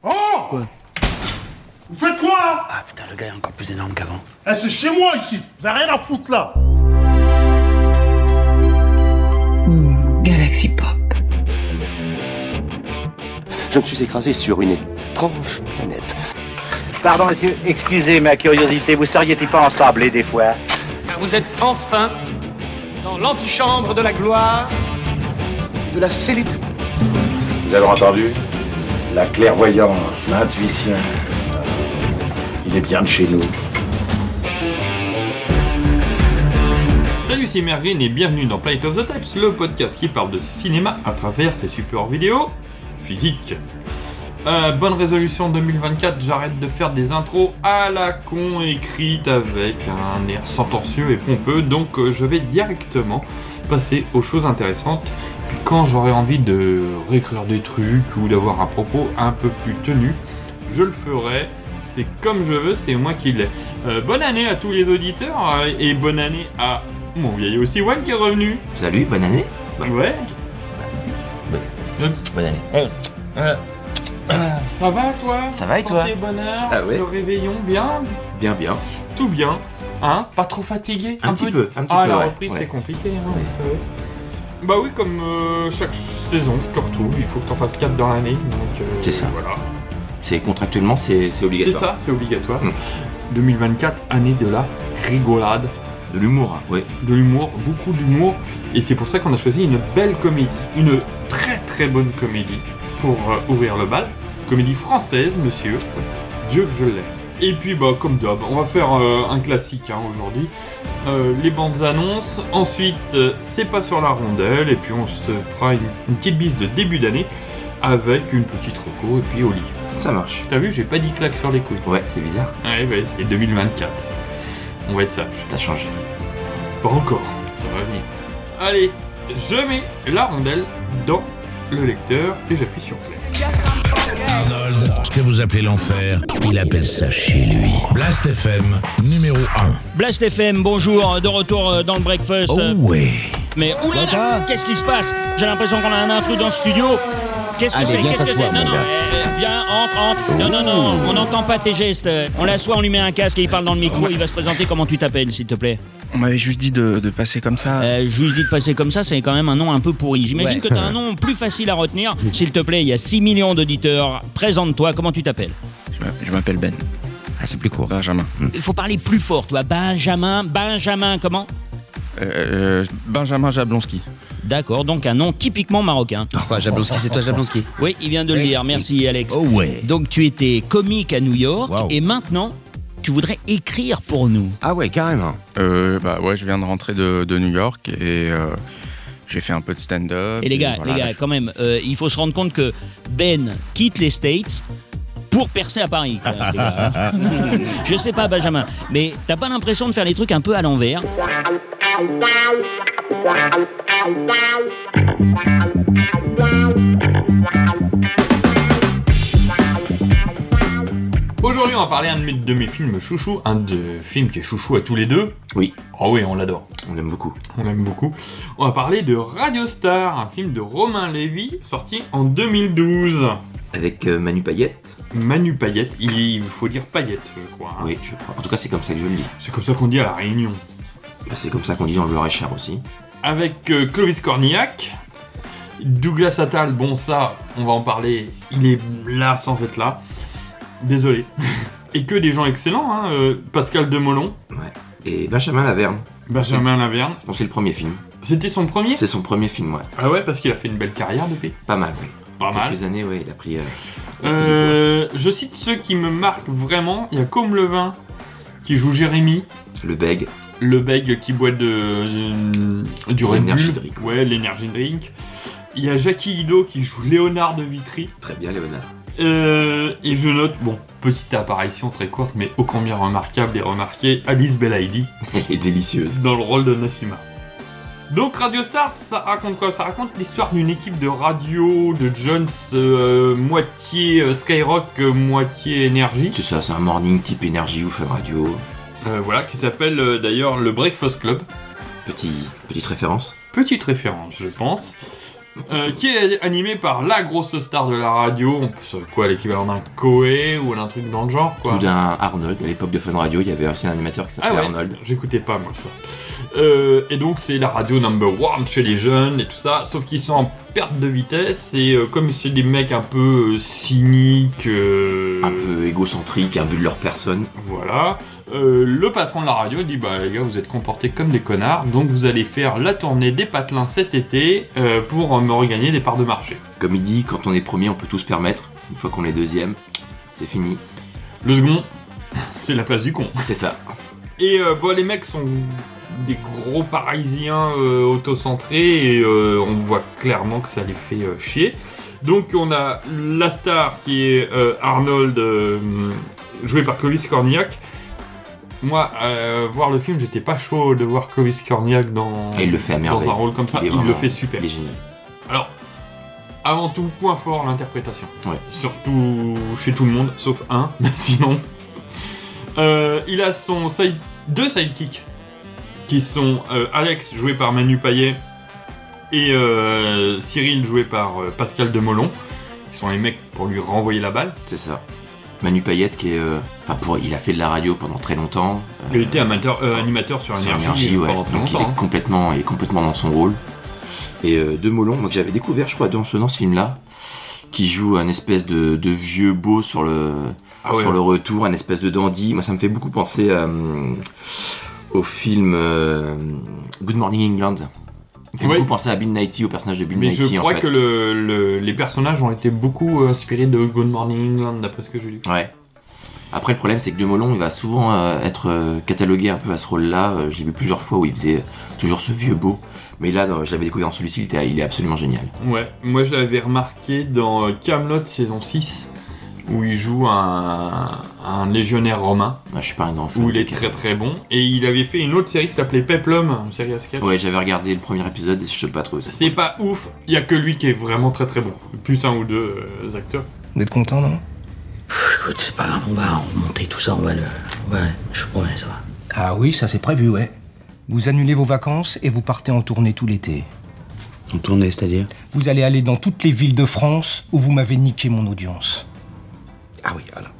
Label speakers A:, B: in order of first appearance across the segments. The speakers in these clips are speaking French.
A: quoi
B: Oh Vous faites quoi là
C: Ah putain, le gars est encore plus énorme qu'avant.
B: Eh, C'est chez moi ici Vous avez rien à foutre là
D: Hmm, Galaxy Pop.
E: Je me suis écrasé sur une étrange planète.
F: Pardon, monsieur, excusez ma curiosité, vous seriez-il pas ensablé des fois
G: Car vous êtes enfin dans l'antichambre de la gloire.
E: De la célébrité.
H: Vous avez entendu La clairvoyance, l'intuition. Il est bien de chez nous.
I: Salut, c'est Mergreen et bienvenue dans Planet of the Types, le podcast qui parle de cinéma à travers ses supports vidéo physiques. Euh, bonne résolution 2024, j'arrête de faire des intros à la con écrites avec un air sentencieux et pompeux, donc euh, je vais directement passer aux choses intéressantes. Puis quand j'aurai envie de réécrire des trucs ou d'avoir un propos un peu plus tenu, je le ferai. C'est comme je veux, c'est moi qui l'ai. Euh, bonne année à tous les auditeurs euh, et bonne année à mon vieil aussi One qui est revenu.
C: Salut, bonne année.
I: Ouais.
C: Bonne année.
I: ça va toi
C: Ça va et
I: Santé,
C: toi
I: bonheur,
C: Ah ouais.
I: le réveillon bien,
C: Bien, bien.
I: tout bien, hein Pas trop fatigué
C: Un petit peu, un petit
I: ah,
C: peu,
I: la
C: ouais,
I: reprise
C: ouais.
I: c'est compliqué, hein,
C: Ouais.
I: vous savez. Bah oui, comme euh, chaque saison, je te retrouve, il faut que t'en fasses 4 dans l'année, donc euh,
C: C'est ça.
I: voilà.
C: C'est contractuellement, c'est c'est
I: C'est
C: obligatoire.
I: ça, c'est obligatoire.
C: Mm.
I: 2024, année de la rigolade.
C: De l'humour, hein, ouais.
I: de l'humour, beaucoup d'humour, et c'est pour ça qu'on a choisi une belle comédie, une très très bonne comédie pour euh, ouvrir le bal. Comédie française, monsieur. Dieu que je l'ai. Et puis, bah, comme d'hab, on va faire euh, un classique hein, aujourd'hui. Euh, les bandes annonces, ensuite, euh, c'est pas sur la rondelle, et puis on se fera une, une petite bise de début d'année avec une petite roco et puis au lit.
C: Ça marche.
I: T'as vu, j'ai pas dit claque sur les couilles.
C: Ouais, c'est bizarre.
I: Ouais, bah, c'est 2024. On va être sage.
C: T'as changé.
I: Pas encore, ça va venir. Allez, je mets la rondelle dans le lecteur et j'appuie sur play.
J: Arnold, ce que vous appelez l'enfer, il appelle ça chez lui. Blast FM, numéro 1.
K: Blast FM, bonjour, de retour euh, dans le breakfast. Euh,
J: Oh, ouais.
K: Mais oulala, qu'est-ce qui se passe J'ai l'impression qu'on a un intrus dans le studio. Qu'est-ce que
J: Allez,
K: c'est
J: viens
K: Qu'est-ce que c'est
J: t'asseoir,
K: Non,
J: mon
K: non,
J: gars.
K: euh, viens, entre, entre. Non, non, non, on n'entend pas tes gestes. On l'assoit, on lui met un casque et il parle dans le micro. Il va se présenter comment tu t'appelles, s'il te plaît.
A: On m'avait juste dit de, de passer comme ça.
K: Euh, juste dit de passer comme ça, c'est quand même un nom un peu pourri. J'imagine
A: Ouais.
K: que tu as un nom plus facile à retenir. S'il te plaît, il y a 6 millions d'auditeurs. Présente-toi, comment tu t'appelles
A: Je m'a- Je m'appelle Ben.
C: Ah, c'est plus court.
A: Benjamin.
J: Hmm.
K: Il faut parler plus fort, toi. Benjamin, Benjamin, comment
A: Euh, euh, Benjamin Jablonski.
K: D'accord, donc un nom typiquement marocain.
C: Quoi, Ah, bah, Jablonski, c'est toi Jablonski
K: Oui, il vient de le dire. Merci, Alex.
C: Oh ouais.
K: Donc, tu étais comique à New York
C: Wow.
K: et maintenant, tu voudrais écrire pour nous.
C: Ah ouais, carrément.
A: Euh, bah ouais, je viens de rentrer de, de New York et euh, j'ai fait un peu de stand-up.
L: Euh,
K: Et les gars,
A: voilà,
K: les gars,
A: je-
K: quand même, euh, il faut se rendre compte que Ben quitte les States pour percer à Paris. quand même, les gars. Je sais pas, Benjamin, mais t'as pas l'impression de faire les trucs un peu à l'envers
I: Aujourd'hui, on va parler un de mes, de mes films chouchou, un de films qui est chouchou à tous les deux.
C: Oui,
I: Oh oui, on l'adore,
C: on l'aime beaucoup.
I: on l'aime beaucoup. On va parler de Radio Star, un film de Romain Lévy sorti en 2012.
C: Avec euh, Manu Payette
I: Manu Payette, il il faut dire Payette, je crois. hein.
C: Ah, Oui, je crois. En tout cas, c'est comme ça que je le dis.
I: C'est comme ça qu'on dit à la Réunion.
C: Bah, C'est comme ça qu'on dit dans le Loir-et-Cher aussi.
I: avec euh, Clovis Cornillac. Douglas Attal, bon ça, on va en parler, il est là sans être là. Désolé. Et que des gens excellents, hein, euh, Pascal Demolon,
C: Et Benjamin Laverne.
I: Benjamin Laverne.
C: Bon, c'est le premier film.
I: C'était son premier
C: C'est son premier film, ouais.
I: Ah ouais, parce qu'il a fait une belle carrière depuis.
C: Pas mal, oui.
I: Pas mal.
C: Quelques années, ouais, il a pris. euh, il a pris du
I: Euh, je cite ceux qui me marquent vraiment. Il y a Comme Levin qui joue Jérémy,
C: poids. Le Beg.
I: le beg qui boit de, euh, du Red
C: L'énergie
I: Bull.
C: drink.
I: Ouais, l'énergie drink. Il y a Jackie Ido qui joue Léonard de Vitry.
C: Très bien, Léonard.
I: Euh, et je note, bon, petite apparition très courte, mais ô combien remarquable et remarquée, Alice Belaïdi
C: Elle est délicieuse.
I: dans le rôle de Nassima. Donc Radio Star, ça raconte quoi Ça raconte l'histoire d'une équipe de radio de Jones, euh, moitié euh, Skyrock, euh, moitié énergie.
C: C'est ça, c'est un morning type énergie ou fun radio.
I: Euh, voilà, qui s'appelle euh, d'ailleurs le Breakfast Club.
C: Petit, petite référence.
I: Petite référence, je pense. euh, qui est animé par la grosse star de la radio, on peut- c'est quoi l'équivalent d'un Coé ou d'un truc dans le genre quoi.
C: Ou d'un Arnold, à l'époque de Fun Radio, il y avait aussi un animateur qui
I: Ah
C: s'appelait
I: ouais,
C: Arnold.
I: j'écoutais pas moi ça. Euh, et donc c'est la radio number one chez les jeunes et tout ça, sauf qu'ils sont en perte de vitesse et euh, comme c'est des mecs un peu euh, cyniques, euh,
C: Un peu égocentrique, un but de leur personne.
I: voilà, euh, le patron de la radio dit bah les gars vous êtes comportés comme des connards, donc vous allez faire la tournée des patelins cet été euh, pour euh, me regagner des parts de marché.
C: Comme il dit, quand on est premier, on peut tout se permettre. Une fois qu'on est deuxième, c'est fini.
I: Le second, c'est la place du con.
C: C'est ça.
I: Et euh, bon, les mecs sont des gros parisiens euh, autocentrés et euh, on voit clairement que ça les fait euh, chier. Donc on a la star qui est euh, Arnold, euh, joué par Clovis Cornillac. Moi, euh, voir le film, j'étais pas chaud de voir Clovis Cornillac dans,
C: Et il le fait à
I: dans
C: merveille.
I: un rôle comme ça.
C: Il est
I: Il, le
C: vraiment-
I: fait super.
C: Il est génial.
I: Alors, avant tout, point fort, l'interprétation.
C: Ouais.
I: Surtout chez tout le monde, sauf un, mais sinon. Euh, il a son side- deux sidekicks, qui sont euh, Alex, joué par Manu Payet, et euh, Cyril, joué par euh, Pascal Demolon, qui sont les mecs pour lui renvoyer la balle.
C: C'est ça. Manu Payette qui est. euh, Enfin, pour, il a fait de la radio pendant très longtemps. euh,
I: Il était amateur, euh, animateur sur
C: sur
I: énergie,
C: Énergie, ouais.
I: pendant très
C: Donc il
I: longtemps.
C: est, complètement, il est complètement dans son rôle. Et euh, De Molon, moi, que j'avais découvert, je crois, dans ce, dans ce film-là, qui joue un espèce de, de vieux beau sur le,
I: Ah ouais.
C: sur le retour, un espèce de dandy. Moi, ça me fait beaucoup penser euh, au film euh, Good Morning England. Il fait
I: Ouais.
C: beaucoup penser à Bill Nighy, au personnage de Bill
I: Mais
C: Nighy,
I: je
C: en
I: crois
C: fait.
I: que le- le- les personnages ont été beaucoup euh, inspirés de Good Morning England, d'après ce que j'ai lu.
C: Ouais. Après, le problème, c'est que De Molon, il va souvent euh, être euh, catalogué un peu à ce rôle-là. Euh, J'ai vu plusieurs fois où il faisait toujours ce vieux beau. Mais là, non, je l'avais découvert dans celui-ci, il, était- il est absolument génial.
I: Ouais, moi je l'avais remarqué dans euh, Camelot saison 6 où il joue un, un légionnaire romain
C: Ah, je suis pas un grand fan.
I: où
C: de
I: il est
C: Kate
I: très
C: Winslet.
I: très bon et il avait fait une autre série qui s'appelait Peplum, une série à sketch.
C: Ouais, j'avais regardé le premier épisode et je sais pas trop. ça.
I: C'est pas ouf, il y a que lui qui est vraiment très très bon, plus un ou deux euh, acteurs.
M: Vous êtes content, non
L: Écoute, c'est pas grave, on va remonter tout ça, on va le. Ouais, je promets, ça va.
M: Ah oui, ça c'est prévu, ouais. Vous annulez vos vacances et vous partez en tournée tout l'été.
L: On tournait, c'est-à-dire
M: Vous allez aller dans toutes les villes de France où vous m'avez niqué mon audience.
L: Ah oui, alors.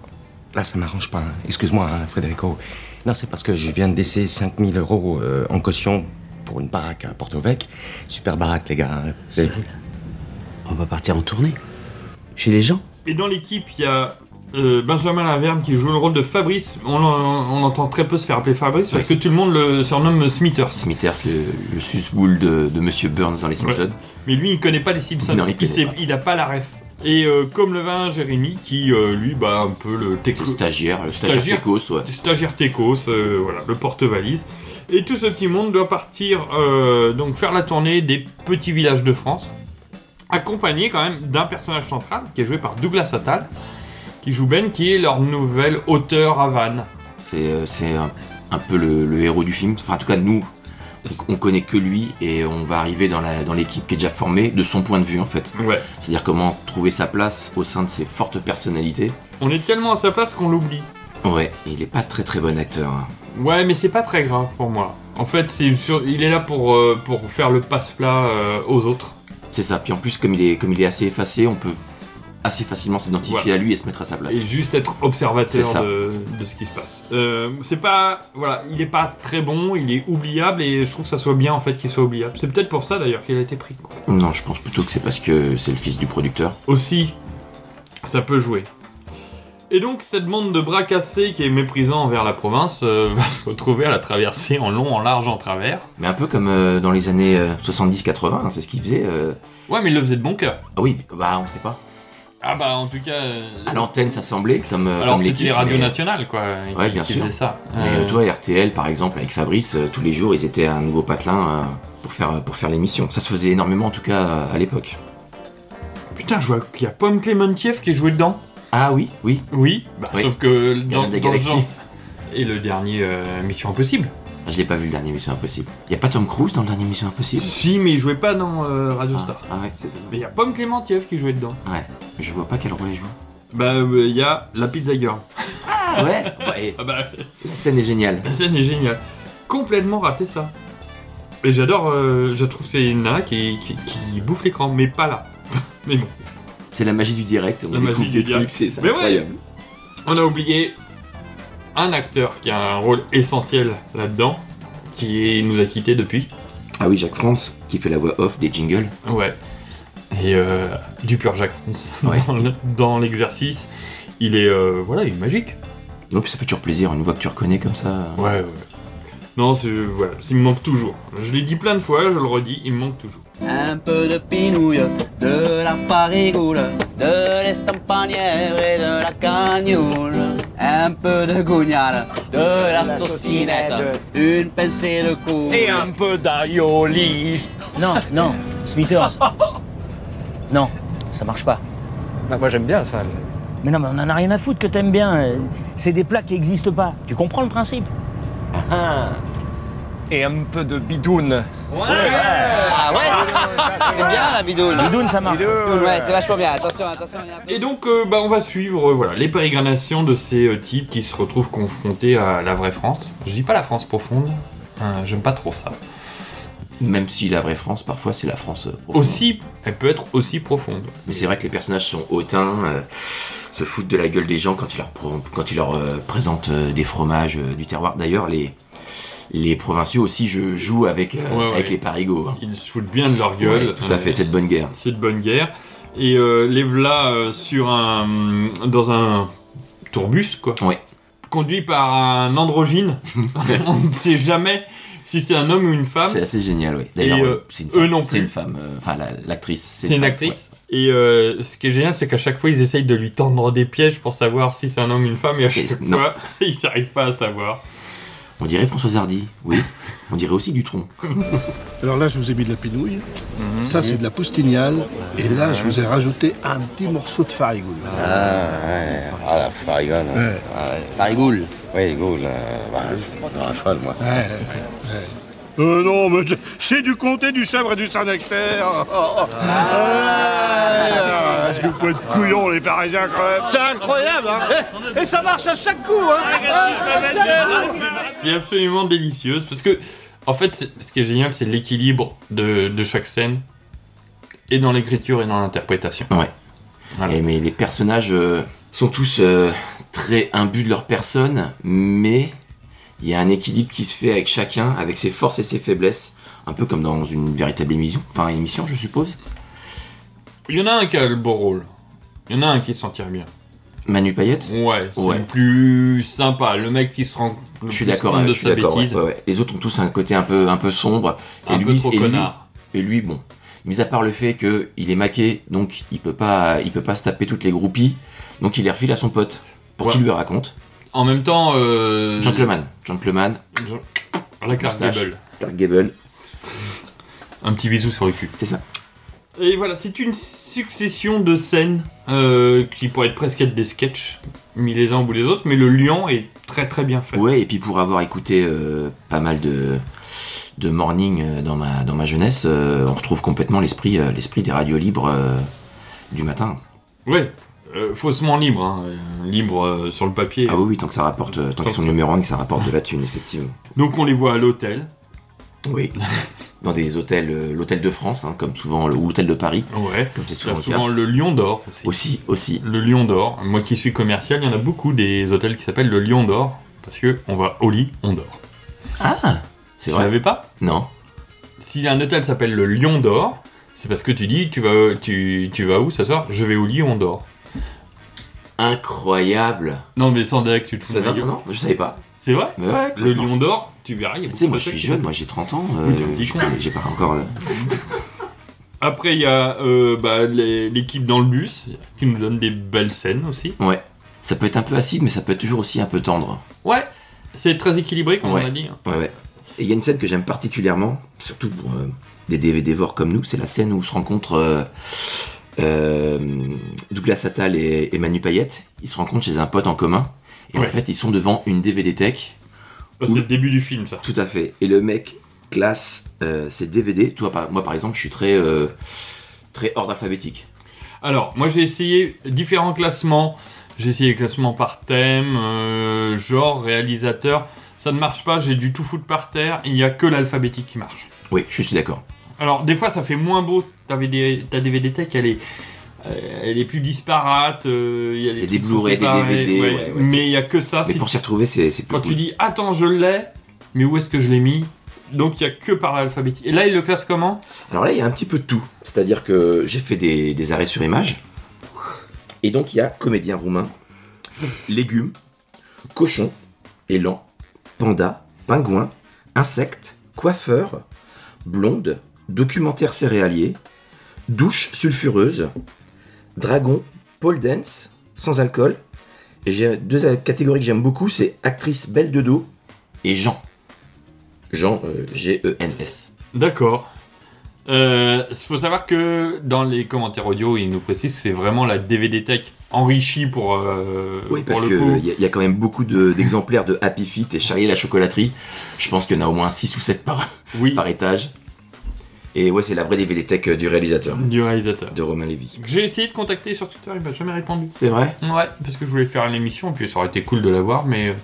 L: Là, ça m'arrange pas. hein. Excuse-moi, hein, Frédérico. Non, c'est parce que je viens de laisser 5000 euros euh, en caution pour une baraque à Porto Vec. Super baraque, les gars. hein. Vous avez vu On va partir en tournée Chez les gens
I: Et dans l'équipe, il y a euh, Benjamin Laverne qui joue le rôle de Fabrice. On, l'en- on l'entend très peu se faire appeler Fabrice parce que tout le monde le surnomme Smithers.
C: Smithers, le, le susboule de, de Monsieur Burns dans les Simpsons.
I: Mais lui, il connaît pas les Simpsons.
C: Non, il
I: il,
C: connaît
I: sait-
C: pas.
I: il a pas la ref. Et euh, comme le vin Jérémy, qui euh, lui, bah un peu le
C: C'est
I: techno.
C: le stagiaire, le stagiaire
I: Stagiaire.
C: Tecos, ouais.
I: Stagiaire Tecos, euh, voilà, le porte-valise. Et tout ce petit monde doit partir, euh, donc faire la tournée des petits villages de France, accompagné quand même d'un personnage central qui est joué par Douglas Attal, qui joue Ben, qui est leur nouvel auteur à Vannes.
C: C'est euh, c'est un, un peu le, le héros du film. Enfin, en tout cas, nous, on, on connaît que lui et on va arriver dans la- dans l'équipe qui est déjà formée de son point de vue, en fait.
I: Ouais.
C: C'est-à-dire comment trouver sa place au sein de ses fortes personnalités.
I: On est tellement à sa place qu'on l'oublie.
C: Ouais, et il est pas très très bon acteur. hein.
I: Ouais, mais c'est pas très grave pour moi. En fait, c'est sur- il est là pour, euh, pour faire le passe-plat euh, aux autres.
C: C'est ça. Puis en plus, comme il est, comme il est assez effacé, on peut assez facilement s'identifier
I: Voilà.
C: à lui et se mettre à sa place.
I: Et juste être
C: C'est
I: observateur
C: ça.
I: de, de ce qui se passe. Euh, c'est pas. Voilà, il est pas très bon, il est oubliable et je trouve que ça soit bien en fait qu'il soit oubliable. C'est peut-être pour ça d'ailleurs qu'il a été pris. quoi.
C: Non, je pense plutôt que c'est parce que c'est le fils du producteur.
I: Aussi, ça peut jouer. Et donc, cette bande de bras cassés qui est méprisant envers la province euh, va se retrouver à la traverser en long, en large, en travers.
C: Mais un peu comme euh, dans les années euh, 70-80, hein, c'est ce qu'il faisait. euh.
I: Ouais, mais il le faisait de bon cœur.
C: Ah oui, bah on sait pas.
I: Ah bah, en tout cas. euh,
C: À l'antenne, ça semblait Ah comme. euh,
I: alors,
C: comme
I: c'était
C: l'équipe,
I: les radios
C: mais-
I: nationales quoi.
C: Ouais,
I: qui-
C: bien
I: qui
C: sûr.
I: faisaient ça.
C: Mais
I: Euh,
C: euh, toi, RTL par exemple, avec Fabrice, euh, tous les jours, ils étaient à un nouveau patelin euh, pour faire, pour faire l'émission. Ça se faisait énormément en tout cas euh, à l'époque.
I: Putain, je vois qu'il y a Pomme Clémentieff qui est joué dedans.
C: Ah oui, oui.
I: Oui, bah,
C: Oui.
I: sauf que dans,
C: Gardiens des
I: dans le
C: Galaxies.
I: genre- Et le dernier euh, Mission Impossible.
C: Ah, Je l'ai pas vu le dernier Mission Impossible. Il y a pas Tom Cruise dans le dernier Mission Impossible
I: Si, mais il jouait pas dans euh, Radio
C: ah,
I: Star.
C: ah ouais, c'est
I: Mais il y a Pomme Clémentieff qui jouait dedans.
C: Ouais, mais je vois pas quel rôle il joue.
I: Bah, euh, il y a la Pizza Girl.
C: Ah ouais, ouais,
I: Ah bah,
C: la scène est géniale.
I: la scène est géniale. Complètement raté ça. Et j'adore, euh, je trouve que c'est une nana qui, qui, qui bouffe l'écran, mais pas là. mais bon.
C: C'est la magie du direct, on
I: La
C: découvre
I: magie
C: des
I: du direct.
C: trucs, c'est c'est
I: Mais ouais.
C: incroyable.
I: On a oublié un acteur qui a un rôle essentiel là-dedans, qui est- nous a quitté depuis.
C: Ah oui, Jacques France, qui fait la voix off des jingles.
I: Ouais. Et euh, du pur Jacques France dans le- dans l'exercice. il est, euh, voilà, il est magique.
C: Non, puis ça fait toujours plaisir, une voix que tu reconnais comme ça.
I: Ouais, ouais. Non, c'est, voilà, il me manque toujours. Je l'ai dit plein de fois, je le redis, il me manque toujours.
N: Un peu de pinouille, de la farigoule, de l'estampanière et de la cagnoule. Un peu de gougnale, de la saucinette, une pincée de cou. Et un peu d'aioli.
O: Non, non, Smithers. non, ça marche pas. moi j'aime bien ça. Mais non, mais on en a rien à foutre que t'aimes bien. euh, C'est des plats qui existent pas. Tu comprends le principe Et un peu de bidoune.
N: Ah ouais C'est bien la bidoune.
K: Ah,
O: Bidoune, ça marche.
N: Bidoune, ouais, c'est vachement bien. Attention, attention. il y a-
I: Et donc, euh, bah, on va suivre euh, voilà, les pérégrinations de ces euh, types qui se retrouvent confrontés à la vraie France. Je dis pas la France profonde, hein, j'aime pas trop ça.
C: Même si la vraie France, parfois, c'est la France euh, profonde.
I: Aussi, elle peut être aussi profonde.
C: Mais c'est vrai que les personnages sont hautains, euh, se foutent de la gueule des gens quand ils leur, pro- quand ils leur euh, présentent euh, des fromages euh, du terroir. D'ailleurs, les, les provinciaux aussi je, jouent avec, euh,
I: Ouais, ouais.
C: avec les parigots. hein.
I: Ils se foutent bien de leur gueule. euh,
C: Ouais, tout à fait, c'est de bonne guerre.
I: C'est de bonne guerre. Et euh, les voilà euh, sur un, dans un tourbus, quoi. Conduit par un androgyne. on ne sait jamais si c'est un homme ou une femme.
C: C'est assez génial, oui.
I: Et,
C: D'ailleurs,
I: euh,
C: ouais, c'est une
I: eux
C: femme.
I: non
C: C'est
I: plus.
C: une femme, euh, enfin la- l'actrice.
I: C'est une
C: femme,
I: actrice. Et euh, ce qui est génial, c'est qu'à chaque fois, ils essayent de lui tendre des pièges pour savoir si c'est un homme ou une femme, et à chaque
C: non.
I: fois, ils n'arrivent pas à savoir.
C: ouais. On dirait Françoise Hardy, oui. On dirait aussi Dutronc.
P: Alors là, je vous ai mis de la pinouille. Ça, c'est de la poustignale. Et là, je vous ai rajouté un petit morceau de farigoule.
L: Ah, ouais. ah la farigole. Ah,
P: Ouais.
L: Farigoule. Oui, goule. euh, bah, je suis folle, moi.
P: Euh, non, mais je- c'est du comté du chèvre et du Saint-Nectaire. Ouais. Est-ce que vous pouvez être couillons, les Parisiens, quand même C'est incroyable, hein Et ça marche à chaque coup, hein
I: C'est absolument délicieuse, parce que, en fait, c'est- ce qui est génial, c'est l'équilibre de, de chaque scène, et dans l'écriture, et dans l'interprétation.
C: Ouais.
I: Ah.
C: Et mais les personnages euh, sont tous euh, très imbus de leur personne, mais il y a un équilibre qui se fait avec chacun, avec ses forces et ses faiblesses, un peu comme dans une véritable émission, enfin émission, je suppose.
I: Il y en a un qui a le beau rôle. Il y en a un qui s'en tire bien.
C: Manu Payette
I: Ouais, c'est
C: Ouais.
I: le plus sympa, le mec qui se rend le
C: Je suis
I: plus
C: d'accord,
I: compte
C: ouais,
I: de
C: je suis
I: sa
C: d'accord. ouais,
I: bêtise.
C: ouais, ouais. Les autres ont tous un côté un peu, un peu sombre.
I: Un peu trop
C: et lui,
I: connard.
C: et lui, bon, mis à part le fait que il est maqué, donc il peut pas, il peut pas se taper toutes les groupies, donc il les refile à son pote pour qu'il lui raconte.
I: En même temps, euh...
C: Gentleman, gentleman.
I: La Clark
C: moustache,
I: Gable.
C: Clark Gable.
I: Un petit bisou sur le cul.
C: C'est ça.
I: Et voilà, c'est une succession de scènes euh, qui pourraient être presque être des sketchs, mis les uns au bout des autres, mais le lion est très très bien fait.
C: Ouais, et puis pour avoir écouté euh, pas mal de, de morning euh, dans ma, dans ma jeunesse, euh, on retrouve complètement l'esprit euh, l'esprit des radios libres euh, du matin.
I: Ouais, euh, faussement libre, hein, euh, libre euh, sur le papier.
C: Ah oui, oui, tant que ça rapporte, euh, tant,
I: Tant
C: qu'ils sont
I: que ça-
C: numéro 1, que ça rapporte de la thune, effectivement.
I: Donc on les voit à l'hôtel.
C: Oui. Dans des hôtels, euh, l'hôtel de France, hein, comme souvent, le- ou l'hôtel de Paris,
I: Ouais.
C: comme c'est souvent
I: Là,
C: le
I: souvent
C: cas.
I: le lion d'or aussi.
C: Aussi, aussi.
I: Le lion d'or. Moi qui suis commercial, il y en a beaucoup des hôtels qui s'appellent le lion d'or, parce que on va au lit, on dort.
C: Ah C'est
I: Tu
C: vrai
I: l'avais pas
C: Non.
I: Si un hôtel s'appelle le Lion d'Or, c'est parce que tu dis tu vas, tu, tu vas où ce soir Je vais au lit, on dort.
C: Incroyable
I: Non mais sans direct, tu te fous
C: Ça,
I: de ma
C: non,
I: gueule.
C: non, je savais pas.
I: C'est vrai
C: Mais ouais,
I: Le
C: complètement.
I: Lion d'Or, tu verras. il y a
C: Tu sais, moi
I: beaucoup
C: je
I: de
C: suis
I: hôtels
C: jeune,
I: qui
C: moi j'ai 30 ans,
I: Oui, t'es un
C: euh,
I: petit
C: j'ai
I: con.
C: pas- j'ai pas encore... euh,
I: Après, il y a euh, bah, les- l'équipe dans le bus qui nous donne des belles scènes aussi.
C: Ouais. Ça peut être un peu acide, mais ça peut être toujours aussi un peu tendre.
I: Ouais, c'est très équilibré comme
C: ouais.
I: on a dit. hein.
C: Ouais, ouais. Et il y a une scène que j'aime particulièrement, surtout pour euh, des DVD-vores comme nous, c'est la scène où se rencontrent euh, euh, Douglas Attal et, et Manu Payette. Ils se rencontrent chez un pote en commun. Et en
I: Ouais.
C: fait, ils sont devant une DVD-tech.
I: Bah, c'est le début du film, ça.
C: Tout à fait. Et le mec classe euh, ses DVD. Toi, par- moi, par exemple, je suis très, euh, très ordre alphabétique.
I: Alors, moi j'ai essayé différents classements. J'ai essayé les classements par thème, euh, genre, réalisateur. Ça ne marche pas, j'ai dû tout foutre par terre. Il n'y a que l'alphabétique qui marche.
C: Oui, je suis d'accord.
I: Alors, des fois, ça fait moins beau. Ta VD ta DVD Tech, elle est, euh, elle est plus disparate. euh, Il y a des,
C: Il y a des
I: trucs qui sont
C: Blu-ray, des
I: séparés,
C: DVD,
I: ouais.
C: ouais, ouais, c'est-
I: mais il y a que ça.
C: Mais
I: Si
C: pour
I: tu-
C: s'y retrouver, c'est c'est plus
I: Quand tu
C: cool.
I: dis attends, je l'ai, mais où est-ce que je l'ai mis Donc, il y a que par l'alphabétique. Et là, il le classe comment
C: Alors là, il y a un petit peu de tout. C'est-à-dire que j'ai fait des, des arrêts sur image. Et donc, il y a comédien roumain, légumes, cochon, élan, panda, pingouin, insecte, coiffeur, blonde, documentaire céréalier, douche sulfureuse, dragon, pole dance, sans alcool. Et j'ai deux catégories que j'aime beaucoup, c'est actrice belle de dos et Jean. Jean, euh, G-E-N-S.
I: D'accord. Il faut savoir que dans les commentaires audio, ils nous précisent que c'est vraiment la DVD Tech enrichie pour, euh,
C: Oui,
I: pour
C: parce
I: le coup.
C: qu'il y, a- y a quand même beaucoup de- d'exemplaires de, Happy Feet et Charlie et la chocolaterie. Je pense qu'il y en a au moins 6 ou 7 par, par étage. Et ouais, c'est la vraie DVD Tech euh, du réalisateur.
I: Du réalisateur.
C: De Romain Lévy.
I: J'ai essayé de contacter sur Twitter, il m'a jamais répondu.
C: C'est vrai
I: Ouais, parce que je voulais faire une émission, et puis ça aurait été cool de l'avoir, mais euh,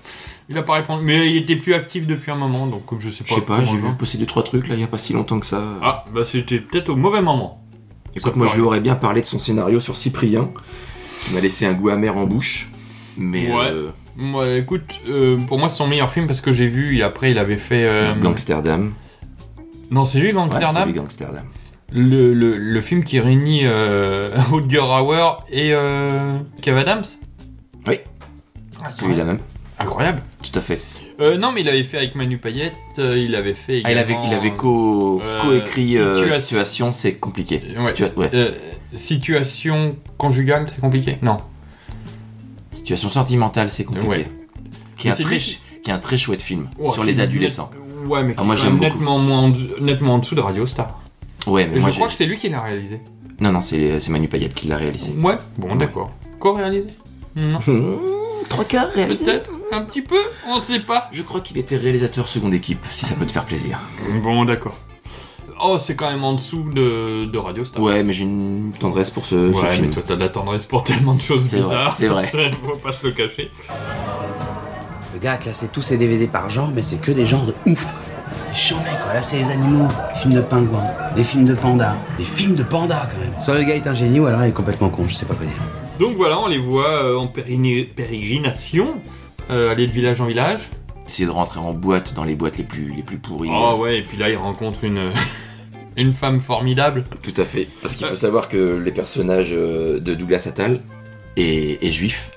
I: il a pas répondu. Mais il était plus actif depuis un moment, donc comme je sais pas.
C: Je sais pas,
I: comment
C: j'ai
I: il
C: vu
I: va.
C: poster 2-3 trucs là, il y a pas si longtemps que ça.
I: Ah, bah c'était peut-être au mauvais moment.
C: Écoute, moi je lui aurais bien parlé de son scénario sur Cyprien, qui m'a laissé un goût amer en bouche. Mais
I: ouais.
C: euh,
I: Ouais, écoute, euh, pour moi c'est son meilleur film parce que j'ai vu, et après il avait fait. euh,
C: Gangsterdam.
I: Non, c'est
C: Ouais,
I: lui
C: c'est
I: Gangsterdam
C: lui, Gangsterdam.
I: le, le, le film qui réunit euh, Rutger Hauer et euh, Kev Adams
C: Oui. Celui-là même.
I: Incroyable.
C: Tout à fait.
I: Euh, non, mais il avait fait avec Manu Payette, euh, il avait fait.
C: Ah, il avait,
I: également,
C: il avait co-
I: euh,
C: co-écrit euh,
I: Situa-
C: Situation, c'est compliqué.
I: Ouais.
C: Situa- ouais.
I: Euh, situation conjugale, c'est compliqué Non.
C: Situation sentimentale, c'est compliqué.
I: Ouais.
C: Qui, est
I: Mais
C: un
I: c'est
C: très,
I: lui
C: ch- qui est un très chouette film
I: Ouais,
C: sur
I: qui
C: les
I: est
C: adolescents.
I: net- Ouais, mais
C: Ah, moi
I: qui est
C: j'aime beaucoup.
I: nettement, moins en dessous- nettement en dessous de Radio Star.
C: Ouais, mais
I: Et
C: moi
I: je crois
C: j'ai-
I: que c'est lui qui l'a réalisé.
C: Non, non, c'est c'est Manu Payette qui l'a réalisé.
I: Ouais, bon, d'accord. Co-réalisé Non.
C: Trois quarts réalisé
I: Peut-être un petit peu, on sait pas.
C: Je crois qu'il était réalisateur seconde équipe, si ça peut te faire plaisir.
I: Bon, d'accord. Oh, c'est quand même en dessous de, de Radio Star.
C: Ouais, mais j'ai une tendresse pour ce, ce
I: Ouais,
C: film.
I: mais toi, t'as de la tendresse pour tellement de choses
C: C'est vrai,
I: bizarres.
C: c'est vrai.
I: Faut pas se le cacher.
Q: Le gars a classé tous ses DVD par genre, mais c'est que des genres de ouf. C'est chiant, mec, quoi. Là, c'est les animaux, les films de pingouins, les films de pandas, les films de pandas, quand même. Soit le gars est un génie, ou alors il est complètement con, je sais pas quoi dire.
I: Donc voilà, on les voit euh, en périni- pérégrination, euh, aller de village en village.
C: Essayer de rentrer en boîte dans les boîtes les plus, les plus pourries.
I: Oh ouais, et puis là, il rencontre une, une femme formidable.
C: Tout à fait. Parce qu'il faut savoir que les personnages euh, de Douglas Attal est, est juif.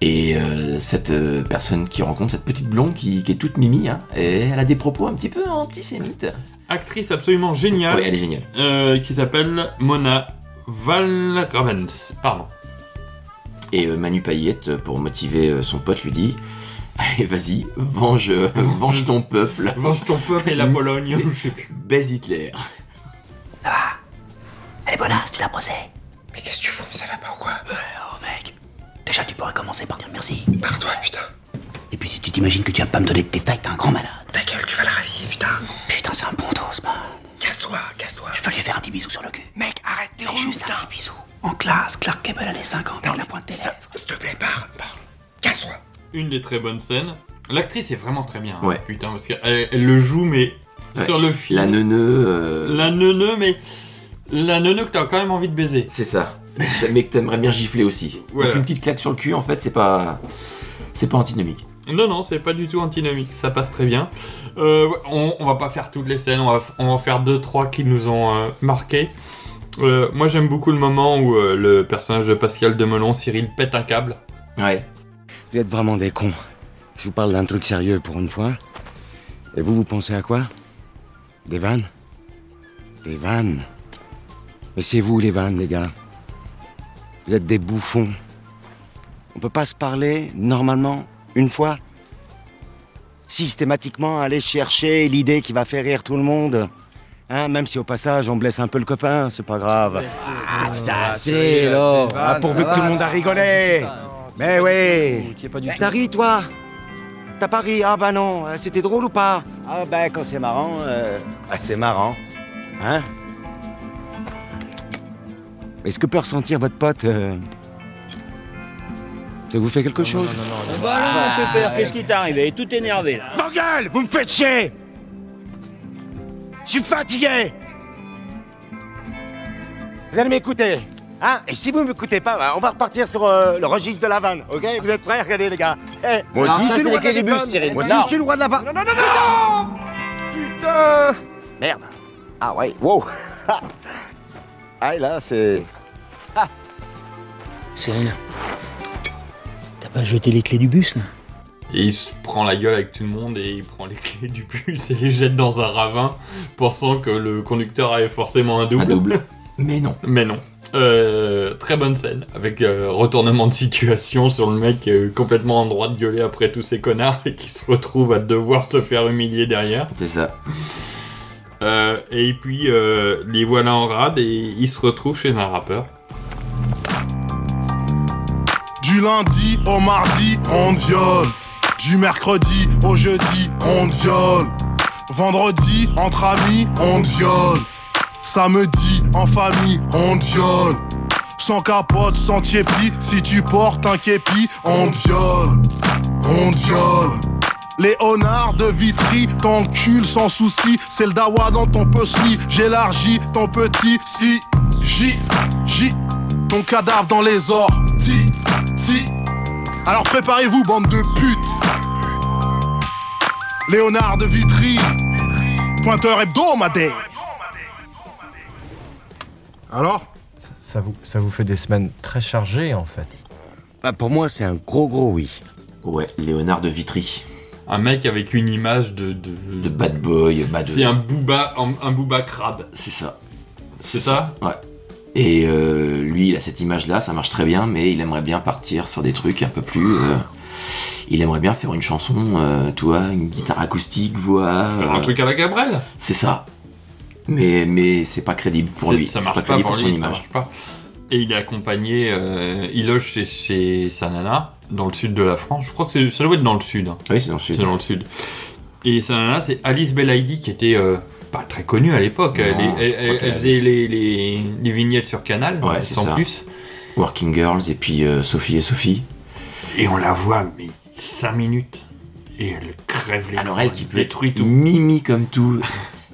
C: Et euh, cette euh, personne qui rencontre, cette petite blonde qui, qui est toute mimi, hein, et elle a des propos un petit peu antisémites.
I: Actrice absolument géniale.
C: Ouais, elle est géniale.
I: Euh, qui s'appelle Mona Valravens. Pardon.
C: Et euh, Manu Payette, pour motiver euh, son pote, lui dit Allez, vas-y, venge, euh, venge ton peuple.
I: Venge ton peuple et la Pologne. ou je sais plus.
C: Baise Hitler.
Q: Elle est bonasse, tu l'as brossée. Mais qu'est-ce que tu fous, mais ça va pas ou quoi Oh, mec. Déjà, tu pourrais commencer par dire merci. Par toi, putain. Et puis, si tu t'imagines que tu vas pas me donner de détails, t'es un grand malade. Ta gueule, tu vas la ravir, putain. Putain, c'est un bon dos, man. Casse-toi, casse-toi. Je peux lui faire un petit bisou sur le cul. Mec, arrête, t'es relou, Juste un petit bisou. En classe, Clark Gable a les 50 ans, la pointe des lèvres. S'il te plaît, parle, parle. Casse-toi.
I: Une des très bonnes scènes. L'actrice est vraiment très bien. hein,
C: Ouais.
I: Putain, parce qu'elle elle le joue, mais sur
C: Ouais.
I: le film.
C: La neuneu. euh,
I: La neuneu, mais. La neuneu que t'as quand même envie de baiser.
C: C'est ça. Mais que t'aimerais bien gifler aussi.
I: Voilà.
C: Donc une petite claque sur le cul, en fait, c'est pas. C'est pas antinomique.
I: Non, non, c'est pas du tout antinomique, ça passe très bien. Euh, ouais, on, on va pas faire toutes les scènes, on va, f- on va en faire deux, trois qui nous ont euh, marqué. Euh, moi j'aime beaucoup le moment où euh, le personnage de Pascal Demelon, Cyril, pète un câble.
C: Ouais.
L: Vous êtes vraiment des cons. Je vous parle d'un truc sérieux pour une fois. Et vous, vous pensez à quoi Des vannes Des vannes Mais c'est vous les vannes, les gars. Vous êtes des bouffons. On peut pas se parler normalement une fois Systématiquement aller chercher l'idée qui va faire rire tout le monde. Hein, même si au passage on blesse un peu le copain, c'est pas grave.
Q: Ah, ça,
L: C'est là. Ah, pourvu que tout le monde a rigolé.
K: Ah,
L: Mais oui. T'as ri, toi T'as pas ri Ah bah non. Euh, C'était drôle ou pas Ah bah quand c'est marrant, euh, bah, c'est marrant. Hein Est-ce que peut ressentir votre pote euh, Ça vous fait quelque chose
O: Bah
L: Ah,
O: alors, Pépère, qu'est-ce qui t'arrive Elle est tout énervée là.
L: Vos gueules Vous me faites chier
P: Je suis fatigué
L: Vous allez m'écouter. Hein Et si vous ne m'écoutez pas, bah, on va repartir sur euh, le registre de la vanne, ok Vous êtes prêts Regardez les gars. Eh,
P: Moi
L: alors
P: aussi.
L: ça,
P: Ça,
L: c'est
P: c'est les
L: le roi de la
P: clés du bus,
L: déconne.
P: Cyril.
L: Moi
P: Non.
L: aussi, je suis le roi de la vanne. Non, non, non,
P: Putain
L: Merde. Ah ouais, wow. ah, et là, c'est...
O: Cyril, t'as pas jeté les clés du bus là
I: Et il se prend la gueule avec tout le monde et il prend les clés du bus et les jette dans un ravin, pensant que le conducteur avait forcément un double.
C: Mais non.
I: Mais non. Euh, très bonne scène, avec euh, retournement de situation sur le mec euh, complètement en droit de gueuler après tous ces connards et qui se retrouve à devoir se faire humilier derrière.
C: C'est ça.
I: Euh, et puis euh, les voilà en rade et ils se retrouvent chez un rappeur.
B: Du lundi au mardi, on te viole. Du mercredi au jeudi, on te viole. Vendredi, entre amis, on te viole. Samedi, en famille, on te viole. Sans capote, sans tiépi, si tu portes un képi, on te viole. On te viole. Léonard de Vitry, t'encules sans souci. C'est le dawa dans ton pesli. J'élargis ton petit si. J, J, ton cadavre dans les ors. Si, si. Alors préparez-vous, bande de putes. Léonard de Vitry, pointeur hebdomadaire. Alors
R: Ça vous, ça vous fait des semaines très chargées en fait.
L: Bah, pour moi, c'est un gros gros oui.
C: Ouais, Léonard de Vitry.
I: Un mec avec une image de. De,
C: bad boy, bad
I: C'est un booba, un, un booba crabe.
C: C'est ça.
I: C'est ça
C: Ouais. Et euh, lui, il a cette image-là, ça marche très bien, mais il aimerait bien partir sur des trucs un peu plus. euh, il aimerait bien faire une chanson, euh, tu vois, une guitare acoustique, voix.
I: Faire un
C: euh,
I: truc à la Gabrel
C: C'est ça. Mais, mais c'est pas crédible pour
I: C'est-
C: lui.
I: Ça
C: c'est
I: marche pas,
C: crédible
I: pour
C: son
I: lui, ça
C: image.
I: marche pas. Et il est accompagné, euh, il loge chez, chez sa nana, dans le sud de la France. Je crois que c'est- ça doit être dans le sud. hein.
C: Oui, c'est dans le sud.
I: C'est dans le sud. Et sa nana, c'est Alice Belaïdi, qui était euh, pas très connue à l'époque.
C: Non,
I: Elle,
C: je
I: elle-
C: crois
I: elle-
C: qu'elle-
I: elle faisait les, les- les vignettes sur Canal,
C: Ouais, c'est
I: sans
C: ça.
I: plus.
C: Working Girls et puis euh, Sophie et Sophie.
I: Et on la voit, mais 5 minutes. Et elle crève les
C: Alors elle qui peut être
I: détruit tout.
C: mimi comme tout.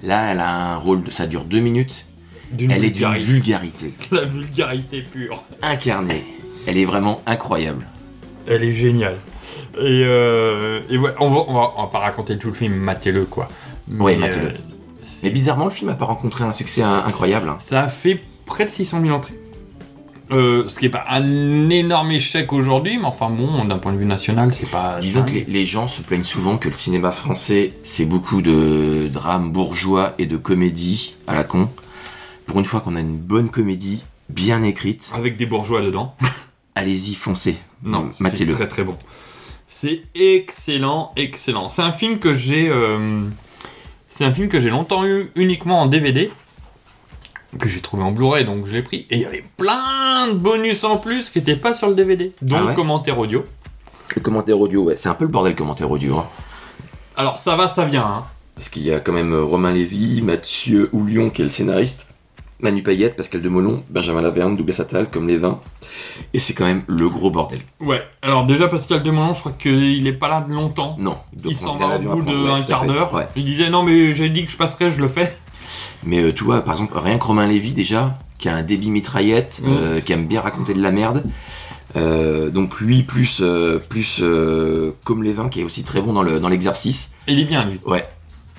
C: Là, elle a un rôle, de, ça dure deux minutes.
I: D'une
C: elle est d'une vulgarité
I: La vulgarité pure.
C: incarnée. Elle est vraiment incroyable.
I: Elle est géniale. Et, euh, et ouais, on va, on, va, on va pas raconter tout le film, matez-le quoi.
C: Ouais,
I: Mais,
C: matez-le.
I: euh,
C: Mais bizarrement, le film a pas rencontré un succès euh, incroyable. hein.
I: ça a fait près de 600 000 entrées. Euh, ce qui est pas un énorme échec aujourd'hui, mais enfin bon, d'un point de vue national, c'est pas.
C: Ah, Disons
I: dingue.
C: que les, les gens se plaignent souvent que le cinéma français, c'est beaucoup de drames bourgeois et de comédies à la con. Pour une fois qu'on a une bonne comédie, bien écrite.
I: Avec des bourgeois dedans.
C: Allez-y, foncez.
I: Non, c'est
C: matez-le.
I: très très bon. C'est excellent, excellent. C'est un film que j'ai, euh, c'est un film que j'ai longtemps eu uniquement en DVD, que j'ai trouvé en Blu-ray, donc je l'ai pris. Et il y avait plein de bonus en plus qui n'étaient pas sur le DVD, dont
C: Ah ouais
I: commentaire audio.
C: Le commentaire audio, ouais, c'est un peu le bordel le commentaire audio. hein.
I: Alors ça va, ça vient. hein.
C: Parce qu'il y a quand même euh, Romain Lévy, Mathieu Houlion qui est le scénariste, Manu Payette, Pascal Demolon, Benjamin Laverne, Doublé Satal, comme les vins. Et c'est quand même le gros bordel.
I: Ouais. Alors déjà Pascal Demolon, je crois qu'il est pas là de longtemps.
C: Non, il doit
I: Il
C: prendre
I: s'en va au
C: l'avion
I: bout
C: après, ouais,
I: d'un
C: tout à
I: quart
C: fait,
I: d'heure.
C: ouais.
I: Il disait non mais j'ai dit que je passerais, je le fais.
C: Mais euh, tu vois, par exemple, rien que Romain Lévy, déjà, qui a un débit mitraillette,
I: Mm.
C: euh, qui aime bien raconter de la merde. Euh, donc lui, plus, euh, plus euh, comme les vins, qui est aussi très bon dans le- dans l'exercice.
I: Il est bien lui.
C: ouais.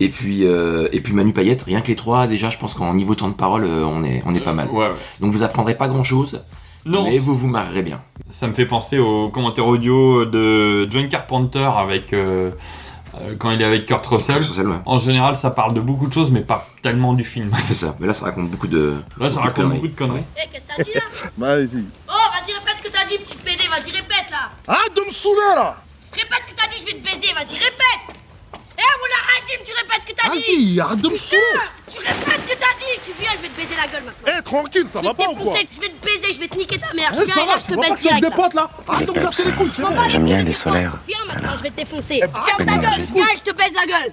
C: Et puis, euh, et puis Manu Payette, rien que les trois, déjà, je pense qu'en niveau temps de parole, euh, on est, on est pas mal.
I: ouais, ouais.
C: Donc vous apprendrez pas grand chose,
I: Non.
C: mais vous vous marrerez bien.
I: Ça me fait penser au commentaire audio de John Carpenter avec euh, euh, quand il est avec Kurt Russell.
C: Kurt Russell, ouais.
I: En général, ça parle de beaucoup de choses, mais pas tellement du film.
C: C'est ça, mais là ça raconte beaucoup de.
I: Là, ça
C: de
I: raconte
C: conneries.
I: beaucoup de conneries.
S: Eh, qu'est-ce que t'as dit là
C: Vas-y.
S: Oh, vas-y, répète ce que t'as dit, petite PD, vas-y, répète là
B: Arrête de me saouler là
S: Répète ce que t'as dit, je vais te baiser, vas-y, répète Eh, Moula Hadim, tu répètes ce que
L: Hein
S: t'as dit
B: Vas-y, arrête de me saouler
S: Tu répètes ce que t'as dit Tu viens, je vais te baiser la gueule maintenant
B: Eh, tranquille, ça va pas ou quoi
S: Défoncé, Je vais te baiser, je vais te niquer ta mère,
H: Ah,
B: Eh,
S: je viens
B: ça
S: et
B: va,
S: là,
B: tu
S: je te
B: vois pas
S: baise
B: que j'ai
S: direct
B: des potes, là Arrête
S: Les
B: de me casser les couilles, c'est bon.
S: J'aime
H: bien les solaires.
S: Viens maintenant, je vais te défoncer
B: putain,
S: Ferme ta
B: mais
S: gueule,
B: j'ai-
S: viens et je te baise la gueule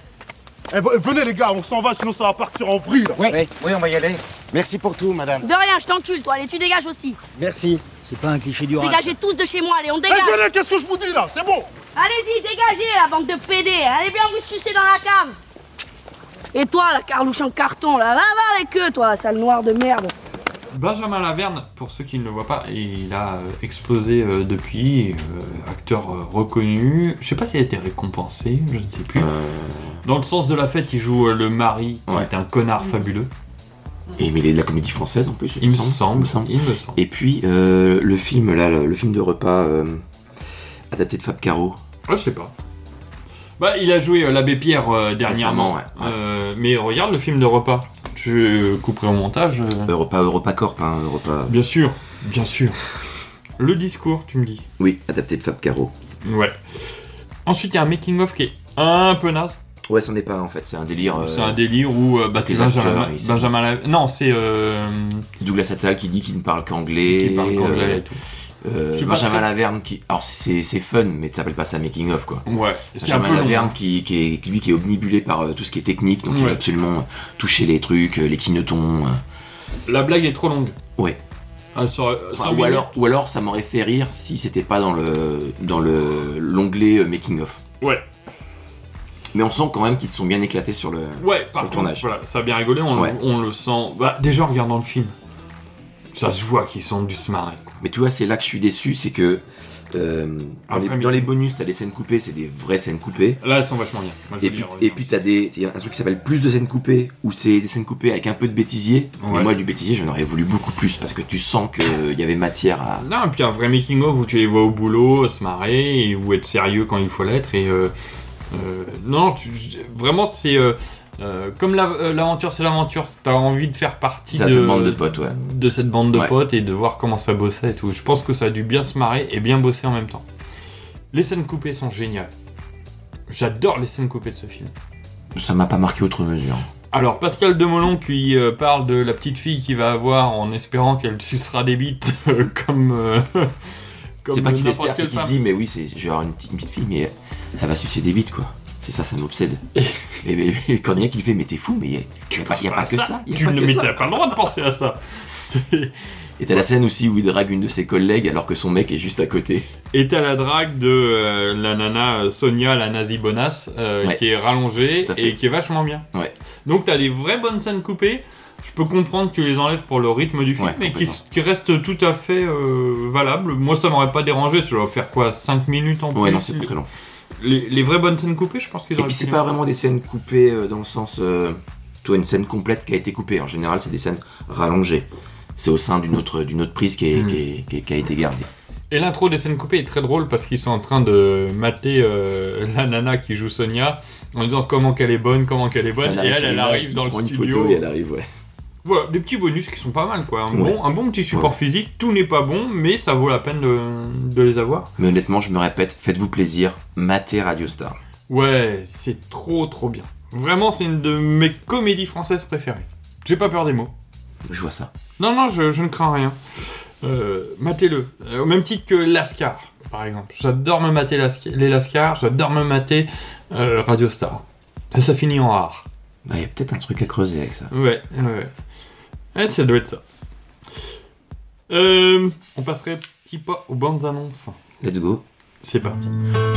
B: Eh, v- venez les gars, on s'en va, sinon ça va partir en vrille là.
L: Oui, on va y aller. Merci pour tout, madame.
S: De rien, je t'encule toi, allez, tu dégages aussi
L: Merci.
O: C'est pas un cliché du
S: Dégagez tous de chez moi, allez, on dégage
B: Eh, venez, qu'est-ce que je vous dis là C'est bon
S: Allez-y, dégagez la bande de PD Allez bien vous sucer dans la cave
T: Et toi, la carlouche en carton, là, va, va avec eux, toi, sale noir de merde.
I: Benjamin Laverne, pour ceux qui ne le voient pas, il a euh, explosé euh, depuis, euh, acteur euh, reconnu. Je sais pas s'il a été récompensé, je ne sais plus.
C: Euh,
I: Dans le sens de la fête, il joue euh, le mari, qui est un connard fabuleux.
C: Et mais il est de la comédie française en plus.
I: Il me semble, il me semble.
C: Et puis euh, le film là, le, le film de repas euh, adapté de Fab Caro.
I: Ah, je sais pas. Bah, il a joué euh, l'abbé Pierre euh,
C: Récemment,
I: dernièrement.
C: ouais, ouais.
I: Euh, mais regarde le film de repas. Je couperai au montage. euh.
C: Europa, Europa Corp, hein, Europa.
I: Bien sûr, bien sûr. Le discours, tu me dis.
C: Oui, adapté de Fab Caro.
I: Ouais. Ensuite, il y a un making-of qui est un peu naze.
C: Ouais, c'en est pas un, en fait, c'est un délire. euh,
I: C'est un délire où euh, bah,
C: des
I: c'est Benjamin,
C: acteurs, ils sont-
I: Benjamin Lav- Non, c'est. euh,
C: Douglas Attal qui dit qu'il ne parle qu'anglais.
I: Qu'il parle qu'anglais
C: euh,
I: et tout.
C: euh,
I: Je suis pas
C: Benjamin
I: très-
C: Laverne qui. Alors c'est c'est fun, mais ça s'appelle pas ça making of quoi.
I: Ouais, c'est un
C: Benjamin
I: peu long.
C: Laverne qui, qui est, lui qui est omnibulé par euh, tout ce qui est technique, donc il
I: Ouais.
C: va absolument toucher les trucs, euh, les clignotons. euh,
I: La blague est trop longue.
C: ouais.
I: Ah, sur- euh,
C: Enfin,
I: sur
C: ou,
I: minutes.
C: alors, ou alors ça m'aurait fait rire si c'était pas dans le dans le l'onglet euh, making of.
I: Ouais.
C: Mais on sent quand même qu'ils se sont bien éclatés sur le,
I: Ouais,
C: sur
I: par
C: le
I: contre,
C: tournage.
I: voilà, ça a bien rigolé, on,
C: Ouais.
I: on le sent. Bah, déjà en regardant le film, ça se voit qu'ils sont du se marrer.
C: Mais tu vois, c'est là que je suis déçu, c'est que euh, dans, les, dans les bonus, t'as des scènes coupées, c'est des vraies scènes coupées.
I: Là, elles sont vachement bien. Moi, je euh,
C: et,
I: veux
C: puis,
I: dire,
C: et puis t'as des t'as un truc qui s'appelle plus de scènes coupées, où c'est des scènes coupées avec un peu de bêtisier.
I: Ouais.
C: Mais moi, du bêtisier, j'en aurais voulu beaucoup plus parce que tu sens qu'il y avait matière à.
I: Non, et puis un vrai making-of où tu les vois au boulot, se marrer, et où être sérieux quand il faut l'être. Et euh, euh, non, tu- je- vraiment, c'est euh, euh, comme la- euh, l'aventure, c'est l'aventure. T'as envie de faire partie
C: C'est ça,
I: de,
C: cette bande de potes, ouais.
I: de cette bande de
C: Ouais.
I: potes et de voir comment ça bossait et tout. Je pense que ça a dû bien se marrer et bien bosser en même temps. Les scènes coupées sont géniales. J'adore les scènes coupées de ce film.
C: Ça m'a pas marqué autre mesure.
I: Alors Pascal Demolon qui euh, parle de la petite fille qu'il va avoir en espérant qu'elle sucera des bites euh, comme, euh, comme
C: C'est pas qu'il
I: n'importe
C: espère, c'est
I: quelle
C: qu'il se
I: femme.
C: dit, mais oui, c'est- je vais avoir une petite, une petite fille, mais ça va sucer des bites, quoi. C'est ça, ça m'obsède. et mais, mais Cornillac, il fait, mais t'es fou, mais y a, y a pas, y a
I: Bah,
C: pas que
I: ça,
C: ça. y a
I: tu
C: pas
I: ne
C: que
I: mais
C: ça.
I: t'as pas le droit de penser à ça. C'est-
C: Et t'as la scène aussi où il drague une de ses collègues alors que son mec est juste à côté.
I: Et t'as la drague de euh, la nana euh, Sonia, la nazi bonasse, euh,
C: Ouais.
I: qui est rallongée
C: Tout à fait.
I: et qui est vachement bien.
C: Ouais.
I: Donc t'as des vraies bonnes scènes coupées. Je peux comprendre que tu les enlèves pour le rythme du film,
C: Ouais,
I: mais qui,
C: complètement.
I: qui restent tout à fait euh, valables. Moi, ça m'aurait pas dérangé. Ça doit faire quoi 5 minutes en plus
C: Ouais, non, c'est pas très long.
I: Les, les vraies bonnes scènes coupées, je pense qu'ils
C: Et
I: auraient
C: puis c'est
I: pu
C: pas
I: les-
C: vraiment des scènes coupées euh, dans le sens. euh, toi, une scène complète qui a été coupée. En général, c'est des scènes rallongées. C'est au sein d'une autre, d'une autre prise qui, est- qui est- qui est- qui a été gardée.
I: Et l'intro des scènes coupées est très drôle parce qu'ils sont en train de mater euh, la nana qui joue Sonia en disant comment qu'elle est bonne, comment qu'elle est bonne.
C: Enfin, arrive
I: et elle,
C: sur
I: elle
C: l'image,
I: arrive
C: il
I: dans le
C: prend une
I: studio.
C: photo et elle arrive, ouais.
I: Voilà, des petits bonus qui sont pas mal quoi. Un,
C: Ouais.
I: bon, un bon petit support
C: Ouais.
I: physique, tout n'est pas bon, mais ça vaut la peine de, de les avoir.
C: Mais honnêtement, je me répète, faites-vous plaisir, matez Radio Star.
I: Ouais, c'est trop trop bien. Vraiment, c'est une de mes comédies françaises préférées. J'ai pas peur des mots.
C: Je vois ça.
I: Non, non, je, je ne crains rien. Euh, matez-le. Euh, Au même titre que Lascar, par exemple. J'adore me mater Lasca- les Lascar, j'adore me mater euh, Radio Star. Et ça finit en art.
C: Ah, Il y a peut-être un truc à creuser avec ça.
I: Ouais, ouais. Ouais, ça doit être ça. Euh, on passerait petit pas aux bandes annonces.
C: Let's go.
I: C'est parti.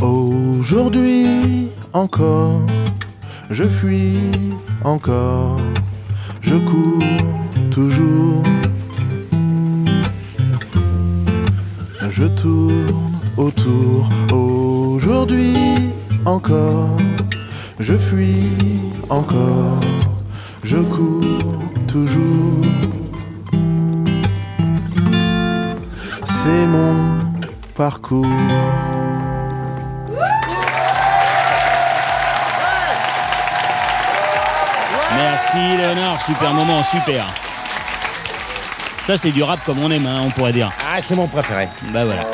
B: Aujourd'hui encore, je fuis encore, je cours toujours, je tourne autour. Aujourd'hui encore, je fuis encore, je cours toujours. C'est mon parcours.
K: Merci Léonard, super moment, super. Ça c'est du rap comme on aime, hein, on pourrait dire.
L: Ah, c'est mon préféré.
K: Bah voilà.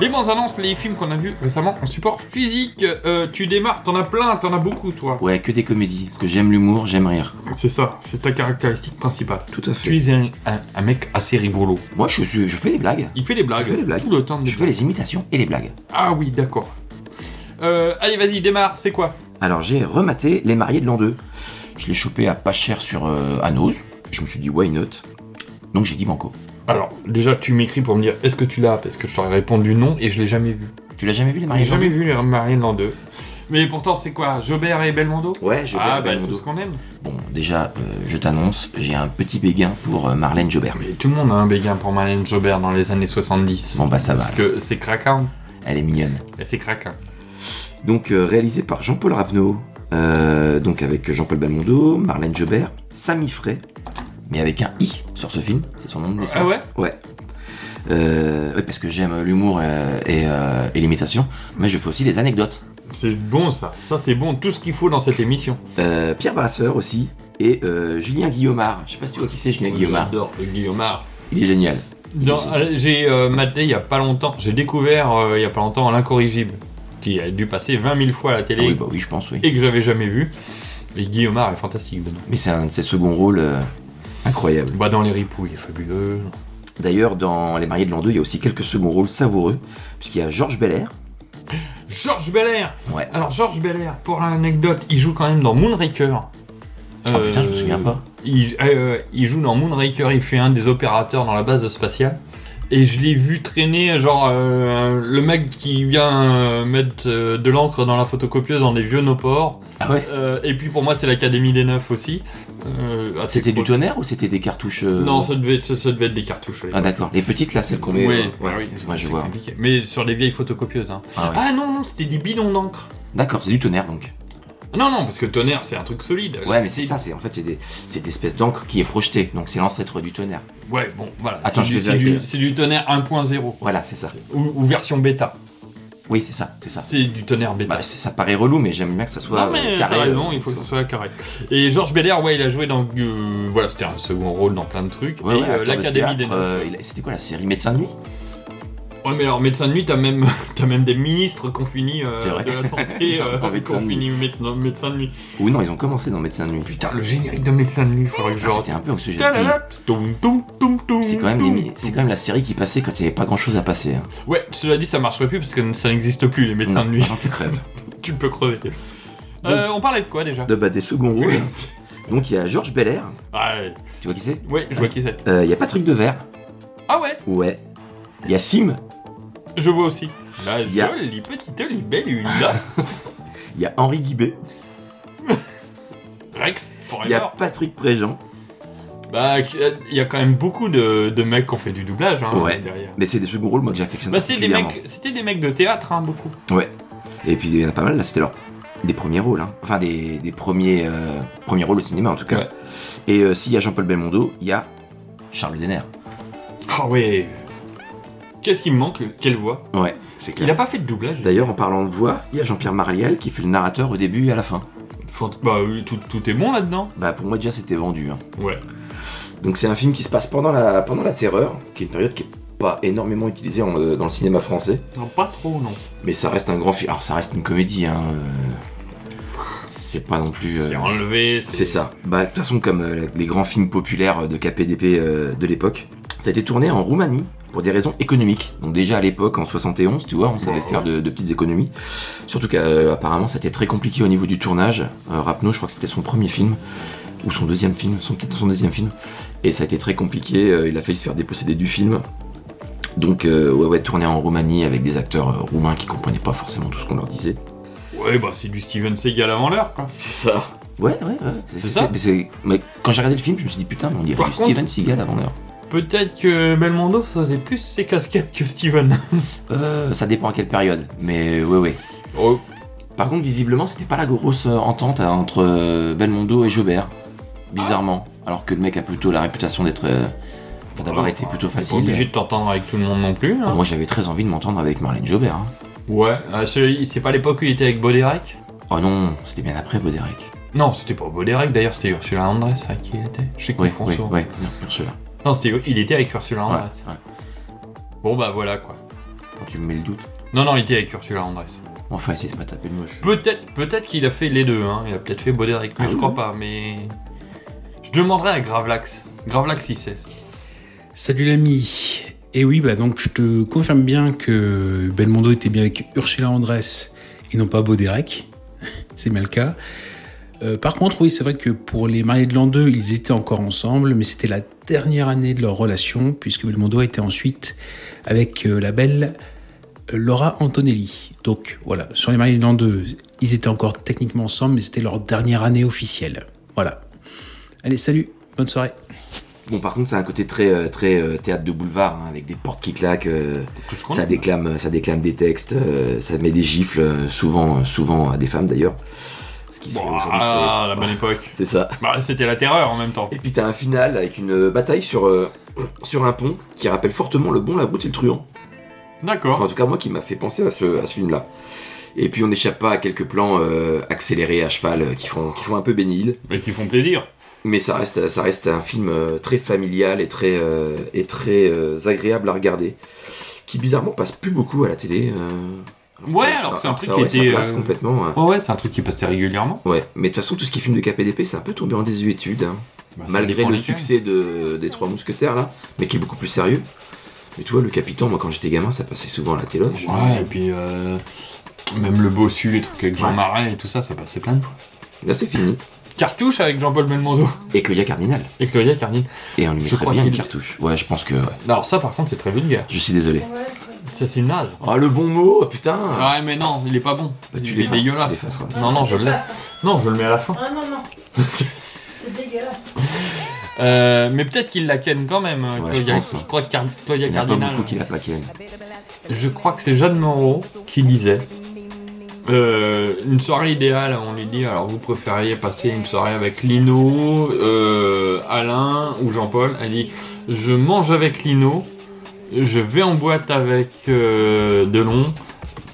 I: Les bandes annonces, les films qu'on a vus récemment en support physique. Euh, tu démarres, t'en as plein, t'en as beaucoup toi.
C: Ouais, que des comédies. Parce que j'aime l'humour, j'aime rire.
I: C'est ça, c'est ta caractéristique principale.
C: Tout à fait.
I: Tu es un, un- un mec assez rigolo.
C: Moi, je, suis- je fais des blagues.
I: Il fait des blagues.
C: Je fais des blagues.
I: Tout le temps. des
C: Je fais les imitations et les blagues.
I: Ah oui, d'accord. Euh, allez, vas-y, démarre, c'est quoi
C: Alors, j'ai rematé Les Mariés de l'an 2. Je l'ai chopé à pas cher sur euh, Anos. Je me suis dit, why not Donc, j'ai dit banco.
I: Alors, déjà, tu m'écris pour me dire est-ce que tu l'as Parce que je t'aurais répondu non et je l'ai jamais vu.
C: Tu l'as jamais vu, Les
I: J'ai
C: Mariés de l'an
I: jamais
C: 2
I: vu les Mariés de l'an 2. Mais pourtant, c'est quoi Jobert et Belmondo
C: Ouais, Jobert
I: ah,
C: et
I: bah,
C: Belmondo.
I: tout ce qu'on aime.
C: Bon, déjà, euh, je t'annonce, j'ai un petit béguin pour euh, Marlène Jobert.
I: Tout le monde a un béguin pour Marlène Jobert dans les années 70.
C: Bon, bah, ça va.
I: Parce que c'est craquant.
C: Elle est mignonne.
I: Et c'est craquant.
C: Donc euh, réalisé par Jean-Paul Rapneau, euh, donc avec Jean-Paul Belmondo, Marlène Jobert, Samy Frey, mais avec un i sur ce film, c'est son nom de naissance.
I: Ah
C: ouais Euh, oui, parce que j'aime l'humour euh, et, euh, et l'imitation, mais je fais aussi les anecdotes.
I: C'est bon ça, ça c'est bon, tout ce qu'il faut dans cette émission.
C: Euh, Pierre Brasseur aussi, et euh, Julien Guillaumard. Je sais pas si tu vois qui c'est Julien Guillaumard.
I: J'adore le Guillaumard.
C: Il est génial.
I: Non, euh, j'ai euh, maté il y a pas longtemps, j'ai découvert euh, il y a pas longtemps l'incorrigible, qui a dû passer 20 000 fois à la télé.
C: Ah oui, bah oui, je pense, oui.
I: Et que j'avais jamais vu. Et Guillaumard est fantastique dedans.
C: Mais c'est un de ses seconds rôles euh, incroyables.
I: Bah dans Les Ripoux, il est fabuleux.
C: D'ailleurs, dans Les Mariés de l'an 2, il y a aussi quelques seconds rôles savoureux, puisqu'il y a Georges Belair.
I: Georges Belair
C: Ouais.
I: Alors Georges Belair, pour l'anecdote, il joue quand même dans Moonraker. Euh,
C: Ah, putain, je me souviens pas.
I: Il, euh, il joue dans Moonraker, il fait un des opérateurs dans la base spatiale. Et je l'ai vu traîner, genre, euh, le mec qui vient euh, mettre euh, de l'encre dans la photocopieuse dans des vieux nopports.
C: Ah ouais
I: Euh, Et puis pour moi, c'est l'Académie des Neufs aussi. Euh, ah,
C: C'était
I: c'est
C: du
I: trop-
C: tonnerre ou c'était des cartouches euh,
I: Non, ça devait, être- ça, ça devait être des cartouches. oui.
C: Ah d'accord, les petites là, celles qu'on met.
I: Oui, Ah
C: euh,
I: oui, oui,
C: moi je
I: c'est
C: vois.
I: compliqué. Mais sur les vieilles photocopieuses. hein.
C: Ah ouais.
I: ah non, non, c'était des bidons d'encre.
C: D'accord, c'est du tonnerre donc.
I: Non, non, parce que tonnerre, c'est un truc solide.
C: Ouais, mais c'est ça, c'est en fait c'est des, cette espèce d'encre qui est projetée, donc c'est l'ancêtre du tonnerre.
I: Ouais, bon, voilà.
C: Attends, je
I: c'est du,
C: vais
I: c'est
C: vérifier.
I: du- c'est du tonnerre 1.0.
C: Voilà, c'est ça.
I: Ou, ou version bêta.
C: Oui, c'est ça, c'est ça.
I: C'est du tonnerre bêta.
C: Bah, c'est- ça paraît relou, mais j'aime bien que ça soit
I: non, mais
C: euh,
I: t'as
C: carré.
I: raison,
C: euh,
I: il faut que ce soit carré. Et Georges Belair, ouais, il a joué dans. euh, voilà, c'était un second rôle dans plein de trucs.
C: Ouais,
I: et
C: ouais,
I: euh,
C: acteur de
I: l'Académie des
C: théâtre,
I: Neufs.
C: euh, il a- C'était quoi la série Médecin de nuit
I: Ouais, mais alors, médecin de nuit, t'as même, t'as même des ministres qu'on finit euh,
C: C'est vrai.
I: de la santé, euh,
C: Dans Médecin
I: qu'on
C: de
I: finit médecin, médecin de nuit.
C: Ou non, ils ont commencé dans Médecin de nuit.
I: Putain, le générique de médecin de nuit, faudrait que je.
C: Ah, c'était un peu anxiogène.
I: Tadadap, toum, toum, toum, toum,
C: C'est quand, même
I: toum.
C: les- c'est quand même la série qui passait quand il n'y avait pas grand chose à passer. hein.
I: Ouais, cela dit, ça marcherait plus parce que ça n'existe plus, les médecins
C: Non,
I: de nuit.
C: non, tu crèves.
I: tu peux crever. Euh, on parlait de quoi déjà
C: De, bah, des seconds rôles. donc il y a Georges Belair.
I: Ah, ouais.
C: Tu vois qui c'est
I: Ouais, je vois qui c'est.
C: Euh, Il y a Patrick Devers.
I: Ah ouais
C: Ouais. Il y a Sim.
I: Je vois aussi. La
C: Il y a-
I: jolie petite libellule là.
C: Il y a Henri Guibé.
I: Rex,
C: Il y a
I: forever.
C: Patrick Préjean.
I: Bah, il y a quand même beaucoup de, de mecs qui ont fait du doublage hein,
C: ouais.
I: derrière.
C: Mais c'est des seconds rôles, moi que j'affectionne
I: Bah, c'est des
C: particulièrement.
I: mecs, c'était des mecs de théâtre, hein, beaucoup.
C: Ouais. Et puis il y en a pas mal, là c'était leur des premiers rôles, hein. enfin des, des premiers, euh, premiers rôles au cinéma en tout cas. Et euh, s'il y a Jean-Paul Belmondo, il y a Charles Denner.
I: Ah ouais. Qu'est-ce qui me manque le- Quelle voix
C: Ouais, c'est clair.
I: Il a pas fait de doublage.
C: D'ailleurs, en parlant de voix, il y a Jean-Pierre Mariel qui fait le narrateur au début et à la fin.
I: Fant- Bah, oui, tout, tout est bon là-dedans.
C: Bah pour moi déjà c'était vendu. hein.
I: Ouais.
C: Donc c'est un film qui se passe pendant la, pendant la Terreur, qui est une période qui est pas énormément utilisée en, euh, dans le cinéma français,
I: Non, pas trop, non.
C: mais ça reste un grand film. Alors ça reste une comédie, hein. euh, C'est pas non plus. euh,
I: C'est enlevé.
C: C'est ça. Bah, de toute façon, comme euh, les grands films populaires de KPDP euh, de l'époque, ça a été tourné en Roumanie pour des raisons économiques. Donc déjà à l'époque, en 71, tu vois, on savait faire de, de petites économies. Surtout qu'apparemment, ça a été très compliqué au niveau du tournage. Euh, Rapno, je crois que c'était son premier film, ou son deuxième film, son, peut-être son deuxième film. Et ça a été très compliqué, euh, il a failli se faire déposséder du film. Donc euh, ouais, ouais, tourné en Roumanie avec des acteurs euh, roumains qui comprenaient pas forcément tout ce qu'on leur disait.
I: Ouais, bah, c'est du Steven Seagal avant l'heure, quoi.
C: C'est ça. Ouais, ouais, ouais. C'est,
I: C'est
C: c'est-
I: ça
C: c'est- c'est- mais quand j'ai regardé le film, je me suis dit putain, mais on dirait
I: Par
C: du
I: contre-
C: Steven Seagal avant l'heure.
I: Peut-être que Belmondo faisait plus ses casquettes que Steven.
C: Euh, ça dépend à quelle période, mais ouais, ouais. Par contre, visiblement, c'était pas la grosse euh, entente hein, entre euh, Belmondo et Jobert, bizarrement. Alors que le mec a plutôt la réputation d'être, euh, enfin, d'avoir été plutôt
I: T'es pas
C: facile.
I: obligé de t'entendre avec tout le monde non plus. hein.
C: Moi, j'avais très envie de m'entendre avec Marlène Jobert. hein.
I: Ouais, euh, celui- c'est pas l'époque où il était avec Boderek
C: Oh non, c'était bien après Boderek.
I: Non, c'était pas Boderek d'ailleurs, c'était Ursula Andress à qui il était. Je sais
C: Ouais,
I: qu'on
C: ouais,
I: François.
C: ouais, bien, Ursula.
I: Non, c'était, il était avec Ursula
C: Ouais,
I: Andress. Bon bah voilà quoi.
C: Quand tu me mets le doute.
I: Non, non, il était avec Ursula Andress.
C: Enfin, essayez de pas taper le moche.
I: Peut-être, peut-être qu'il a fait les deux, hein. il a peut-être fait Boderek,
C: Ah
I: mais je crois pas, mais. Je demanderai à Gravelax. Gravelax, il sait.
U: Salut l'ami. Et oui, bah donc je te confirme bien que Belmondo était bien avec Ursula Andress et non pas Boderek. c'est bien le cas. Euh, par contre, oui, c'est vrai que pour les mariés de l'an 2, ils étaient encore ensemble, mais c'était la dernière année de leur relation, puisque Belmondo a été ensuite avec euh, la belle euh, Laura Antonelli. Donc voilà, sur les mariés de l'an 2, Ils étaient encore techniquement ensemble, mais c'était leur dernière année officielle. Voilà. Allez, salut, bonne soirée.
C: Bon, par contre, c'est un côté très, euh, très euh, théâtre de boulevard, hein, avec des portes qui claquent. euh, ça déclame, ça déclame des textes, euh, ça met des gifles, euh, souvent, euh, souvent à des femmes d'ailleurs. Ce qui serait aujourd'hui,
I: Ah,
C: serait-
I: la bonne époque.
C: C'est ça.
I: Bah, c'était la terreur en même temps.
C: Et puis t'as un final avec une euh, bataille sur, euh, sur un pont qui rappelle fortement le bon, la brute et le truand.
I: D'accord.
C: en tout cas, moi qui m'a fait penser à ce, à ce film-là. Et puis on n'échappe pas à quelques plans euh, accélérés à cheval euh, qui font, qui font un peu bénil.
I: Mais qui font plaisir.
C: Mais ça reste, ça reste un film euh, très familial et très, euh, et très euh, agréable à regarder. Qui bizarrement passe plus beaucoup à la télé. euh,
I: Ouais,
C: que
I: alors
C: ça-
I: c'est un
C: que
I: truc
C: ça,
I: qui
C: ouais, ça
I: était,
C: passe
I: euh,
C: complètement. hein.
I: ouais, ouais, c'est un truc qui passait régulièrement.
C: Ouais, mais de toute façon, tout ce qui est film de KPDP, c'est un peu tombé en désuétude. hein.
I: Bah, ça
C: Malgré
I: dépend
C: le
I: lesquels.
C: succès de, des Trois Mousquetaires, là, mais qui est beaucoup plus sérieux. Mais tu vois, le Capitan, moi quand j'étais gamin, ça passait souvent à la télé.
I: Ouais, et puis euh, même le bossu, les trucs avec Jean
C: Ouais.
I: Marais et tout ça, ça passait plein de fois.
C: Là, c'est fini.
I: Cartouche avec Jean-Paul Belmondo.
C: Et Claudia Cardinal.
I: Et Claudia Cardinal.
C: Et on lui
I: Je
C: mettrait
I: crois
C: bien une
I: qu'il-
C: cartouche. Ouais, je pense que. ouais.
I: Alors ça, par contre, c'est très vulgaire.
C: Je suis désolé.
I: Ça, c'est naze.
C: Ah, le bon mot, putain
I: Ouais, mais non, il est pas bon.
C: Bah, tu
I: il est
C: l'effaces, tu
I: dégueulasse.
C: l'effaceras.
I: Non, non, je le laisse. Non, je le mets à la fin.
S: Ah non, non. C'est dégueulasse.
I: Euh, mais peut-être qu'il la ken quand même, euh,
C: Ouais, je
I: Claudia.
C: pense,
I: Je,
C: hein.
I: crois que Car- Claudia
C: Il n'y en a pas
I: Cardinal.
C: beaucoup qui l'a pas qui l'aime.
I: Je crois que c'est Jeanne Moreau qui disait euh, une soirée idéale. On lui dit alors vous préfériez passer une soirée avec Lino, euh, Alain ou Jean-Paul. Elle dit je mange avec Lino, je vais en boîte avec euh, Delon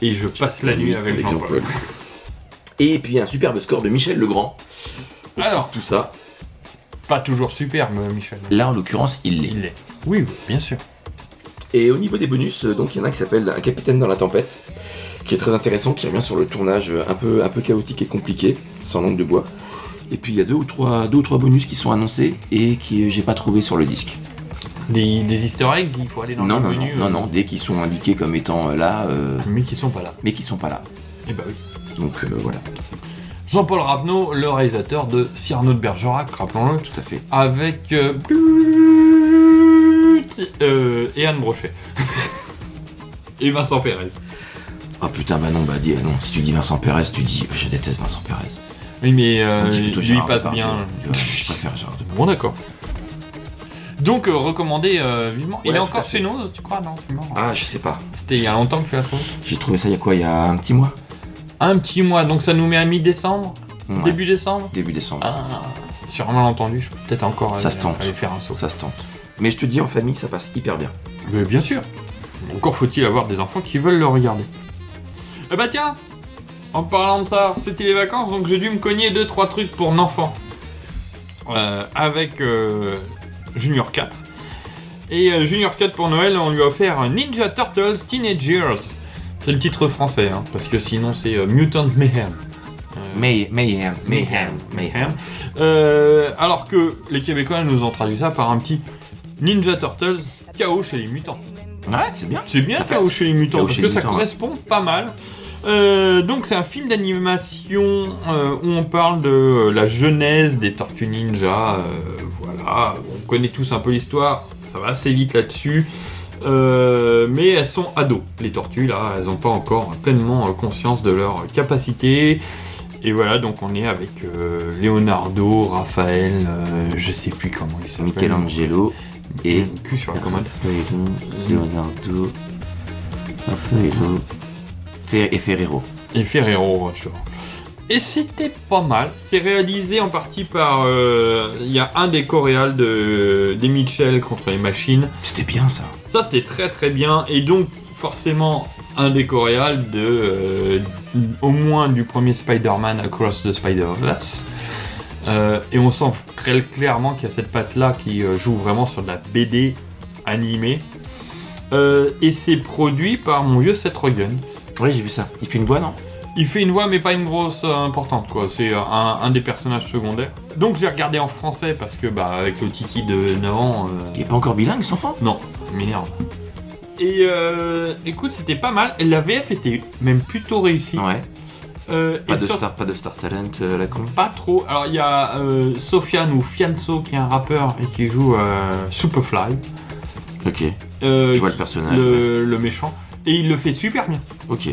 I: et je passe la nuit avec, Jean-Paul.
C: Et puis un superbe score de Michel Legrand.
I: Alors,
C: tout ça.
I: Pas toujours superbe, Michel.
C: Là, en l'occurrence, il l'est.
I: Oui, bien sûr.
C: Et au niveau des bonus, euh, donc il y en a un qui s'appelle Un capitaine dans la tempête, qui est très intéressant, qui revient sur le tournage euh, un peu, un peu chaotique et compliqué, sans langue de bois. Et puis il y a deux ou trois, deux ou trois bonus qui sont annoncés et qui euh, j'ai pas trouvé sur le disque.
I: Des, des easter eggs, il faut aller dans
C: Non,
I: le
C: non, non,
I: menu.
C: non,
I: euh,
C: non, dès qu'ils sont indiqués comme étant euh, là. euh,
I: Mais qui sont pas là.
C: Mais qui sont pas là.
I: Eh bah oui.
C: Donc euh, voilà.
I: Jean-Paul Rapneau, le réalisateur de Cyrano de Bergerac, rappelons-le.
C: Tout à fait.
I: Avec euh, Blut- euh, et Anne Brochet. et Vincent Pérez.
C: Ah putain, bah non, bah dis, non, si tu dis Vincent Pérez, tu dis euh, je déteste Vincent Pérez.
I: Oui, mais euh,
C: On dit plutôt
I: lui, il
C: Gérard
I: passe
C: Depardieu.
I: bien.
C: Tu vois, Je préfère Gérard Depardieu.
I: Bon, d'accord. Donc, euh, recommandé euh, vivement. il
C: Ouais,
I: est
C: tout à
I: encore chez nous, tu crois Non, c'est mort.
C: Ah, je sais pas.
I: C'était il y a longtemps que tu l'as trouvé
C: J'ai trouvé ça il y a quoi Il y a un petit mois
I: Un petit mois, donc ça nous met à mi-décembre
C: Ouais.
I: Début décembre
C: Début décembre.
I: Ah, sur un malentendu, je peux peut-être encore
C: ça
I: aller-
C: se tente.
I: aller faire un saut.
C: Ça se tente. Mais je te dis, en famille, ça passe hyper bien.
I: Mais bien sûr. Encore faut-il avoir des enfants qui veulent le regarder. Eh bah tiens, en parlant de ça, c'était les vacances, donc j'ai dû me cogner 2-3 trucs pour un enfant. Euh, avec euh, Junior 4. Et euh, Junior 4 pour Noël, on lui a offert un Ninja Turtles Teenage Years. C'est le titre français, hein, parce que sinon c'est euh, Mutant Mayhem.
C: May, Euh. mayhem,
I: Mayhem, Mayhem. Euh, alors que les Québécois nous ont traduit ça par un petit Ninja Turtles chaos chez les mutants.
C: Ouais, c'est bien.
I: C'est bien
C: Ça
I: chaos
C: passe.
I: chez les mutants
C: Chaos
I: parce
C: chez
I: que
C: les
I: ça
C: mutants,
I: correspond pas mal. Euh, donc c'est un film d'animation euh, où on parle de euh, la genèse des Tortues Ninja. euh, voilà, on connaît tous un peu l'histoire. Ça va assez vite là-dessus. Euh, mais elles sont ados, les tortues là, elles n'ont pas encore pleinement euh, conscience de leurs capacités. Et voilà, donc on est avec euh, Leonardo, Raphaël, euh, je sais plus comment il s'appelle.
C: Michelangelo et.
I: Cul sur la commode.
C: Raphaël, Leonardo. Raffaello. Fer- Et Ferrero.
I: Et Ferrero Rocher. Et c'était pas mal. C'est réalisé en partie par. euh, Il y a un des coréals de, des Mitchell contre les machines.
C: C'était bien ça.
I: Ça, c'est très très bien. Et donc, forcément, un des coréals de. euh, au moins du premier Spider-Man Across the Spider-Verse. Euh, et on sent très clairement qu'il y a cette patte-là qui euh, joue vraiment sur de la BD animée. Euh, et c'est produit par mon vieux Seth Rogen.
C: Oui, j'ai vu ça. Il fait une voix, non
I: Il fait une voix, mais pas une grosse euh, importante, quoi. C'est euh, un, un des personnages secondaires. Donc j'ai regardé en français parce que, bah, avec le tiki de 9 ans. euh,
C: Il est pas encore bilingue, cet enfant
I: Non, il m'énerve. Et euh, écoute, c'était pas mal. La VF était même plutôt réussie.
C: Ouais.
I: Euh,
C: Pas
I: et
C: de,
I: sur-
C: star, pas de star talent, euh, la con.
I: Pas trop. Alors il y a euh, Sofiane ou Fianso qui est un rappeur et qui joue euh, Superfly.
C: Ok.
I: Euh,
C: Je vois le personnage.
I: le, le méchant. Et il le fait super bien.
C: Ok.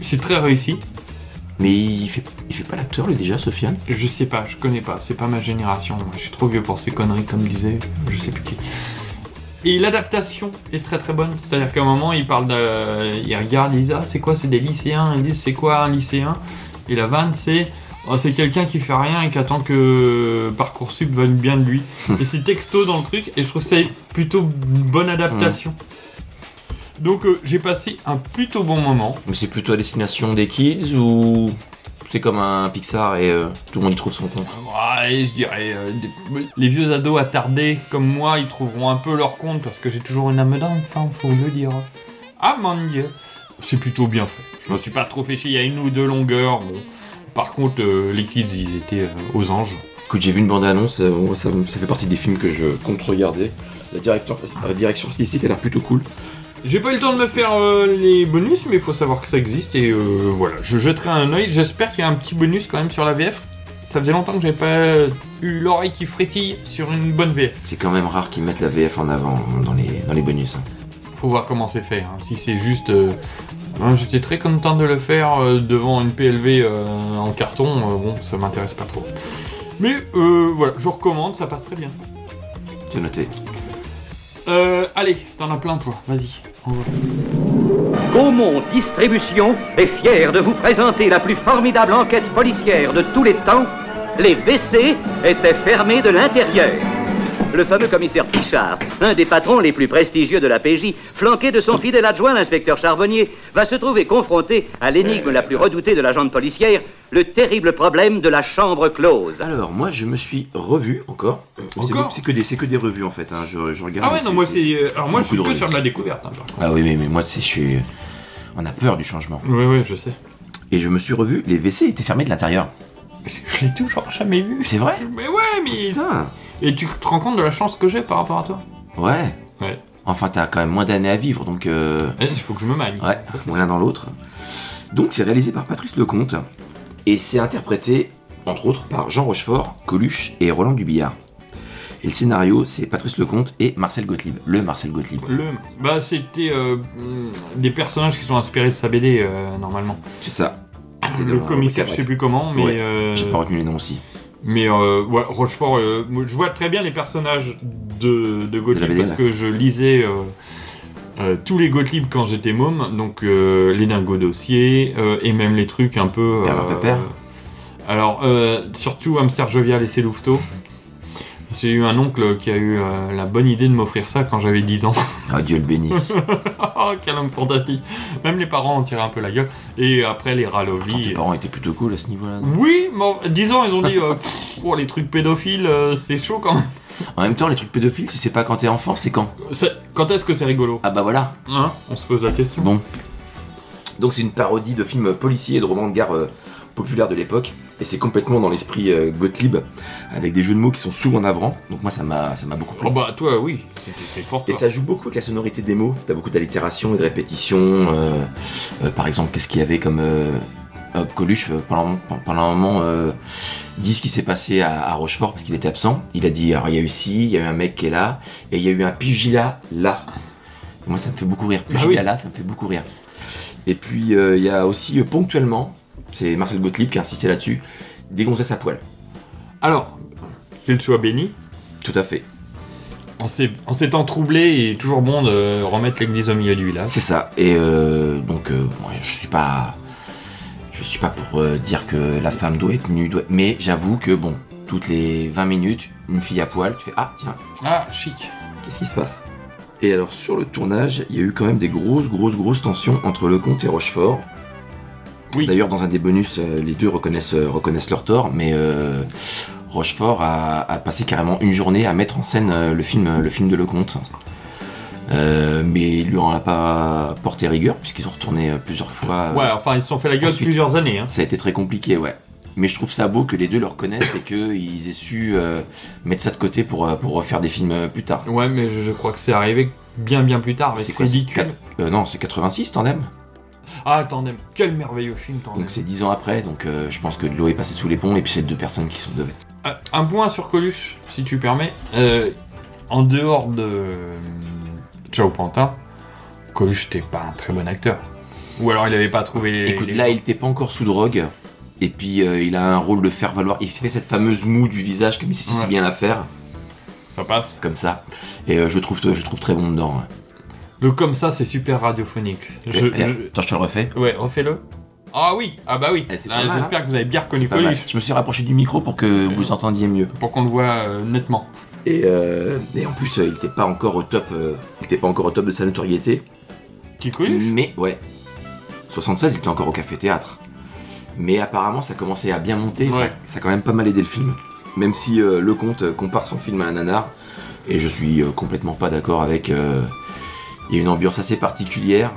I: C'est très réussi.
C: Mais il fait, il fait pas l'acteur, lui, déjà, Sofiane
I: Je sais pas, je connais pas, c'est pas ma génération. moi, Je suis trop vieux pour ces conneries, comme disait je sais plus qui. Et l'adaptation est très très bonne. C'est-à-dire qu'à un moment, il parle de. Il regarde, il dit Ah, c'est quoi, c'est des lycéens Ils disent C'est quoi un lycéen Et la vanne, c'est. Oh, c'est quelqu'un qui fait rien et qui attend que Parcoursup veuille bien de lui. et c'est texto dans le truc, et je trouve que c'est plutôt une bonne adaptation. Donc euh, j'ai passé un plutôt bon moment.
C: Mais c'est plutôt à destination des kids ou c'est comme un Pixar et euh, tout le monde y trouve son compte
I: Ouais, je dirais. euh, des- les vieux ados attardés comme moi, ils trouveront un peu leur compte parce que j'ai toujours une âme d'enfant, faut le dire. Ah mon dieu C'est plutôt bien fait. Je me suis pas trop fait chier, il y a une ou deux longueurs. bon. Par contre, euh, les kids, ils étaient euh, aux anges.
C: Écoute, j'ai vu une bande-annonce, euh, bon, ça, ça fait partie des films que je compte regarder. La, directeur- la direction artistique, elle a l'air plutôt cool.
I: J'ai pas eu le temps de me faire euh, les bonus, mais il faut savoir que ça existe et euh, voilà. Je jetterai un oeil. J'espère qu'il y a un petit bonus quand même sur la VF. Ça faisait longtemps que j'avais pas eu l'oreille qui frétille sur une bonne VF.
C: C'est quand même rare qu'ils mettent la VF en avant dans les, dans les bonus. hein.
I: Faut voir comment c'est fait. hein. Si c'est juste. euh, hein, J'étais très content de le faire euh, devant une PLV euh, en carton. euh, bon, ça m'intéresse pas trop. Mais euh, voilà, je recommande, ça passe très bien.
C: C'est noté.
I: Euh, allez, t'en as plein toi, vas-y. envoie.
G: Gaumont Distribution est fier de vous présenter la plus formidable enquête policière de tous les temps. Les WC étaient fermés de l'intérieur. Le fameux commissaire Pichard, un des patrons les plus prestigieux de la PJ, flanqué de son fidèle adjoint l'inspecteur Charbonnier, va se trouver confronté à l'énigme la plus redoutée de la jante policière, le terrible problème de la chambre close.
C: Alors, moi, je me suis revu encore. C'est
I: Encore
C: beau- C'est que, des- c'est que des revues en fait. hein. Je, je regarde.
I: Ah ouais,
C: mais
I: non, moi c'est. euh, Alors
C: c'est
I: moi
C: beaucoup
I: je suis
C: de
I: que
C: revues.
I: sur de la découverte. hein, par contre.
C: Ah oui, mais, mais moi, tu sais, je suis. On a peur du changement.
I: Oui, oui, je sais.
C: Et je me suis revu, les WC étaient fermés de l'intérieur.
I: Je l'ai toujours jamais vu. Oh,
C: C'est vrai
I: Mais ouais, mais.
C: Putain.
I: Et tu te rends compte de la chance que j'ai par rapport à toi
C: Ouais.
I: Ouais. Eh,
C: Enfin, t'as quand même moins d'années à vivre, donc. euh,
I: Il faut que je me manie.
C: Ouais, ou l'un dans l'autre. Donc, c'est réalisé par Patrice Lecomte. Et c'est interprété, entre autres, par Jean Rochefort, Coluche et Roland Dubillard. Et le scénario, c'est Patrice Lecomte et Marcel Gottlieb. Le Marcel Gottlieb.
I: Le... Bah c'était euh, mm, des personnages qui sont inspirés de sa BD euh, normalement.
C: C'est ça.
I: Le commissaire, je sais plus comment, mais.
C: Ouais,
I: euh,
C: J'ai pas retenu les noms aussi.
I: Mais euh, ouais, Rochefort, euh, moi, je vois très bien les personnages de, de Gottlieb
C: De la BD,
I: parce
C: ouais.
I: que je lisais euh, euh, tous les Gottlieb quand j'étais môme, donc euh, les Dingos dossiers euh, et même les trucs un peu. euh,
C: Bernard Pépère.
I: Alors euh, surtout Hamster Jovial et ses louveteaux. J'ai eu un oncle qui a eu euh, la bonne idée de m'offrir ça quand j'avais 10 ans.
C: Ah, Dieu le bénisse.
I: oh, quel homme fantastique. Même les parents ont tiré un peu la gueule. Et après les
C: Attends,
I: Ralovi.
C: tes parents étaient plutôt cool à ce niveau-là. non
I: Oui, mais en- disons, ils ont dit, euh, Pff, oh, les trucs pédophiles, euh, c'est chaud quand même.
C: En même temps, les trucs pédophiles, si c'est pas quand t'es enfant, c'est quand
I: C'est- Quand est-ce que c'est rigolo
C: Ah bah voilà.
I: Hein On se pose la question.
C: Bon. Donc c'est une parodie de films policiers et de romans de gare euh, populaires de l'époque. Et c'est complètement dans l'esprit euh, Gottlieb, avec des jeux de mots qui sont souvent navrants. Donc moi, ça m'a ça m'a beaucoup plu.
I: Oh bah, toi, oui, c'était c'est fort.
C: Et ça joue beaucoup avec la sonorité des mots. T'as beaucoup d'allitération et de répétition. euh, euh, par exemple, qu'est-ce qu'il y avait comme. euh, euh, Coluche, euh, pendant, pen- pendant un moment, euh, dit ce qui s'est passé à, à Rochefort parce qu'il était absent. Il a dit alors, il y a eu ci, il y a eu un mec qui est là, et il y a eu un pugilat là. Et moi, ça me fait beaucoup rire.
I: Bah
C: Pugilat là, ça me fait beaucoup rire. Et puis, euh, il y a aussi euh, ponctuellement, c'est Marcel Gottlieb qui a insisté là-dessus, des gonzesses à poil.
I: Alors, qu'il soit béni,
C: Tout à fait.
I: en ces en ces temps troublés, il est toujours bon de remettre l'église au milieu du village.
C: C'est ça. Et euh, donc, euh, moi, je suis pas, je suis pas pour euh, dire que la femme doit être nue, doit- mais j'avoue que bon, toutes les 20 minutes, une fille à poil, tu fais ah tiens,
I: Ah, chic.
C: qu'est-ce qui se passe Et alors sur le tournage, il y a eu quand même des grosses, grosses, grosses tensions entre le comte et Rochefort. D'ailleurs, dans un des bonus, euh, les deux reconnaissent, euh, reconnaissent leur tort, mais euh, Rochefort a, a passé carrément une journée à mettre en scène euh, le film, le film de Lecomte. Euh, mais il lui en a pas porté rigueur, puisqu'ils ont retourné euh, plusieurs fois. euh,
I: Ouais, enfin, ils se sont fait la gueule
C: ensuite.
I: plusieurs années. Hein.
C: Ça a été très compliqué, ouais. Mais je trouve ça beau que les deux le reconnaissent et qu'ils aient su euh, mettre ça de côté pour, euh, pour refaire des films euh, plus tard.
I: Ouais, mais je je crois que c'est arrivé bien, bien plus tard. avec
C: C'est quoi c'est
I: Ridicule.
C: quatre- euh, Non, c'est 86, Tandem
I: Ah, Tandem, quel merveilleux film, Tandem.
C: Donc c'est 10 ans après, donc euh, je pense que de l'eau est passée sous les ponts et puis c'est deux personnes qui sont devaient être.
I: Euh, un point sur Coluche, si tu permets. Euh, en dehors de euh, Ciao Pantin, Coluche n'était pas un très bon acteur. Ou alors il n'avait pas trouvé.
C: Écoute, là, il n'était pas encore sous drogue. Et puis euh, il a un rôle de faire valoir. Il s'est fait cette fameuse moue du visage comme si c'est bien à faire.
I: Ça passe.
C: Comme ça. Et euh, je trouve, je trouve très bon dedans. hein. ouais.
I: Le comme ça, c'est super radiophonique. Je-
C: Et- et-
I: je-
C: Attends, je te le refais.
I: Ouais, refais-le. Ah oui, ah bah oui. Ah,
C: pas mal,
I: J'espère
C: hein.
I: que vous avez bien reconnu
C: C'est pas mal.
I: Coluche.
C: Je me suis rapproché du micro pour que vous entendiez mieux.
I: Pour qu'on le voit euh, nettement.
C: Et, euh, et en plus, euh, il n'était pas encore au top. euh, il était pas encore au top de sa notoriété.
I: Qui Coluche
C: Mais ouais. 76, il était encore au Café Théâtre. Mais apparemment, ça commençait à bien monter. et ça-
I: Ouais.
C: Ça, a quand même pas mal aidé le film. Même si euh, le comte euh, compare son film à un nanar, et je suis euh, complètement pas d'accord avec. euh, Il y a une ambiance assez particulière.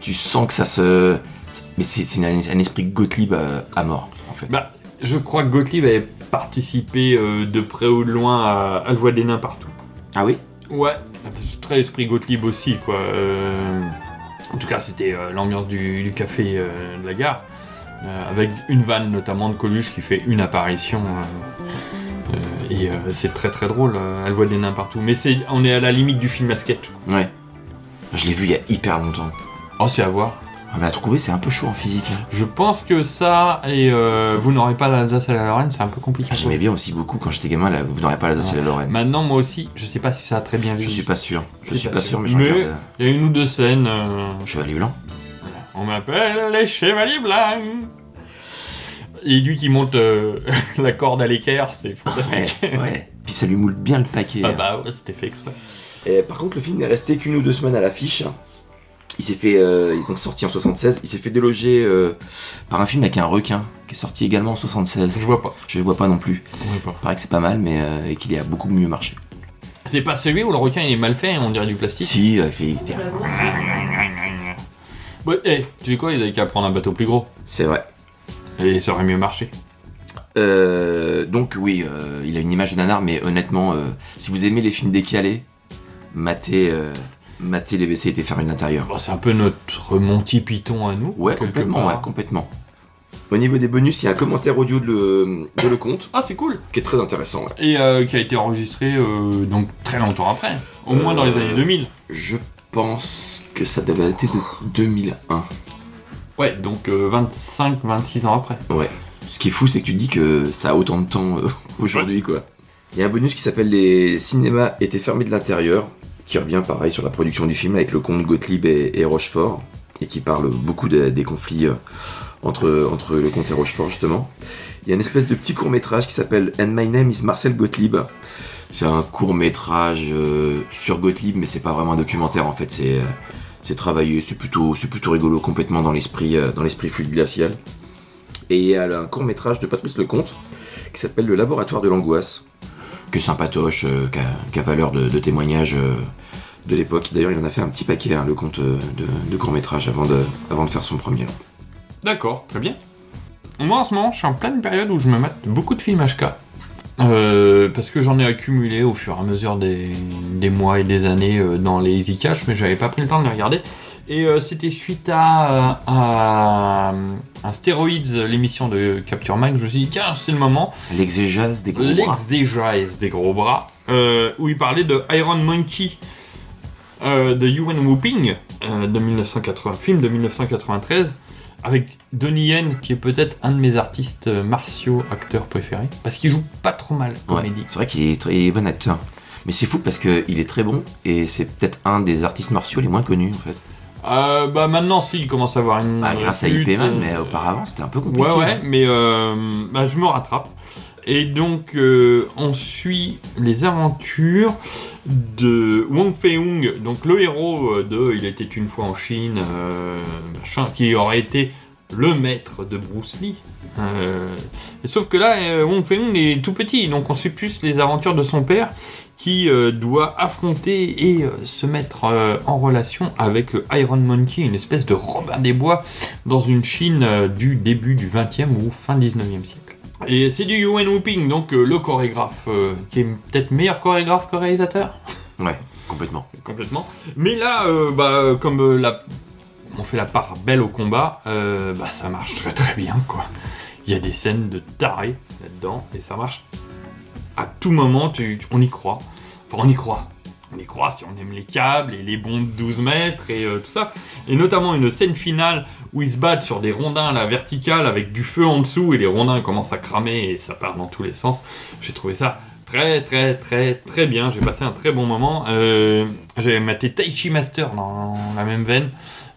C: Tu sens que ça se. Mais c'est c'est une- un esprit Gottlieb euh, à mort, en fait.
I: Bah, je crois que Gottlieb avait participé euh, de près ou de loin à, à la Voix des Nains partout.
C: Ah oui
I: Ouais, c'est très esprit Gottlieb aussi, quoi. Euh, en tout cas, c'était euh, l'ambiance du, du café euh, de la gare, euh, avec une vanne notamment de Coluche qui fait une apparition. euh, euh, et euh, c'est très très drôle, euh, à la Voix des Nains partout. Mais c'est, on est à la limite du film à sketch. quoi.
C: Ouais. Je l'ai vu il y a hyper longtemps.
I: Oh, c'est à voir.
C: Ah, mais à trouver, c'est un peu chaud en physique. hein.
I: Je pense que ça, et euh, vous n'aurez pas l'Alsace et la Lorraine, c'est un peu compliqué.
C: Ah, J'aimais bien aussi beaucoup quand j'étais gamin, là, vous n'aurez pas l'Alsace et la Lorraine.
I: Maintenant, moi aussi, je sais pas si ça a très bien vu.
C: Je suis pas sûr. Je
I: C'est
C: suis
I: pas
C: pas sûr, mais je regarde. euh,
I: il y a une ou deux scènes. euh,
C: Chevalier Blanc.
I: On m'appelle les Chevaliers Blancs. Et lui qui monte euh, la corde à l'équerre, c'est fantastique.
C: Ouais, ouais. Puis ça lui moule bien le paquet.
I: Ah
C: hein.
I: bah ouais, c'était fait exprès.
C: Et par contre, le film n'est resté qu'une ou deux semaines à l'affiche. Il s'est fait, euh, il est donc sorti en 76. Il s'est fait déloger euh, par un film avec un requin qui est sorti également en 76.
I: Je vois pas.
C: Je vois pas non plus.
I: Je vois pas.
C: Paraît que c'est pas mal, mais euh, et qu'il a beaucoup mieux marché.
I: C'est pas celui où le requin il est mal fait, hein, on dirait du plastique.
C: Si, euh, il fait hyper-
I: Ouais, eh, tu sais quoi, ils avaient qu'à prendre un bateau plus gros.
C: C'est vrai.
I: Et ça aurait mieux marché.
C: Euh, donc oui, euh, il a une image de nanar, mais honnêtement, euh, si vous aimez les films décalés, matez, euh, matez les WC et faire une intérieure.
I: Bon, Bah, c'est un peu notre Monty Python à nous.
C: Ouais,
I: quelque
C: complètement,
I: part.
C: ouais, complètement. Au niveau des bonus, il y a un commentaire audio de le, de le compte.
I: Ah, c'est cool
C: Qui est très intéressant, ouais.
I: Et euh, qui a été enregistré euh, donc très longtemps après. Au moins dans les
C: Euh,
I: années 2000.
C: Je pense que ça devait dater de 2001.
I: Ouais, donc 25-26 ans après.
C: Ouais. Ce qui est fou, c'est que tu dis que ça a autant de temps euh, aujourd'hui, quoi. Il y a un bonus qui s'appelle Les cinémas étaient fermés de l'intérieur, qui revient pareil sur la production du film avec le comte Gottlieb et, et Rochefort, et qui parle beaucoup de- des conflits euh, entre, entre le comte et Rochefort, justement. Il y a une espèce de petit court métrage qui s'appelle And My Name is Marcel Gottlieb. C'est un court métrage euh, sur Gottlieb, mais c'est pas vraiment un documentaire en fait, c'est. euh, c'est travaillé, c'est plutôt, c'est plutôt rigolo, complètement dans l'esprit, euh, dans l'esprit fluide glacial et il y a un court métrage de Patrice Lecomte qui s'appelle Le Laboratoire de l'angoisse, que sympatoche, euh, qu'a qu'a valeur de, de témoignage euh, de l'époque. D'ailleurs, il en a fait un petit paquet, hein, Lecomte, euh, de, de court métrage avant de, avant de faire son premier long.
I: D'accord, très bien. Moi en ce moment, je suis en pleine période où je me mate beaucoup de films HK. Euh, parce que j'en ai accumulé au fur et à mesure des, des mois et des années euh, dans les Easy Cash, mais j'avais pas pris le temps de les regarder. Et euh, c'était suite à, euh, à, à Steroids, l'émission de Capture Mag, je me suis dit, tiens, c'est le moment.
C: L'exégèse des gros bras.
I: L'exégèse des gros bras, euh, où il parlait de Iron Monkey euh, de Yuan Whooping euh, de 1980, film de 1993, avec Donnie Yen, qui est peut-être un de mes artistes euh, martiaux acteurs préférés, parce qu'il joue pas trop mal
C: Ouais,
I: comédie.
C: c'est vrai qu'il est, très- il est bon acteur. Mais c'est fou parce qu'il est très bon et c'est peut-être un des artistes martiaux les moins connus en fait.
I: Euh, bah maintenant, si, il commence à avoir une.
C: Ah, grâce à
I: répute,
C: IP Man,
I: euh,
C: mais auparavant c'était un peu compliqué. hein.
I: Ouais, ouais, mais euh, bah, je me rattrape. Et donc, euh, on suit les aventures de Wong Fei-Hung, donc le héros euh, de Il était une fois en Chine, euh, machin, qui aurait été le maître de Bruce Lee. Euh, et sauf que là, euh, Wong Fei-Hung est tout petit, donc on suit plus les aventures de son père qui euh, doit affronter et euh, se mettre euh, en relation avec le Iron Monkey, une espèce de Robin des Bois dans une Chine euh, du début du 20e ou fin 19e siècle. Et c'est du Yuan Whooping, donc euh, le chorégraphe euh, qui est peut-être meilleur chorégraphe que réalisateur.
C: Ouais, complètement.
I: Complètement. Mais là, euh, bah, euh, comme euh, la... on fait la part belle au combat, euh, bah, ça marche très très bien. quoi. Il y a des scènes de taré là-dedans et ça marche à tout moment, tu- tu- on y croit. Enfin, on y croit. on les croit si on aime les câbles et les bonds de 12 mètres et euh, tout ça. Et notamment une scène finale où ils se battent sur des rondins à la verticale avec du feu en dessous et les rondins commencent à cramer et ça part dans tous les sens. J'ai trouvé ça très très très très bien. J'ai passé un très bon moment. Euh, J'avais maté Taichi Master dans la même veine.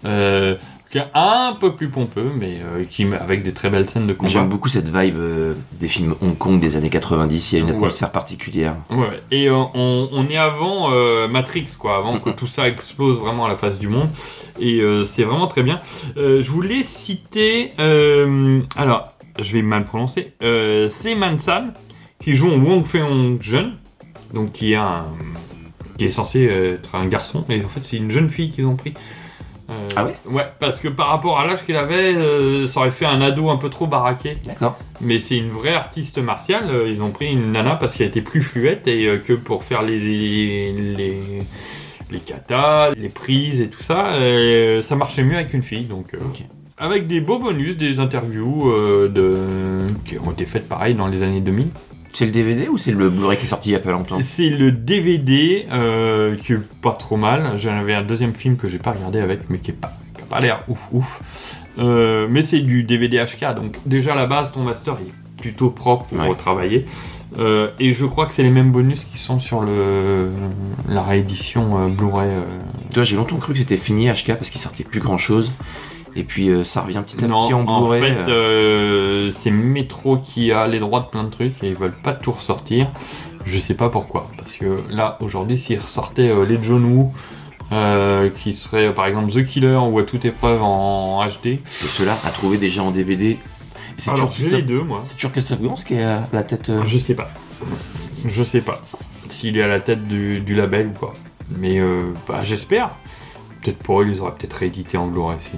I: euh, qui est un peu plus pompeux, mais euh, qui, avec des très belles scènes de combat.
C: J'aime beaucoup cette vibe euh, des films Hong Kong des années 90, il y a une
I: Ouais.
C: atmosphère particulière.
I: Ouais, et euh, on, on est avant euh, Matrix, quoi, avant que tout ça explose vraiment à la face du monde. Et euh, c'est vraiment très bien. Euh, je voulais citer. euh, alors, je vais mal prononcer. Euh, c'est Mansan, qui joue en Wong Feong jeune, donc qui est un. qui est censé euh, être un garçon, mais en fait, c'est une jeune fille qu'ils ont pris. Euh,
C: Ah ouais
I: Ouais, parce que par rapport à l'âge qu'il avait, euh, ça aurait fait un ado un peu trop baraqué.
C: D'accord.
I: Mais c'est une vraie artiste martiale. euh, Ils ont pris une nana parce qu'elle était plus fluette et euh, que pour faire les les, les, les katas, les prises et tout ça, euh, ça marchait mieux avec une fille. Donc, euh, avec des beaux bonus, des interviews euh, de qui ont été faites pareil dans les années 2000.
C: C'est le DVD ou c'est le Blu-ray qui est sorti il y a pas longtemps
I: C'est le DVD euh, qui est pas trop mal. J'en avais un deuxième film que j'ai pas regardé avec, mais qui est pas, qui a pas l'air ouf ouf. Euh, mais c'est du DVD HK, donc déjà à la base ton master il est plutôt propre pour travailler. Euh, et je crois que c'est les mêmes bonus qui sont sur le la réédition euh, Blu-ray. euh,
C: Toi, j'ai longtemps cru que c'était fini HK parce qu'il sortait plus grand chose. Et puis euh, ça revient petit à petit en
I: non, en
C: Blu-ray.
I: fait, euh, c'est Metro qui a les droits de plein de trucs et ils veulent pas tout ressortir. Je sais pas pourquoi. Parce que là, aujourd'hui, s'ils ressortaient euh, les John Woo, euh, qui seraient euh, par exemple The Killer ou à toute épreuve en HD.
C: Et cela à trouver déjà en DVD. C'est
I: Alors,
C: toujours
I: j'ai les
C: Christophe-
I: deux, moi.
C: C'est toujours Christophe Gans qui est à la tête. euh,
I: Je sais pas. Je sais pas s'il est à la tête du, du label ou pas. Mais euh, bah, j'espère. Peut-être pour eux, ils auraient peut-être réédité en Blu-ray si.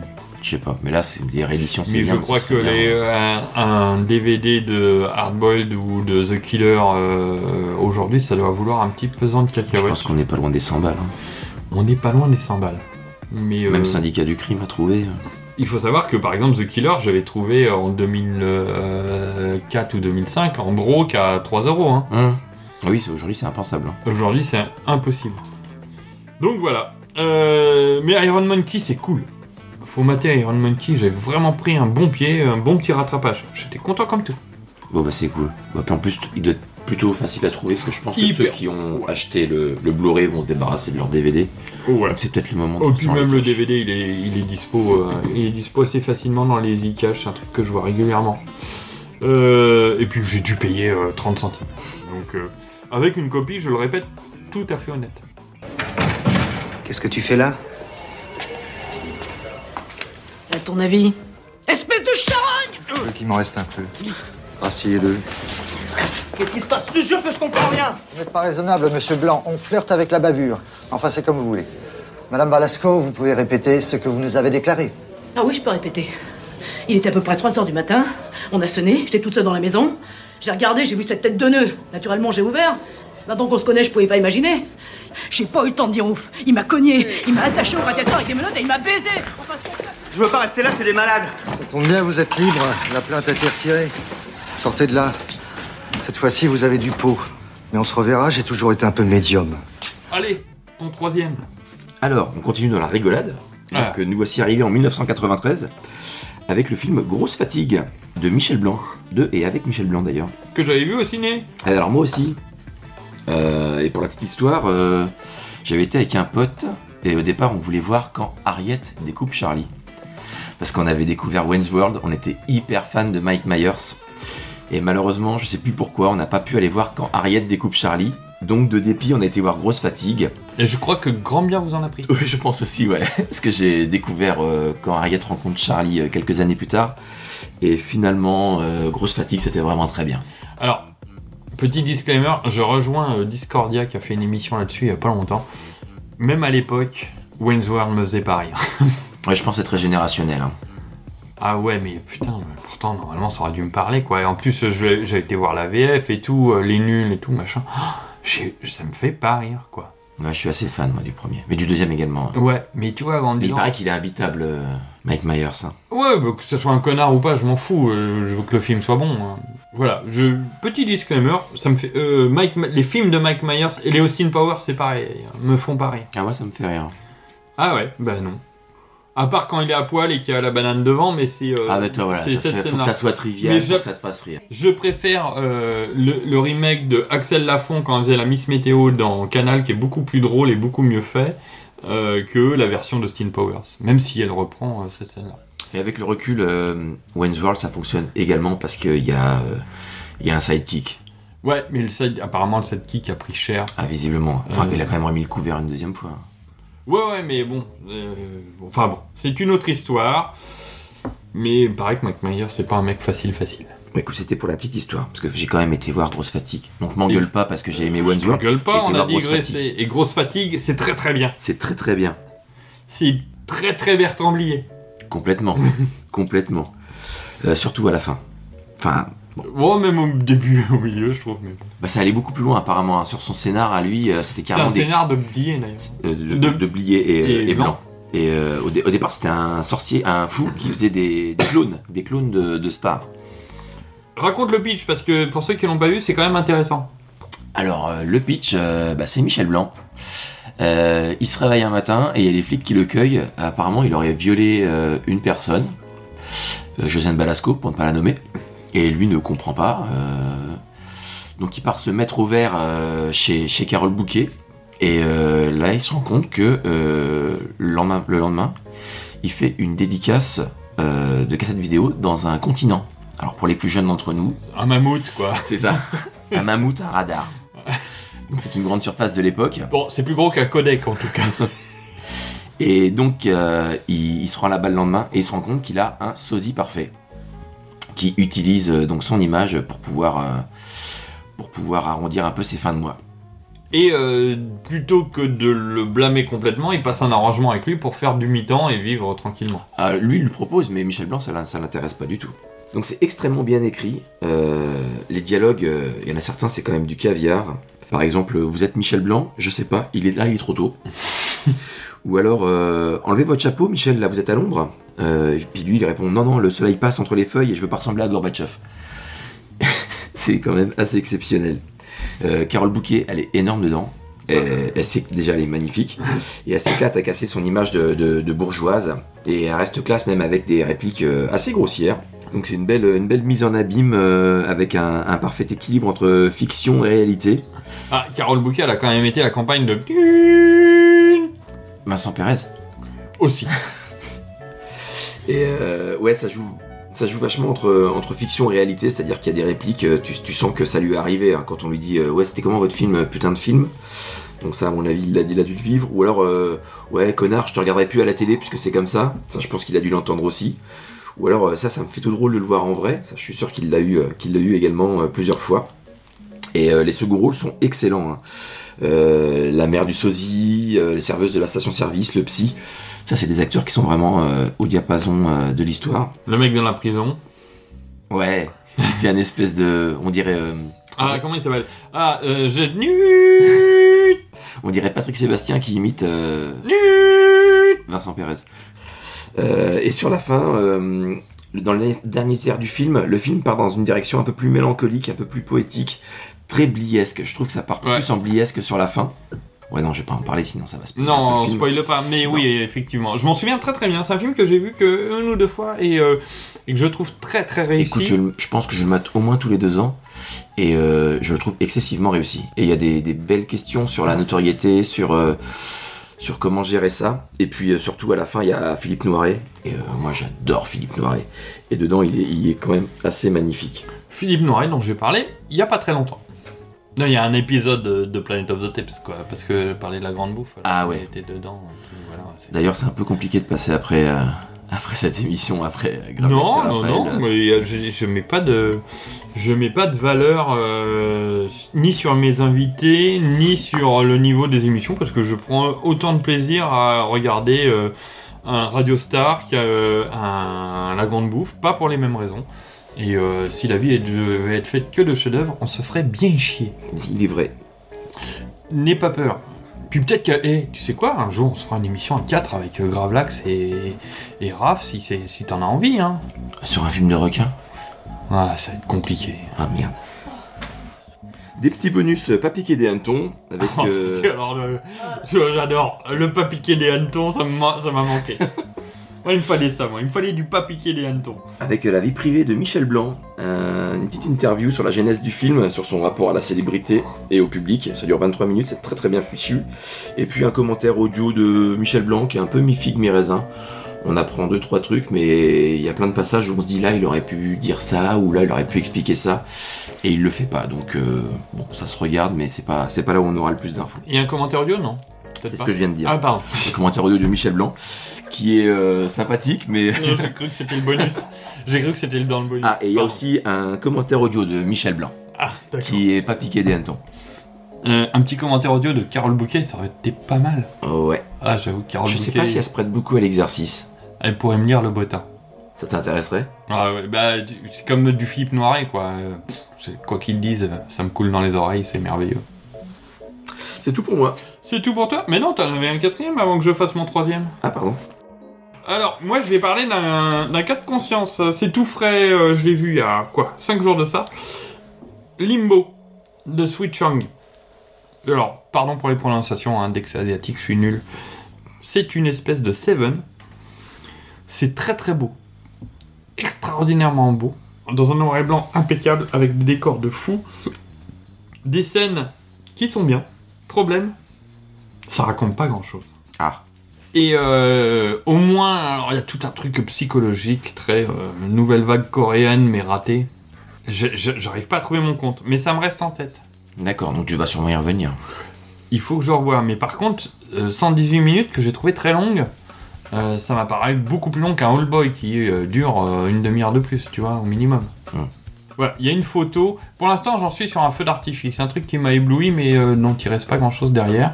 C: Je sais pas, mais là, c'est les rééditions, c'est
I: Mais
C: bien,
I: je
C: ça
I: crois que
C: serait bien.
I: les, un, un DVD de Hardboiled ou de The Killer euh, aujourd'hui, ça doit vouloir un petit pesant de cacahuètes.
C: Je pense qu'on n'est pas loin des 100 balles. hein.
I: On n'est pas loin des 100 balles. Mais,
C: Même
I: euh,
C: syndicat du crime a trouvé. euh.
I: Il faut savoir que par exemple The Killer, j'avais trouvé en 2004 ou 2005 en gros qu'à 3 euros. hein.
C: Hein. Oui, c'est- aujourd'hui c'est impensable. hein.
I: Aujourd'hui, c'est impossible. Donc voilà. Euh, mais Iron Monkey, c'est cool. Faut mater Iron Monkey, j'ai vraiment pris un bon pied, un bon petit rattrapage. J'étais content comme tout.
C: Bon bah c'est cool. Bah, puis en plus il doit être plutôt facile à trouver parce que je pense que
I: Hyper.
C: ceux qui ont acheté le, le Blu-ray vont se débarrasser de leur DVD.
I: Ouais.
C: Donc c'est peut-être le moment de
I: Oh,
C: se
I: puis
C: faire
I: même
C: les-
I: le DVD, il est, il est dispo, euh, il est dispo assez facilement dans les e-cash, c'est un truc que je vois régulièrement. Euh, et puis j'ai dû payer euh, 30 centimes. Donc euh, avec une copie, je le répète, tout à fait honnête.
D: Qu'est-ce que tu fais là
S: À ton avis Espèce de charogne
D: Veux qu'il m'en reste un peu. Rassiez-le.
V: Qu'est-ce qui se passe Je te jure que je comprends rien Vous n'êtes pas raisonnable, monsieur Blanc. On flirte avec la bavure. Enfin, c'est comme vous voulez. Madame Balasco, vous pouvez répéter ce que vous nous avez déclaré.
S: Ah oui, je peux répéter. Il était à peu près 3 heures du matin. On a sonné, j'étais toute seule dans la maison. J'ai regardé, j'ai vu cette tête de nœud. Naturellement, j'ai ouvert. Maintenant qu'on se connaît, je pouvais pas imaginer. J'ai pas eu le temps de dire ouf. Il m'a cogné, il m'a attaché au radiateur avec des menottes et il m'a baisé. Enfin,
V: Je veux pas rester là, c'est des malades.
D: Ça tombe bien, vous êtes libre. La plainte a été retirée. Sortez de là. Cette fois-ci, vous avez du pot. Mais on se reverra, j'ai toujours été un peu médium.
I: Allez, ton troisième.
C: Alors, on continue dans la rigolade. Donc, euh, nous voici arrivés en 1993 avec le film Grosse Fatigue de Michel Blanc. De et avec Michel Blanc d'ailleurs.
I: Que j'avais vu au ciné.
C: Alors moi aussi. Euh, et pour la petite histoire, euh, j'avais été avec un pote et au départ on voulait voir quand Harriet découpe Charlie. Parce qu'on avait découvert Wayne's World, on était hyper fan de Mike Myers. Et malheureusement, je sais plus pourquoi, on n'a pas pu aller voir quand Harriet découpe Charlie. Donc de dépit, on a été voir Grosse Fatigue.
I: Et je crois que grand bien vous en a pris.
C: Oui, je pense aussi, ouais. Parce que j'ai découvert euh, quand Harriet rencontre Charlie euh, quelques années plus tard. Et finalement, euh, Grosse Fatigue, c'était vraiment très bien.
I: Alors, petit disclaimer, je rejoins euh, Discordia qui a fait une émission là-dessus il y a pas longtemps. Même à l'époque, Wayne's World me faisait pareil.
C: Ouais, je pense que c'est très générationnel. hein.
I: Ah ouais, mais putain, mais pourtant, normalement, ça aurait dû me parler, quoi. Et en plus, je- j'ai été voir la VF et tout, euh, les nuls et tout, machin. Ah, j'ai- ça me fait pas rire, quoi.
C: Ouais, je suis assez fan moi, du premier, mais du deuxième également. hein.
I: Ouais, mais tu vois, en
C: Mais il
I: disant-
C: paraît qu'il est habitable, euh, Mike Myers. hein.
I: Ouais, bah, que ce soit un connard ou pas, je m'en fous. euh, je veux que le film soit bon. hein. Voilà, je... petit disclaimer, ça me fait. euh, Mike... Ma- Les films de Mike Myers et les Austin Powers, c'est pareil, hein, me font pas rire.
C: Ah ouais, ça me fait rire.
I: Ah ouais, bah non. À part quand il est à poil et qu'il a la banane devant, mais c'est. euh,
C: Ah bah toi, voilà,
I: c'est
C: toi,
I: cette
C: ça- faut
I: scène-là.
C: que ça soit trivial,
I: Mais
C: faut
I: je-
C: que ça te fasse rire.
I: Je préfère euh, le, le remake de Axel Lafont quand il faisait la Miss Météo dans Canal, qui est beaucoup plus drôle et beaucoup mieux fait euh, que la version de Steel Powers, même si elle reprend euh, cette scène-là.
C: Et avec le recul, euh, Wayne's World, ça fonctionne également parce qu'il y, a, euh, il y a un sidekick.
I: Ouais, mais le side- apparemment le sidekick a pris cher.
C: Ah, visiblement. Enfin,
I: Euh.
C: il a quand même remis le couvert une deuxième fois.
I: Ouais, ouais, mais bon. euh, bon, Enfin bon, c'est une autre histoire. Mais il paraît que Mike Myers, c'est pas un mec facile, facile.
C: Bah écoute, c'était pour la petite histoire, parce que j'ai quand même été voir Grosse Fatigue. Donc m'engueule pas parce que j'ai aimé Wayne's
I: Je
C: World.
I: gueule
C: j'ai
I: pas,
C: été
I: on a
C: voir Grosse Fatigue.
I: digressé. Et grosse fatigue, c'est très très bien.
C: C'est très très bien.
I: C'est très très Bertrand Blier.
C: Complètement. Complètement. Euh, surtout à la fin. Enfin,
I: Bon, même au début, au milieu, je trouve. Mais...
C: bah, ça allait beaucoup plus loin apparemment. hein. Sur son scénar à lui, euh, c'était
I: C'est un
C: carrément des,
I: scénar de Blier d'ailleurs.
C: euh, de, de- de Blier et,
I: et
C: et blanc.
I: Blanc.
C: Et euh, au, dé- au départ, c'était un sorcier, un fou qui faisait des, des clones, des clones de, de stars.
I: Raconte le pitch parce que pour ceux qui l'ont pas vu, c'est quand même intéressant.
C: Alors, euh, le pitch, euh, bah, c'est Michel Blanc. Euh, il se réveille un matin et il y a les flics qui le cueillent. Apparemment, il aurait violé euh, une personne, euh, Josiane Balasco, pour ne pas la nommer. Et lui ne comprend pas. euh, donc, il part se mettre au vert euh, chez, chez Carole Bouquet. Et euh, là, il se rend compte que euh, le, lendemain, le lendemain, il fait une dédicace euh, de cassette vidéo dans un continent. Alors, pour les plus jeunes d'entre nous,
I: Un mammouth quoi.
C: c'est ça. Un mammouth, un radar. Donc c'est une grande surface de l'époque.
I: Bon, c'est plus gros qu'un codec en tout cas.
C: Et donc euh, il, il se rend là-bas le lendemain et il se rend compte qu'il a un sosie parfait qui utilise euh, donc son image pour pouvoir euh, pour pouvoir arrondir un peu ses fins de mois.
I: Et euh, plutôt que de le blâmer complètement, il passe un arrangement avec lui pour faire du mi-temps et vivre tranquillement.
C: Ah, lui il le propose mais Michel Blanc ça l'in- ça l'intéresse pas du tout. Donc c'est extrêmement bien écrit. Euh, les dialogues, euh, il y en a certains c'est quand même du caviar. Par exemple, vous êtes Michel Blanc, je sais pas, il est là, il est trop tôt. Ou alors, euh, enlevez votre chapeau, Michel, là, vous êtes à l'ombre. Euh, et puis lui, il répond, non, non, le soleil passe entre les feuilles et je veux pas ressembler à Gorbatchev. c'est quand même assez exceptionnel. Euh, Carole Bouquet, elle est énorme dedans. Elle, elle s'é- déjà, elle est magnifique. Et elle s'éclate à casser son image de, de- de bourgeoise. Et elle reste classe même avec des répliques euh, assez grossières. Donc c'est une belle, une belle mise en abîme euh, avec un, un parfait équilibre entre fiction et réalité.
I: Ah, Carole Bouquet, elle a quand même été la campagne de
C: Vincent Pérez.
I: aussi.
C: Et euh, ouais, ça joue, ça joue vachement entre, entre fiction et réalité, c'est-à-dire qu'il y a des répliques, euh, tu, tu sens que ça lui est arrivé hein, quand on lui dit euh, Ouais, c'était comment votre film, euh, putain de film Donc, ça, à mon avis, il a, il a dû le vivre. Ou alors, euh, Ouais, connard, je te regarderai plus à la télé puisque c'est comme ça. Ça, je pense qu'il a dû l'entendre aussi. Ou alors, euh, ça, ça me fait tout drôle de le voir en vrai. Ça, je suis sûr qu'il l'a eu, euh, qu'il l'a eu également euh, plusieurs fois. Et euh, les seconds rôles sont excellents. hein. Euh, la mère du sosie, euh, les serveuses de la station-service, le psy. Ça, c'est des acteurs qui sont vraiment euh, au diapason euh, de l'histoire.
I: Le mec dans la prison.
C: Ouais, il fait un espèce de. On dirait. euh,
I: Ah, comment il s'appelle Ah, euh, j'ai nu
C: on dirait Patrick Sébastien qui imite euh, Vincent Pérez. Euh, et sur la fin, euh, dans le dernier tiers du film, le film part dans une direction un peu plus mélancolique, un peu plus poétique, très bliesque. Je trouve que ça part plus en bliesque sur la fin. Ouais, non, je vais pas en parler sinon ça va se
I: Non, spoil pas, mais oui, effectivement. Je m'en souviens très très bien. C'est un film que j'ai vu que une ou deux fois et, euh, et que je trouve très très réussi.
C: Écoute, je, le- je pense que je le mate au moins tous les deux ans et euh, je le trouve excessivement réussi. Et il y a des, des belles questions sur la notoriété, sur, euh, sur comment gérer ça. Et puis euh, surtout à la fin, il y a Philippe Noiret. Et euh, moi j'adore Philippe Noiret. Et dedans, il est, il est quand même assez magnifique.
I: Philippe Noiret, dont j'ai parlé il y a pas très longtemps. Non, il y a un épisode de- de Planet of the Tapes, quoi, parce que parler de la grande bouffe,
C: Ah
I: il
C: ouais.
I: était dedans. et puis voilà, c'est-
C: D'ailleurs, c'est un peu compliqué de passer après, euh, après cette émission, après euh, Grave
I: Non,
C: Axel
I: non,
C: Raphaël.
I: non, mais euh, je, je mets pas de, je mets pas de valeur euh, ni sur mes invités ni sur le niveau des émissions parce que je prends autant de plaisir à regarder euh, un Radio Star qu'un La Grande Bouffe, pas pour les mêmes raisons. Et euh, si la vie est- devait être faite que de chefs-d'œuvre, on se ferait bien chier.
C: Il est vrai.
I: N'aie pas peur. Puis peut-être que, eh, tu sais quoi, un jour on se fera une émission à 4 avec euh, Gravelax et, et Raph si, c'est- si t'en as envie. Hein.
C: Sur un film de requin
I: Ah, ça va être compliqué.
C: Ah merde. Des petits bonus euh, pas piqués des hannetons avec.
I: Oh,
C: euh,
I: c'est- alors, le- tu vois, j'adore. Le pas piqué des hannetons, ça m'a ça m'a manqué. moi, il me fallait ça, moi. Il me fallait du pas piqué des hannetons.
C: avec euh, la vie privée de Michel Blanc, euh, une petite interview sur la genèse du film, sur son rapport à la célébrité et au public. Ça dure 23 minutes, c'est très très bien fichu. Et puis un commentaire audio de Michel Blanc qui est un peu mi-figue mi-raisin. On apprend deux trois trucs, mais il y a plein de passages où on se dit là il aurait pu dire ça ou là il aurait pu expliquer ça, et il le fait pas. Donc euh, bon, ça se regarde, mais c'est pas c'est pas là où on aura le plus d'infos.
I: Il y a un commentaire audio, non
C: C'est ce que je viens de dire.
I: Ah, pardon.
C: Le commentaire audio de Michel Blanc, qui est euh, sympathique, mais.
I: Non, J'ai cru que c'était le bonus. J'ai cru que c'était dans le bonus.
C: Ah, et il y a aussi un commentaire audio de Michel Blanc,
I: Ah, d'accord.
C: qui est pas piqué des hannetons.
I: Euh, un petit commentaire audio de Carole Bouquet, ça aurait été pas mal.
C: Oh, ouais.
I: Ah, j'avoue, Carole
C: Je sais
I: Bouquet-
C: pas si elle se prête beaucoup à l'exercice.
I: Elle pourrait me lire le botin.
C: Ça t'intéresserait
I: Ah ouais, bah, du- c'est comme du Philippe Noiret, quoi. Euh, pff, c'est- Quoi qu'ils disent, euh, ça me coule dans les oreilles, c'est merveilleux.
C: C'est tout pour moi.
I: C'est tout pour toi Mais non, t'en avais un quatrième avant que je fasse mon troisième.
C: Ah, pardon.
I: Alors, moi, je vais parler d'un d'un cas de conscience. C'est tout frais, euh, je l'ai vu il y a, quoi, 5 jours de ça. Limbo, de Sweet Chang. Alors, pardon pour les prononciations, hein, dès que c'est asiatique, je suis nul. C'est une espèce de Seven. C'est très très beau. Extraordinairement beau. Dans un noir et blanc impeccable, avec des décors de fou. Des scènes qui sont bien. Problème, ça raconte pas grand chose.
C: Ah.
I: Et euh, au moins, alors il y a tout un truc psychologique très euh, nouvelle vague coréenne mais ratée. Je- je- J'arrive pas à trouver mon compte, mais ça me reste en tête.
C: D'accord, donc tu vas sûrement y revenir.
I: Il faut que je revoie, mais par contre, euh, 118 minutes que j'ai trouvé très longue, euh, ça m'a paru beaucoup plus long qu'un All Boy qui euh, dure euh, une demi-heure de plus, tu vois, au minimum.
C: Hmm.
I: Voilà, il y a une photo. Pour l'instant, j'en suis sur un feu d'artifice, un truc qui m'a ébloui, mais euh, dont il reste pas grand chose derrière.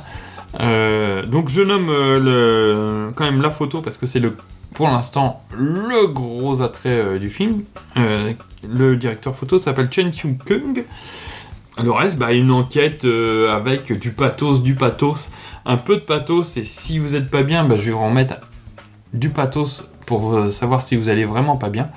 I: Euh, donc je nomme euh, le, quand même la photo parce que c'est le, pour l'instant, le gros attrait euh, du film. Euh, le directeur photo s'appelle Chen Xiu Kung. Le reste, bah, une enquête euh, avec du pathos, du pathos, un peu de pathos. Et si vous n'êtes pas bien, bah, je vais vous en mettre du pathos pour euh, savoir si vous allez vraiment pas bien.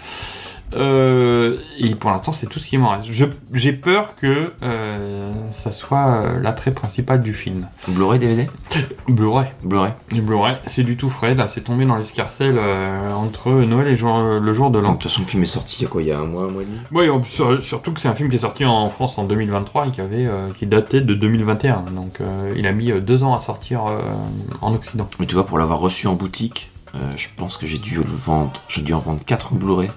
I: Euh, et pour l'instant, c'est tout ce qui m'en reste. Je- J'ai peur que euh, ça soit euh, l'attrait principal du film.
C: Blu-ray, DVD
I: Blu-ray.
C: Blu-ray.
I: Les Blu-ray, c'est du tout frais. Là, c'est tombé dans l'escarcelle euh, entre Noël et jour- le jour de l'an.
C: De toute façon, le film est sorti il y a quoi Il y a un mois, un mois et demi
I: Oui, en- sur- surtout que c'est un film qui est sorti en France en 2023 et qui, avait, euh, qui datait de 2021. Donc euh, il a mis euh, deux ans à sortir euh, en Occident.
C: Mais tu vois, pour l'avoir reçu en boutique, euh, je pense que j'ai dû le vendre. J'ai dû en vendre 4 en Blu-ray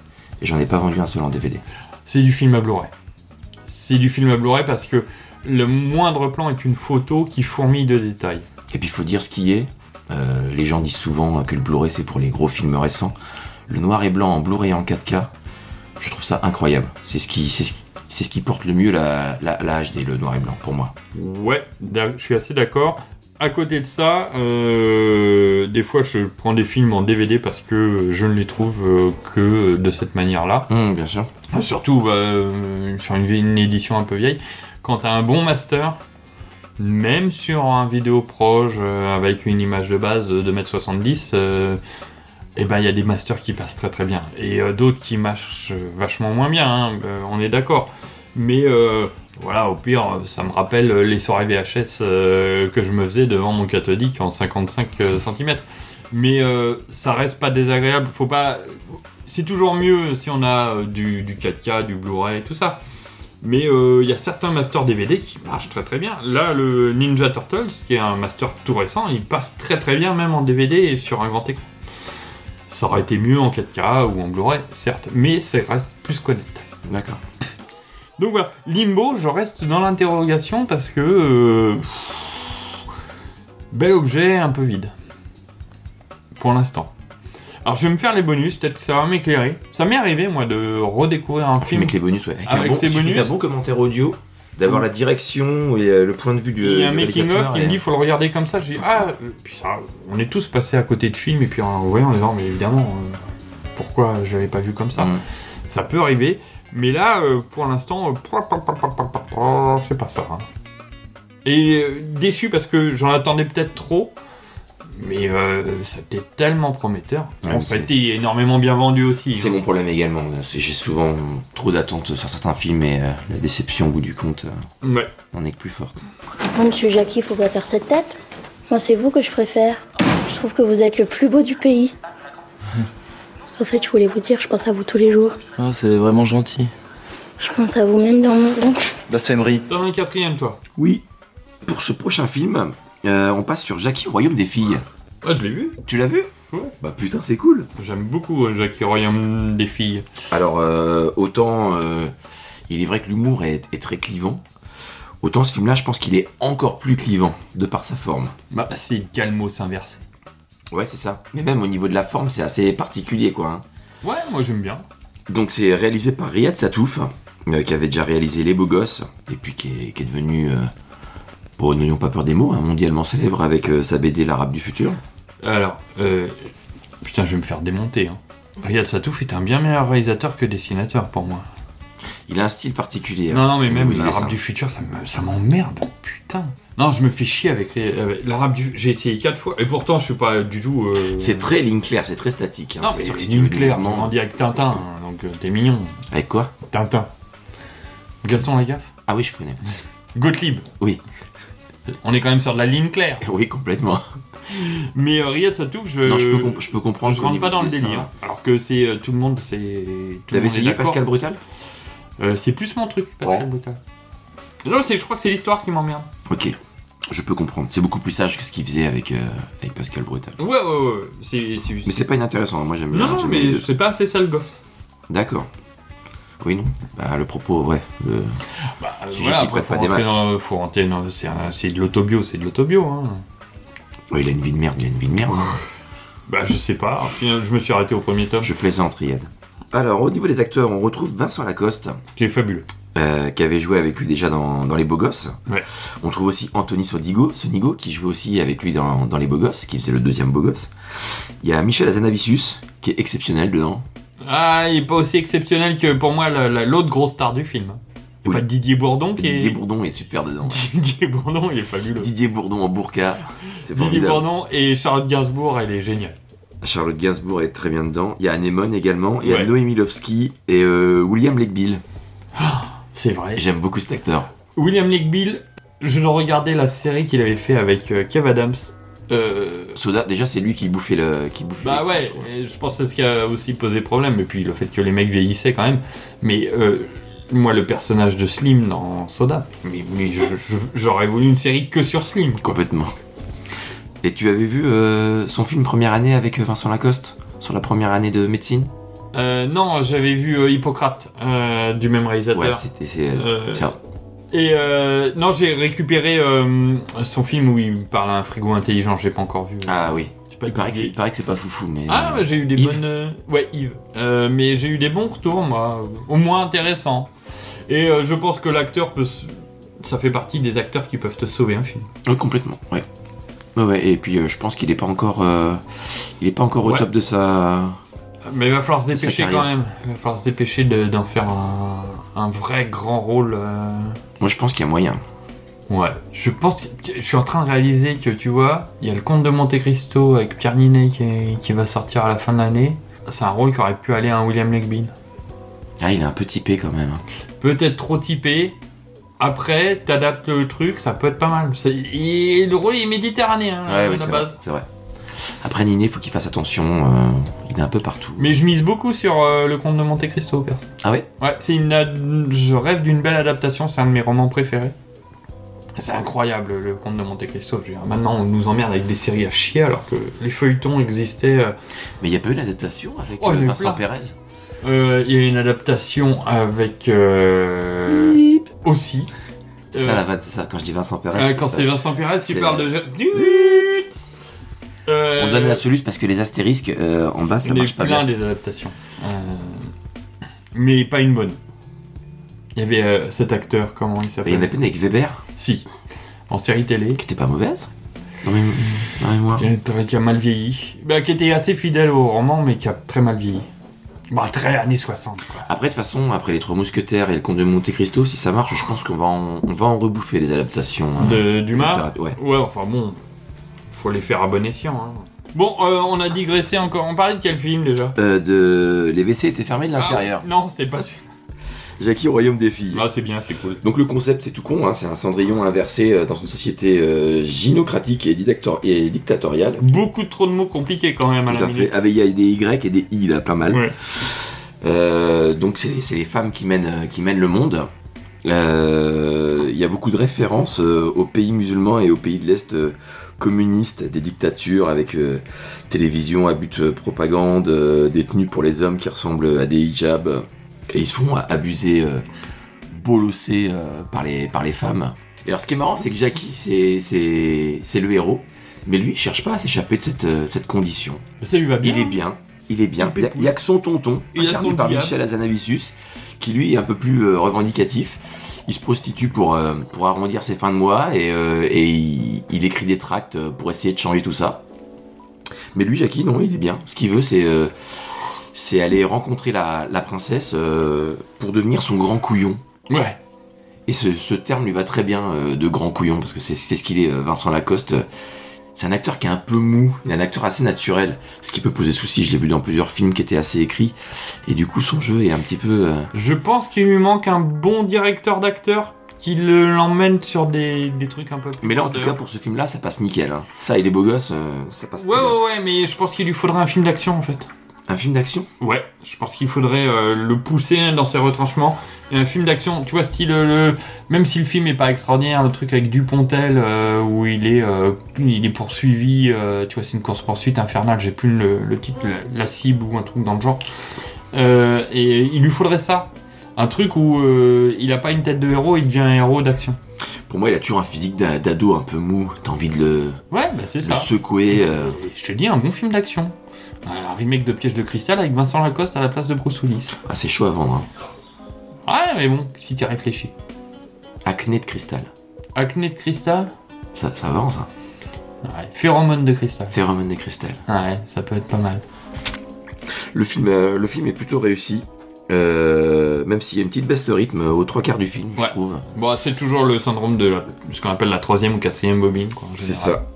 C: et j'en ai pas vendu un seul en DVD.
I: C'est du film à Blu-ray. C'est du film à Blu-ray parce que le moindre plan est une photo qui fourmille de détails.
C: Et puis, il faut dire ce qui est. Euh, les gens disent souvent que le Blu-ray, c'est pour les gros films récents. Le noir et blanc en Blu-ray en 4K, je trouve ça incroyable. C'est ce qui, c'est ce, c'est ce qui porte le mieux la, la, la HD, le noir et blanc, pour moi.
I: Ouais, d'ac- je suis assez d'accord. À côté de ça, euh, des fois je prends des films en DVD parce que je ne les trouve euh, que de cette manière-là.
C: Hmm, bien sûr.
I: Surtout bah, euh, sur une, une édition un peu vieille. Quand t'as un bon master, même sur un vidéo proche euh, avec une image de base de 2m70, et ben il y a des masters qui passent très très bien. Et euh, d'autres qui marchent euh, vachement moins bien, hein, euh, on est d'accord. Mais euh, voilà, au pire, ça me rappelle euh, les soirées VHS euh, que je me faisais devant mon cathodique en 55 cm. Mais euh, ça reste pas désagréable, faut pas. C'est toujours mieux si on a euh, du, du 4K, du Blu-ray, tout ça. Mais euh, il y a certains masters DVD qui marchent très très bien. Là, le Ninja Turtles, qui est un master tout récent, il passe très très bien même en DVD et sur un grand écran. Ça aurait été mieux en 4K ou en Blu-ray, certes, mais ça reste plus honnête.
C: D'accord.
I: Donc voilà, Limbo, je reste dans l'interrogation parce que. euh, pff, bel objet, un peu vide. Pour l'instant. Alors je vais me faire les bonus, peut-être que ça va m'éclairer. Ça m'est arrivé, moi, de redécouvrir un film.
C: Avec les bonus, ouais. Avec, un bon,
I: ses
C: il suffit
I: bonus.
C: d'un bon commentaire audio, d'avoir la direction et euh, le point de vue du,
I: Il y a un
C: du
I: making
C: réalisateur
I: of qui
C: et-
I: me dit faut le regarder comme ça. J'ai dit, ah euh, puis ça, on est tous passés à côté de films et puis en voyant en disant mais évidemment euh, pourquoi je l'avais pas vu comme
C: Mm. Hmm.
I: ça. Ça peut arriver, mais là euh, pour l'instant euh, c'est pas ça. hein. Et euh, déçu parce que j'en attendais peut-être trop. Mais euh, c'était tellement prometteur.
C: Ouais,
I: on
C: mais
I: ça a
C: c'est-
I: été énormément bien vendu aussi. hein.
C: C'est mon problème également. là. C'est- J'ai souvent trop d'attentes sur certains films et euh, la déception au bout du compte euh,
I: Ouais.
C: n'en est que plus forte.
E: Non, monsieur Jackie, faut pas faire cette tête. Moi, c'est vous que je préfère. Je trouve que vous êtes le plus beau du pays. Au fait, je voulais vous dire, je pense à vous tous les jours.
F: Ah, c'est vraiment gentil.
E: Je pense à vous même dans mon ventre.
F: Blasphémerie.
I: T'en es quatrième, toi
C: Oui. Pour ce prochain film, euh, on passe sur Jackie au Royaume des filles.
I: Ah, je l'ai vu.
C: Tu l'as vu
I: Ouais.
C: Bah putain, c'est cool.
I: J'aime beaucoup euh, Jackie Royaume des filles.
C: Alors, euh, autant euh, il est vrai que l'humour est, est très clivant, autant ce film-là, je pense qu'il est encore plus clivant de par sa forme.
I: Bah, c'est le calmos inversé.
C: Ouais, c'est ça. Mais même au niveau de la forme, c'est assez particulier, quoi. hein.
I: Ouais, moi j'aime bien.
C: Donc c'est réalisé par Riyad Satouf, euh, qui avait déjà réalisé Les Beaux Gosses, et puis qui est, qui est devenu, euh, bon, n'ayons pas peur des mots, hein, mondialement célèbre avec euh, sa BD L'Arabe du Futur.
I: Alors, euh, putain, je vais me faire démonter. Hein. Riyad Satouf est un bien meilleur réalisateur que dessinateur pour moi.
C: Il a un style particulier.
I: Non,
C: hein,
I: non, mais
C: au niveau
I: même
C: du dessin.
I: l'arabe du futur, ça me- ça m'emmerde, putain. Non, je me fais chier avec les- euh, l'arabe du. J'ai essayé quatre fois, et pourtant, je suis pas du tout. euh,
C: C'est très ligne claire, c'est très statique. hein,
I: Non,
C: c'est
I: mais
C: sûr que
I: c'est
C: tu
I: une
C: le
I: claire,
C: demandes.
I: on dit avec Tintin, hein, donc euh, t'es mignon.
C: Avec quoi
I: Tintin. Gaston Lagaffe
C: Ah oui, je connais.
I: Gottlieb
C: Oui.
I: On est quand même sur de la ligne claire.
C: Oui, complètement.
I: Mais euh, Riyad Satouf, je.
C: Non, je peux comp- je peux comprendre
I: Je
C: qu'au
I: rentre
C: niveau
I: pas dans
C: du
I: le
C: dessin,
I: délire.
C: hein.
I: Alors que c'est euh, tout le monde, c'est. tout le
C: T'avais
I: monde est
C: essayé
I: d'accord.
C: Pascal Brutal
I: Euh, C'est plus mon truc, Pascal
C: Ouais.
I: Brutal. Non, c'est- je crois que c'est l'histoire qui m'emmerde.
C: Ok, je peux comprendre. C'est beaucoup plus sage que ce qu'il faisait avec, euh, avec Pascal Brutal.
I: Ouais, ouais, ouais. C'est, c'est-
C: Mais c'est pas inintéressant, hein, moi j'aime bien.
I: Non, non,
C: j'aime bien les
I: mais
C: deux.
I: c'est pas assez sale gosse.
C: D'accord. Oui, non. Bah, le propos, ouais. Le...
I: Euh,
C: sujet
I: voilà,
C: s'y
I: après,
C: prête
I: faut
C: pas des
I: rentrer
C: masses.
I: dans, faut rentrer dans- c'est, un- c'est de l'autobio, c'est de l'autobio. Hein.
C: Ouais, il a une vie de merde, il a une vie de merde.
I: bah, je sais pas. Je me suis arrêté au premier tome.
C: Je plaisante, Riyad. Alors, au niveau des acteurs, on retrouve Vincent Lacoste.
I: Qui est fabuleux.
C: euh, qui avait joué avec lui déjà dans, dans Les Beaux Gosses.
I: Ouais.
C: On trouve aussi Anthony Sodigo, Sonigo, qui jouait aussi avec lui dans, dans Les Beaux Gosses, qui faisait le deuxième Beau Gosse. Il y a Michel Azanavicius, qui est exceptionnel dedans.
I: Ah, il est pas aussi exceptionnel que pour moi la- la- l'autre grosse star du film. Et pas Didier Bourdon qui
C: Didier
I: est.
C: Bourdon est super dedans.
I: Didier Bourdon, il est fabuleux.
C: Didier Bourdon en burqa, c'est
I: Didier
C: formidable.
I: Bourdon et Charlotte Gainsbourg, elle est géniale.
C: Charlotte Gainsbourg est très bien dedans. Il y a Anemone également. Il y a
I: Ouais.
C: Noémie Lovski et euh, William Legbill.
I: C'est vrai.
C: J'aime beaucoup cet acteur.
I: William Nickbill, je ne regardais la série qu'il avait fait avec euh, Kev Adams. Euh,
C: Soda, déjà, c'est lui qui bouffait le. Qui bouffait
I: Bah
C: le-
I: ouais, et je pense que c'est ce qui a aussi posé problème, et puis le fait que les mecs vieillissaient quand même. Mais euh, moi, le personnage de Slim dans Soda, mais, mais je- je- j'aurais voulu une série que sur Slim, quoi.
C: Complètement. Et tu avais vu euh, son film Première année avec euh, Vincent Lacoste Sur la première année de médecine
I: Euh, non, j'avais vu euh, Hippocrate, euh, du même réalisateur.
C: Ouais, c'était. c'est- c'est-
I: Euh,
C: tiens.
I: Et euh, non, j'ai récupéré euh, son film où il parle à un frigo intelligent, j'ai pas encore vu.
C: Ah oui.
I: pas
C: il, paraît que
I: Didier.
C: c'est- il paraît que c'est pas foufou, mais.
I: Ah, ouais, j'ai eu des bonnes. euh, Ouais, Yves. Euh, mais j'ai eu des bons retours, moi. euh, Au moins intéressants. Et euh, je pense que l'acteur peut. se- Ça fait partie des acteurs qui peuvent te sauver un film.
C: euh, Ouais, complètement, ouais. Ouais, ouais, et puis euh, je pense qu'il est pas encore. euh, il est pas encore au
I: Ouais.
C: top de sa.
I: Mais il va falloir se
C: Sa
I: dépêcher
C: carrière.
I: quand même. Il va falloir se dépêcher de- d'en faire un, un vrai grand rôle. euh.
C: Moi, je pense qu'il y a moyen.
I: Ouais. Je pense que je suis en train de réaliser que tu vois, il y a le Comte de Monte Cristo avec Pierre Ninet qui, est- qui va sortir à la fin de l'année. C'est un rôle qui aurait pu aller à un William Legbein.
C: Ah, il est un peu typé quand même. hein.
I: peut-être trop typé. Après, t'adaptes le truc, ça peut être pas mal. C'est- Et le rôle est méditerranéen hein,
C: Ouais,
I: à
C: ouais,
I: la
C: c'est vrai,
I: base.
C: c'est vrai. Après Niné, faut qu'il fasse attention. euh, il est un peu partout.
I: Mais je mise beaucoup sur euh, le comte de Monte Cristo, perso.
C: Ah ouais
I: Ouais, c'est une. ad- Je rêve d'une belle adaptation. C'est un de mes romans préférés. C'est incroyable le comte de Monte Cristo. Je veux dire, Maintenant, on nous emmerde avec des séries à chier alors que les feuilletons existaient. euh,
C: Mais il y a pas eu l'adaptation avec
I: Oh,
C: euh,
I: il y en a eu
C: Vincent
I: plein.
C: Pérez
I: euh, Il y a eu une adaptation avec euh, aussi.
C: C'est ça
I: Euh,
C: la vanne, c'est ça. Quand je dis Vincent Pérez.
I: euh, quand c'est Vincent Pérez, tu
C: c'est-
I: parles de. Euh,
C: On donne la soluce parce que les astérisques euh, en bas ça
I: Il y en a eu
C: marche pas
I: plein
C: bien.
I: des adaptations. Euh, Mais pas une bonne. Il y avait euh, cet acteur, comment il s'appelle
C: Il y en a plein avec Weber
I: Si. En série télé. Qui
C: était pas mauvaise Dans la mémoire.
I: Qui a, qui a mal vieilli. Bah, qui était assez fidèle au roman, mais qui a très mal vieilli. Bah, très années 60. quoi.
C: Après, de toute façon, après Les Trois Mousquetaires et Le Comte de Monte Cristo, si ça marche, je pense qu'on va, en- on va en rebouffer des adaptations. hein,
I: De Dumas
C: littérat- Ouais.
I: enfin bon, faut les faire à bon escient. hein. Bon, euh, on a digressé encore. On parlait de quel film déjà
C: Euh, de... Les WC étaient fermés de l'intérieur.
I: Ah, Non, c'est pas celui
C: Jackie au royaume des filles.
I: Ah, c'est bien, c'est cool.
C: Donc le concept, c'est tout con, hein, c'est un cendrillon inversé euh, dans une société euh, gynocratique et, didactor- et dictatoriale.
I: Beaucoup trop de mots compliqués quand même à
C: Tout
I: la
C: à fait.
I: minute.
C: Avec il y a des Y et des I là, pas mal.
I: Ouais.
C: Euh, donc c'est les, c'est les femmes qui mènent, euh, qui mènent le monde. Euh, Il y a beaucoup de références euh, aux pays musulmans et aux pays de l'Est euh, communistes, des dictatures avec euh, télévision à but euh, propagande, euh, des tenues pour les hommes qui ressemblent à des hijabs. euh, et ils se font abuser, euh, bolosser euh, par, les, par les femmes. Et alors ce qui est marrant, c'est que Jackie, c'est- c'est c'est le héros, mais lui, il cherche pas à s'échapper de cette, euh, cette condition.
I: Ça lui va bien.
C: Il est bien. Il est bien. Il y a- Il n'y a, que son tonton,
I: Il a
C: incarné
I: son
C: par
I: diable.
C: Michel Azanavicius, qui lui est un peu plus euh, revendicatif. Il se prostitue pour, euh, pour arrondir ses fins de mois et, euh, et il, il écrit des tracts euh, pour essayer de changer tout ça. Mais lui, Jackie, non, il est bien. Ce qu'il veut, c'est euh, c'est aller rencontrer la, la princesse euh, pour devenir son grand couillon.
I: Ouais.
C: Et ce, ce terme lui va très bien euh, de grand couillon, parce que c'est c'est ce qu'il est, euh, Vincent Lacoste. Euh, C'est un acteur qui est un peu mou, il est un acteur assez naturel, ce qui peut poser souci, je l'ai vu dans plusieurs films qui étaient assez écrits, et du coup son jeu est un petit peu... euh,
I: Je pense qu'il lui manque un bon directeur d'acteur qui le- l'emmène sur des, des trucs un peu plus.
C: Mais là en tout
I: border.
C: cas pour ce film là ça passe nickel, hein. ça et les beaux gosses euh, ça passe
I: Ouais, ouais, ouais, mais je pense qu'il lui faudrait un film d'action en fait.
C: Un film d'action
I: Ouais, je pense qu'il faudrait euh, le pousser dans ses retranchements. Et un film d'action, tu vois, style. euh, le- Même si le film est pas extraordinaire, le truc avec Dupontel euh, où il est, euh, il est poursuivi, euh, tu vois, c'est une course-poursuite infernale, j'ai plus le, le titre, la, la cible ou un truc dans le genre. Euh, et il lui faudrait ça. Un truc où euh, il a pas une tête de héros, il devient un héros d'action.
C: Pour moi il a toujours un physique d'a- d'ado un peu mou, t'as envie de le,
I: Ouais, bah c'est
C: le
I: ça.
C: secouer. euh.
I: Je te dis, un bon film d'action. Un remake de Piège de Cristal avec Vincent Lacoste à la place de Bruce Willis.
C: Ah c'est chaud à vendre, hein.
I: Ouais, mais bon, si tu réfléchis.
C: acné de cristal,
I: Acné de cristal
C: ça, ça avance hein. ça.
I: Ouais, phéromone de cristal. Ah
C: Phéromone de cristal.
I: Ouais, ça peut être pas mal.
C: Le film, euh, le film est plutôt réussi. euh, même s'il y a une petite baisse de rythme aux trois quarts du film, je trouve.
I: Bon, Bah, c'est toujours le syndrome de la- ce qu'on appelle la troisième ou quatrième bobine. quoi, en
C: C'est
I: général.
C: ça.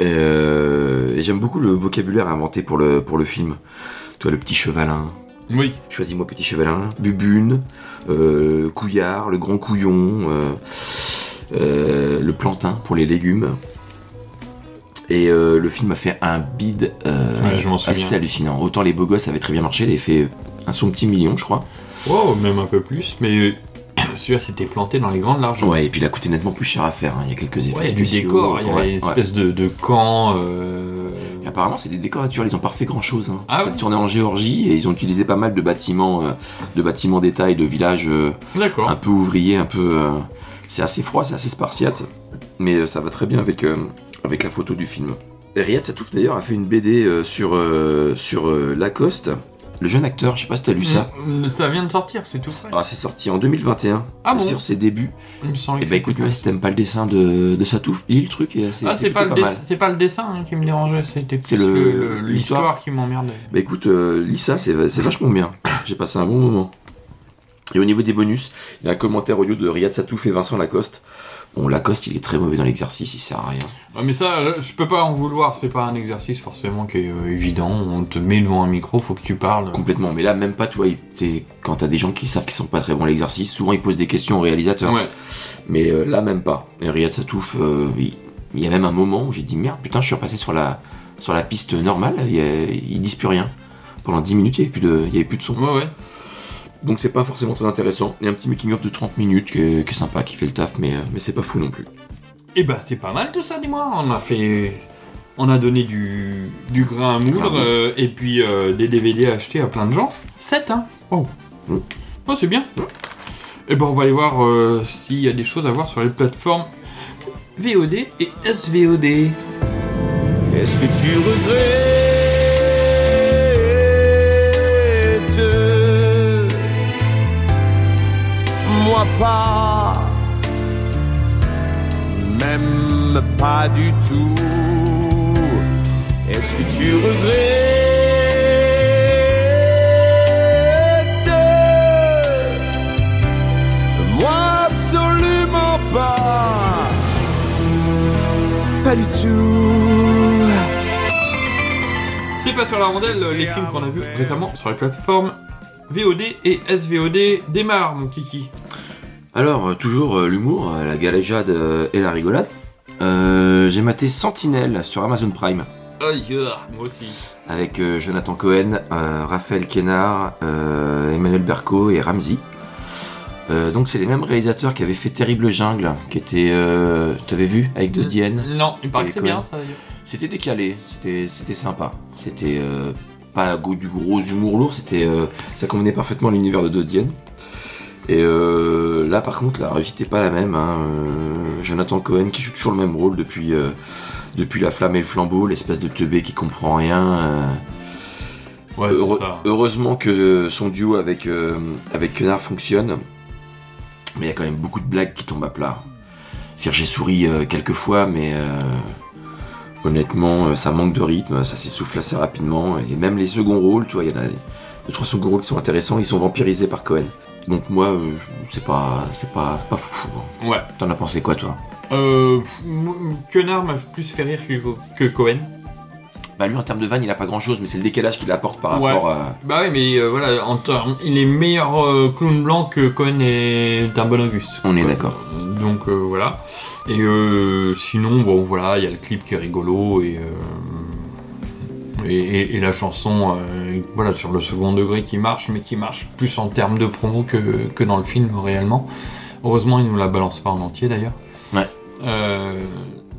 C: Et, euh, et j'aime beaucoup le vocabulaire inventé pour le, pour le film. Toi, le petit chevalin.
I: Oui.
C: Choisis-moi petit chevalin. Bubune. euh, couillard. Le grand couillon. euh, euh, le plantain pour les légumes. Et euh, le film a fait un bid euh,
I: Ouais, je m'en souviens.
C: assez hallucinant. Autant les beaux gosses avaient très bien marché, il avait fait un son petit million, je crois.
I: Wow, Oh, même un peu plus, mais euh, celui-là s'était planté dans les grandes larges.
C: Ouais, et puis il a coûté nettement plus cher à faire. hein. Il y a quelques effets
I: Ouais, il y a du
C: spéciaux.
I: décor, il y a
C: Ouais,
I: une
C: ouais.
I: espèce de, de camp. euh,
C: Et Apparemment, c'est des décors naturels, ils ont pas refait grand chose. Hein.
I: Ah
C: ça
I: ouais
C: tournait en Géorgie et ils ont utilisé pas mal de bâtiments, euh, de bâtiments d'État et de villages euh,
I: D'accord.
C: un peu ouvriers, un peu. euh, c'est assez froid, c'est assez spartiate, mais euh, ça va très bien avec, euh, avec la photo du film. Et Riyad Satouf d'ailleurs a fait une BD euh, sur, euh, sur euh, Lacoste, le jeune acteur, je sais pas si t'as lu ça.
I: Mm, Ça vient de sortir, c'est tout frais.
C: Ah, c'est sorti en 2021,
I: Ah bon
C: sur ses débuts.
I: Il me semble
C: Et bah écoute, même si t'aimes pas le dessin de, de Satouf, lis le truc et euh, c'est
I: Ah,
C: c'est
I: c'est pas,
C: plutôt
I: le
C: pas
I: dess-
C: mal.
I: c'est pas le dessin hein, qui me dérangeait, c'était
C: C'est
I: plus
C: le-
I: le- le-
C: l'histoire.
I: l'histoire qui m'emmerdait.
C: Bah écoute, euh, lis ça, c'est c'est vachement bien. J'ai passé un bon moment. Et au niveau des bonus, il y a un commentaire audio de Riyad Satouf et Vincent Lacoste. Bon, Lacoste, il est très mauvais dans l'exercice, il sert à rien.
I: Ouais, mais ça, euh, je peux pas en vouloir, c'est pas un exercice forcément qui est euh, évident. On te met devant un micro, faut que tu parles.
C: Complètement, mais là, même pas, toi, quand t'as des gens qui savent qu'ils sont pas très bons à l'exercice, souvent ils posent des questions au réalisateur.
I: Ouais.
C: Mais euh, là, même pas. Et Riyad Satouf, euh, il, il y a même un moment où j'ai dit merde, putain, je suis repassé sur la, sur la piste normale, il, y a- ils disent plus rien. Pendant 10 minutes, il y avait plus de, il y avait plus de son.
I: Ouais, ouais.
C: Donc c'est pas forcément très intéressant. Il y a un petit making-of de 30 minutes qui est, qui est sympa, qui fait le taf, mais, euh, mais c'est pas fou non plus.
I: Et bah, c'est pas mal tout ça, dis-moi. On a fait. On a donné du, du grain à moudre
C: Grain à
I: euh, et puis euh, des DVD à acheter à plein de gens. 7 hein Oh Oh, c'est bien Et ben, on va aller voir euh, s'il y a des choses à voir sur les plateformes VOD et SVOD.
F: Est-ce que tu regrettes Moi pas, même pas du tout. Est-ce que tu regrettes pas du tout.
I: C'est pas sur la rondelle, les films qu'on a vus récemment sur les plateformes VOD et SVOD démarrent, mon kiki.
C: Alors, euh, toujours euh, l'humour, euh, la galéjade euh, et la rigolade. Euh, J'ai maté Sentinelle sur Amazon Prime
I: Aïe, ah, moi aussi.
C: avec euh, Jonathan Cohen, euh, Raphaël Kénard, euh, Emmanuel Berco et Ramsey. Euh, donc c'est les mêmes réalisateurs qui avaient fait Terrible Jungle, qui était, euh, t'avais vu avec
I: Mhm.
C: De Dienne.
I: Non, il paraît
C: et
I: que c'est
C: Cohen.
I: bien ça d'ailleurs.
C: C'était décalé, c'était c'était sympa, c'était euh, pas go- du gros humour lourd, c'était euh, ça convenait parfaitement à l'univers de De Dienne. Et euh, là par contre la réussite n'est pas la même. hein. Euh, Jonathan Cohen qui joue toujours le même rôle depuis euh, depuis La Flamme et le Flambeau, l'espèce de teubé qui comprend rien. euh,
I: Ouais, c'est ça. hein.
C: Heureusement que son duo avec, euh, avec Quenard fonctionne, mais il y a quand même beaucoup de blagues qui tombent à plat. C'est-à-dire, j'ai souri euh, quelques fois, mais euh, honnêtement, euh, ça manque de rythme, ça s'essouffle assez rapidement, et même les seconds rôles, tu vois, il y en a deux, trois seconds rôles qui sont intéressants, ils sont vampirisés par Cohen. Donc moi, euh, c'est pas, c'est pas, c'est pas fou. hein.
I: Ouais.
C: T'en as pensé quoi, toi
I: Euh, pff, m- Quenard m'a plus fait rire que Hugo- que Cohen.
C: Bah lui, en termes de vanne, il a pas grand-chose, mais c'est le décalage qu'il apporte par
I: Ouais.
C: rapport à...
I: Bah oui, mais euh, voilà, en termes- il est meilleur euh, clown blanc que Cohen est un bon Auguste.
C: On est d'accord.
I: Donc euh, voilà. Et euh, sinon, bon voilà, il y a le clip qui est rigolo et euh, et, et- et la chanson, euh, voilà, sur le second degré qui marche, mais qui marche plus en termes de promo que, que dans le film réellement. Heureusement, il nous la balance pas en entier d'ailleurs.
C: Ouais.
I: Euh,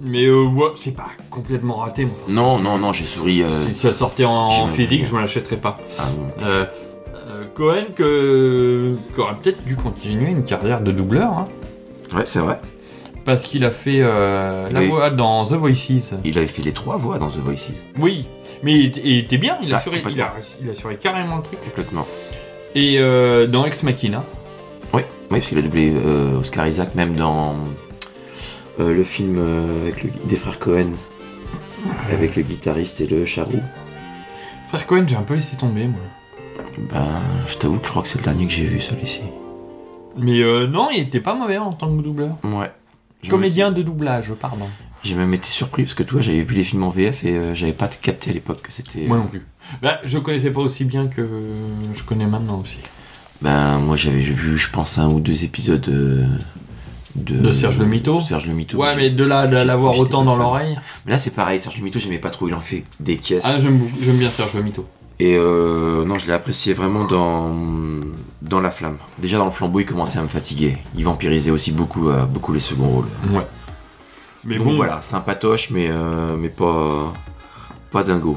I: mais euh, ouais, c'est pas complètement raté. moi.
C: Non, non, non, j'ai souri... euh,
I: Si ça sortait en
C: j'ai même
I: physique,
C: pris,
I: je me l'achèterais pas.
C: Ah, non.
I: Euh, euh, Cohen que qu'aurait peut-être dû continuer une carrière de doubleur, hein,
C: Ouais, c'est vrai.
I: parce qu'il a fait euh, la
C: Oui.
I: voix dans The Voices.
C: Il avait fait les trois voix dans The Voices.
I: Oui, mais il, était- il était bien, il
C: Ouais,
I: assurait, il, a, il assurait carrément le truc.
C: Complètement.
I: Et euh, dans Ex Machina,
C: Oui, oui parce qu'il a doublé euh, Oscar Isaac même dans euh, le film euh, avec le, des frères Cohen, avec le guitariste et le charou.
I: frère Cohen, j'ai un peu laissé tomber moi.
C: Ben, je t'avoue que je crois que c'est le dernier que j'ai vu celui-ci.
I: Mais euh, non, il était pas mauvais en tant que doubleur.
C: Ouais. Je
I: Comédien de doublage, pardon.
C: J'ai même été surpris parce que toi j'avais vu les films en VF et euh, j'avais pas capté à l'époque que c'était.
I: Moi non plus. Bah, je connaissais pas aussi bien que je connais maintenant aussi.
C: Ben moi j'avais vu je pense un ou deux épisodes euh, de,
I: De Serge le Mito
C: Serge le Mito.
I: Ouais, mais de là à l'avoir
C: j'étais
I: autant
C: pas
I: dans
C: fan.
I: l'oreille.
C: Mais là c'est pareil Serge le Mito j'aimais pas trop il en fait des caisses.
I: Ah, j'aime beaucoup- j'aime bien Serge le Mito.
C: Et euh, non, je l'ai apprécié vraiment dans, dans La Flamme. Déjà dans le flambeau, il commençait à me fatiguer. Il vampirisait aussi beaucoup, euh, beaucoup les seconds rôles.
I: Ouais. Mais
C: Donc
I: bon.
C: voilà, sympatoche, mais, euh, mais pas, pas dingo.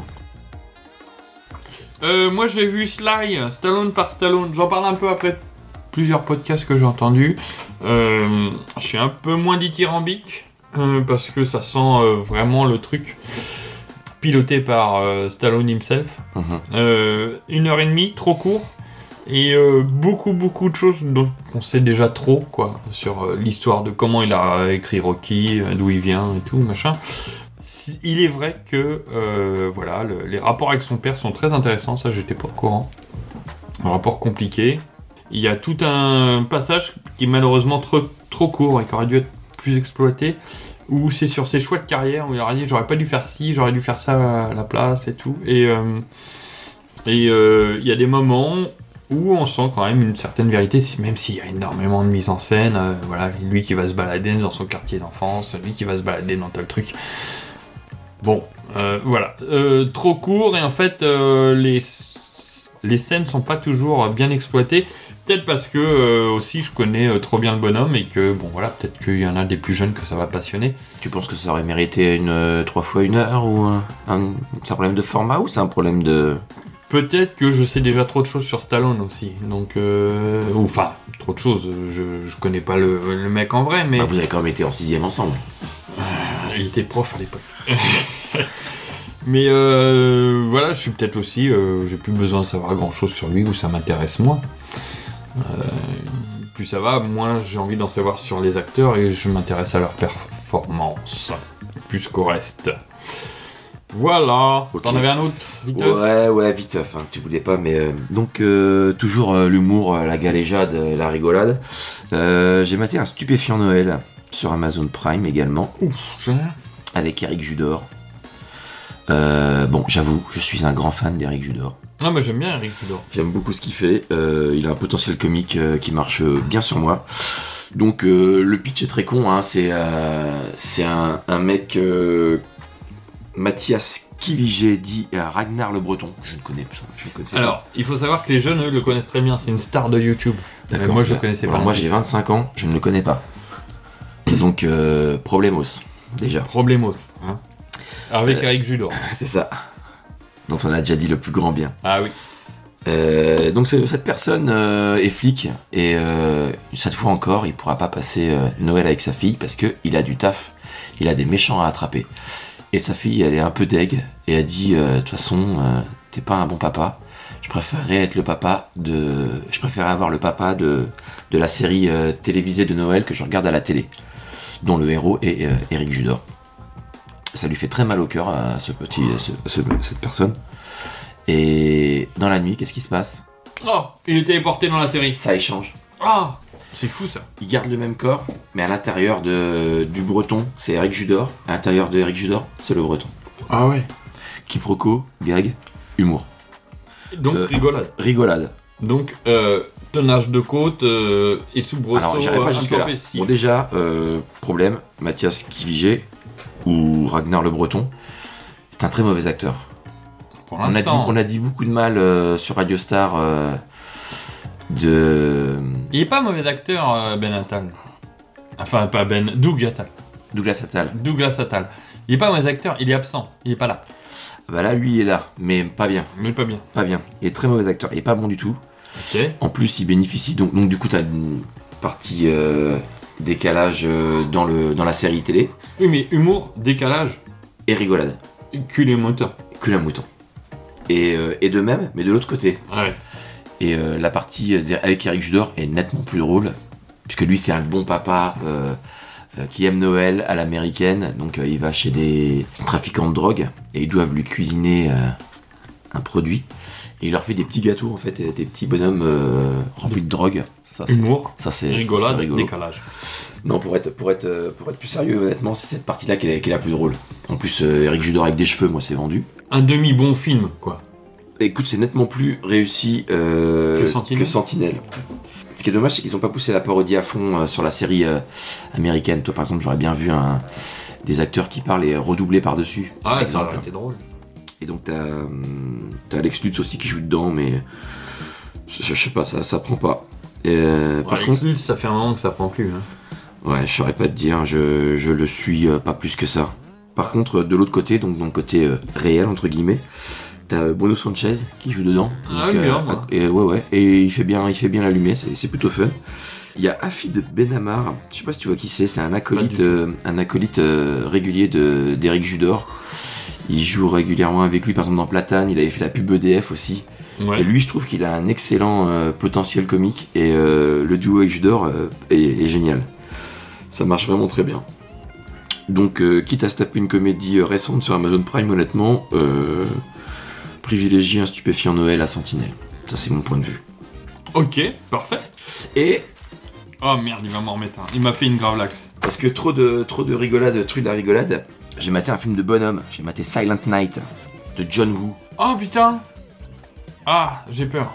I: Euh, moi j'ai vu Sly, Stallone par Stallone. J'en parle un peu après plusieurs podcasts que j'ai entendus. Euh, je suis un peu moins dithyrambique euh, parce que ça sent euh, vraiment le truc piloté par euh, Stallone himself.
C: Mhm.
I: Euh, une heure et demie, trop court. Et euh, beaucoup, beaucoup de choses dont on sait déjà trop, quoi, sur euh, l'histoire de comment il a écrit Rocky, euh, d'où il vient et tout, machin. Si- Il est vrai que, euh, voilà, le- les rapports avec son père sont très intéressants, ça j'étais pas au courant. Un rapport compliqué. Il y a tout un passage qui est malheureusement trop, trop court et qui aurait dû être plus exploité, où c'est sur ses choix de carrière, où il aurait dit j'aurais pas dû faire ci, j'aurais dû faire ça à la place et tout. Et euh, et euh, il y a des moments où on sent quand même une certaine vérité, si- même s'il y a énormément de mise en scène. euh, voilà, lui qui va se balader dans son quartier d'enfance, lui qui va se balader dans tel truc. Bon, euh, voilà. Euh, trop court et en fait, euh, les, les scènes sont pas toujours bien exploitées. Peut-être parce que euh, aussi je connais euh, trop bien le bonhomme et que, bon voilà, peut-être qu'il y en a des plus jeunes que ça va passionner.
C: Tu penses que ça aurait mérité une euh, trois fois une heure ou euh, un- c'est un problème de format ou c'est un problème de
I: Peut-être que je sais déjà trop de choses sur Stallone aussi. Donc, euh, ou enfin, trop de choses. Je, je connais pas le, le mec en vrai, mais.
C: Bah, vous avez quand même été en sixième ensemble.
I: Il était prof à l'époque. mais euh, voilà, je suis peut-être aussi. euh, J'ai plus besoin de savoir grand-chose sur lui ou ça m'intéresse moins. Euh, plus ça va, moins j'ai envie d'en savoir sur les acteurs et je m'intéresse à leur performance. Plus qu'au reste. Voilà. T'en avais un autre viteuf
C: Ouais, ouais, viteuf, hein, tu voulais pas, mais. euh, Donc, euh, toujours euh, l'humour, euh, la galéjade, euh, la rigolade. Euh, J'ai maté un stupéfiant Noël sur Amazon Prime également.
I: Ouf, ça.
C: avec Eric Judor. Euh, bon, j'avoue, je suis un grand fan d'Eric Judor.
I: Non, mais j'aime bien Eric Judor.
C: J'aime beaucoup ce qu'il fait. Euh, il a un potentiel comique euh, qui marche euh, bien sur moi. Donc euh, le pitch est très con. hein. C'est euh, c'est un, un mec, euh, Mathias Kivigé, dit euh, Ragnar le Breton. Je ne connais, je ne connaissais pas.
I: Alors, il faut savoir que les jeunes, eux, le connaissent très bien. C'est une star de YouTube. Mais moi, je
C: bah,
I: le connaissais
C: alors
I: pas.
C: Moi, j'ai 25 ans, je ne le connais pas. Et donc, euh, problemos, déjà.
I: Problemos. hein. Avec Eric Judor.
C: C'est ça. Dont on a déjà dit le plus grand bien.
I: Ah oui.
C: Euh, donc, c'est- cette personne euh, est flic. Et euh, cette fois encore, il pourra pas passer euh, Noël avec sa fille parce que il a du taf. Il a des méchants à attraper. Et sa fille, elle est un peu deg. Et elle dit euh, De toute façon, euh, t'es pas un bon papa. Je préférerais être le papa de. Je préférerais avoir le papa de, de la série euh, télévisée de Noël que je regarde à la télé, dont le héros est euh, Eric Judor. Ça lui fait très mal au cœur à ce petit, à ce- à ce- cette personne. Et dans la nuit, qu'est-ce qui se passe
I: Oh, il est téléporté dans la série.
C: Ça échange.
I: Ah, c'est fou ça.
C: Il garde le même corps, mais à l'intérieur de, du breton, c'est Eric Judor. À l'intérieur de Eric Judor, c'est le breton.
I: Ah ouais.
C: Quiproquo, gag, humour.
I: Donc,
C: Euh,
I: rigolade.
C: Rigolade.
I: Donc, euh, tonnage de côte euh, et sous brosso.
C: Alors, j'irai pas jusque-là. Bon, déjà, euh, problème, Mathias Kivigé ou Ragnar le Breton, c'est un très mauvais acteur. on, a dit,
I: l'instant.
C: on a dit beaucoup de mal euh, sur Radio Star euh, de.
I: Il est pas mauvais acteur, euh, Ben Attal. Enfin, pas Ben, Doug Attal.
C: Douglas Attal.
I: Douglas Attal. Il est pas mauvais acteur, il est absent, il est pas là.
C: Bah là, lui, il est là, mais pas bien.
I: Mais pas bien.
C: Pas bien. Il est très mauvais acteur, il est pas bon du tout. En plus, il bénéficie. Donc, donc du coup, t'as une partie euh, décalage euh, dans, le, dans la série télé.
I: Oui, mais humour, décalage.
C: Et rigolade.
I: Cul et mouton.
C: Cul et mouton. Et, euh, et de même, mais de l'autre côté.
I: Ah
C: Et euh, la partie euh, der- avec Eric Judor est nettement plus drôle, puisque lui, c'est un bon papa euh, euh, qui aime Noël à l'américaine. Donc, euh, il va chez des trafiquants de drogue et ils doivent lui cuisiner euh, un produit. Et il leur fait des petits gâteaux, en fait, et des petits bonhommes euh, remplis de drogue. Ça, Ah, c'est-
I: Humour,
C: ça c'est ça,
I: rigolade,
C: c'est rigolo.
I: décalage.
C: Non, pour être, pour, être, euh, pour être plus sérieux, honnêtement, c'est cette partie-là qui est, qui est la plus drôle. En plus, euh, Eric Judor avec des cheveux, moi, c'est vendu.
I: Un demi-bon film, quoi.
C: Écoute, c'est nettement plus réussi euh,
I: Que Sentinelle
C: Sentinelle. Ce qui est dommage, c'est qu'ils n'ont pas poussé la parodie à fond euh, sur la série euh, américaine. Toi, par exemple, j'aurais bien vu un- des acteurs qui parlent et redoublés par-dessus. par
I: Ah, ça
C: exemple.
I: aurait été drôle.
C: Et donc, t'as hum, t'as Alex Lutz aussi qui joue dedans, mais je, je sais pas, ça, ça prend pas. Euh, par
I: Alex
C: contre,
I: Lutz, ça fait un moment que ça prend plus. hein.
C: Ouais, je saurais pas te dire, je, je le suis euh, pas plus que ça. Par contre, euh, de l'autre côté, donc dans le côté euh, réel, entre guillemets, t'as euh, Bruno Sanchez qui joue dedans.
I: Ah,
C: Donc,
I: oui, bien, moi.
C: à- et, ouais, ouais, et il fait bien, il fait bien l'allumer, c'est c'est plutôt fun. Il y a Afid Benamar, je sais pas si tu vois qui c'est, c'est un acolyte, euh, un acolyte euh, régulier de- d'Eric Judor. Il joue régulièrement avec lui, par exemple dans Platane, il avait fait la pub EDF aussi.
I: Ouais.
C: Et lui, je trouve qu'il a un excellent euh, potentiel comique et euh, le duo avec Judor euh, est, est génial. Ça marche vraiment très bien. Donc, euh, quitte à se taper une comédie euh, récente sur Amazon Prime, honnêtement, euh, privilégie un stupéfiant Noël à Sentinelle. Ça, c'est mon point de vue.
I: Ok, parfait.
C: Et.
I: Oh merde, il va m'en remettre un. Il m'a fait une grave laxe.
C: Parce que trop de, trop de rigolade, truc de la rigolade, j'ai maté un film de bonhomme. J'ai maté Silent Night de John Woo.
I: Oh putain Ah, j'ai peur.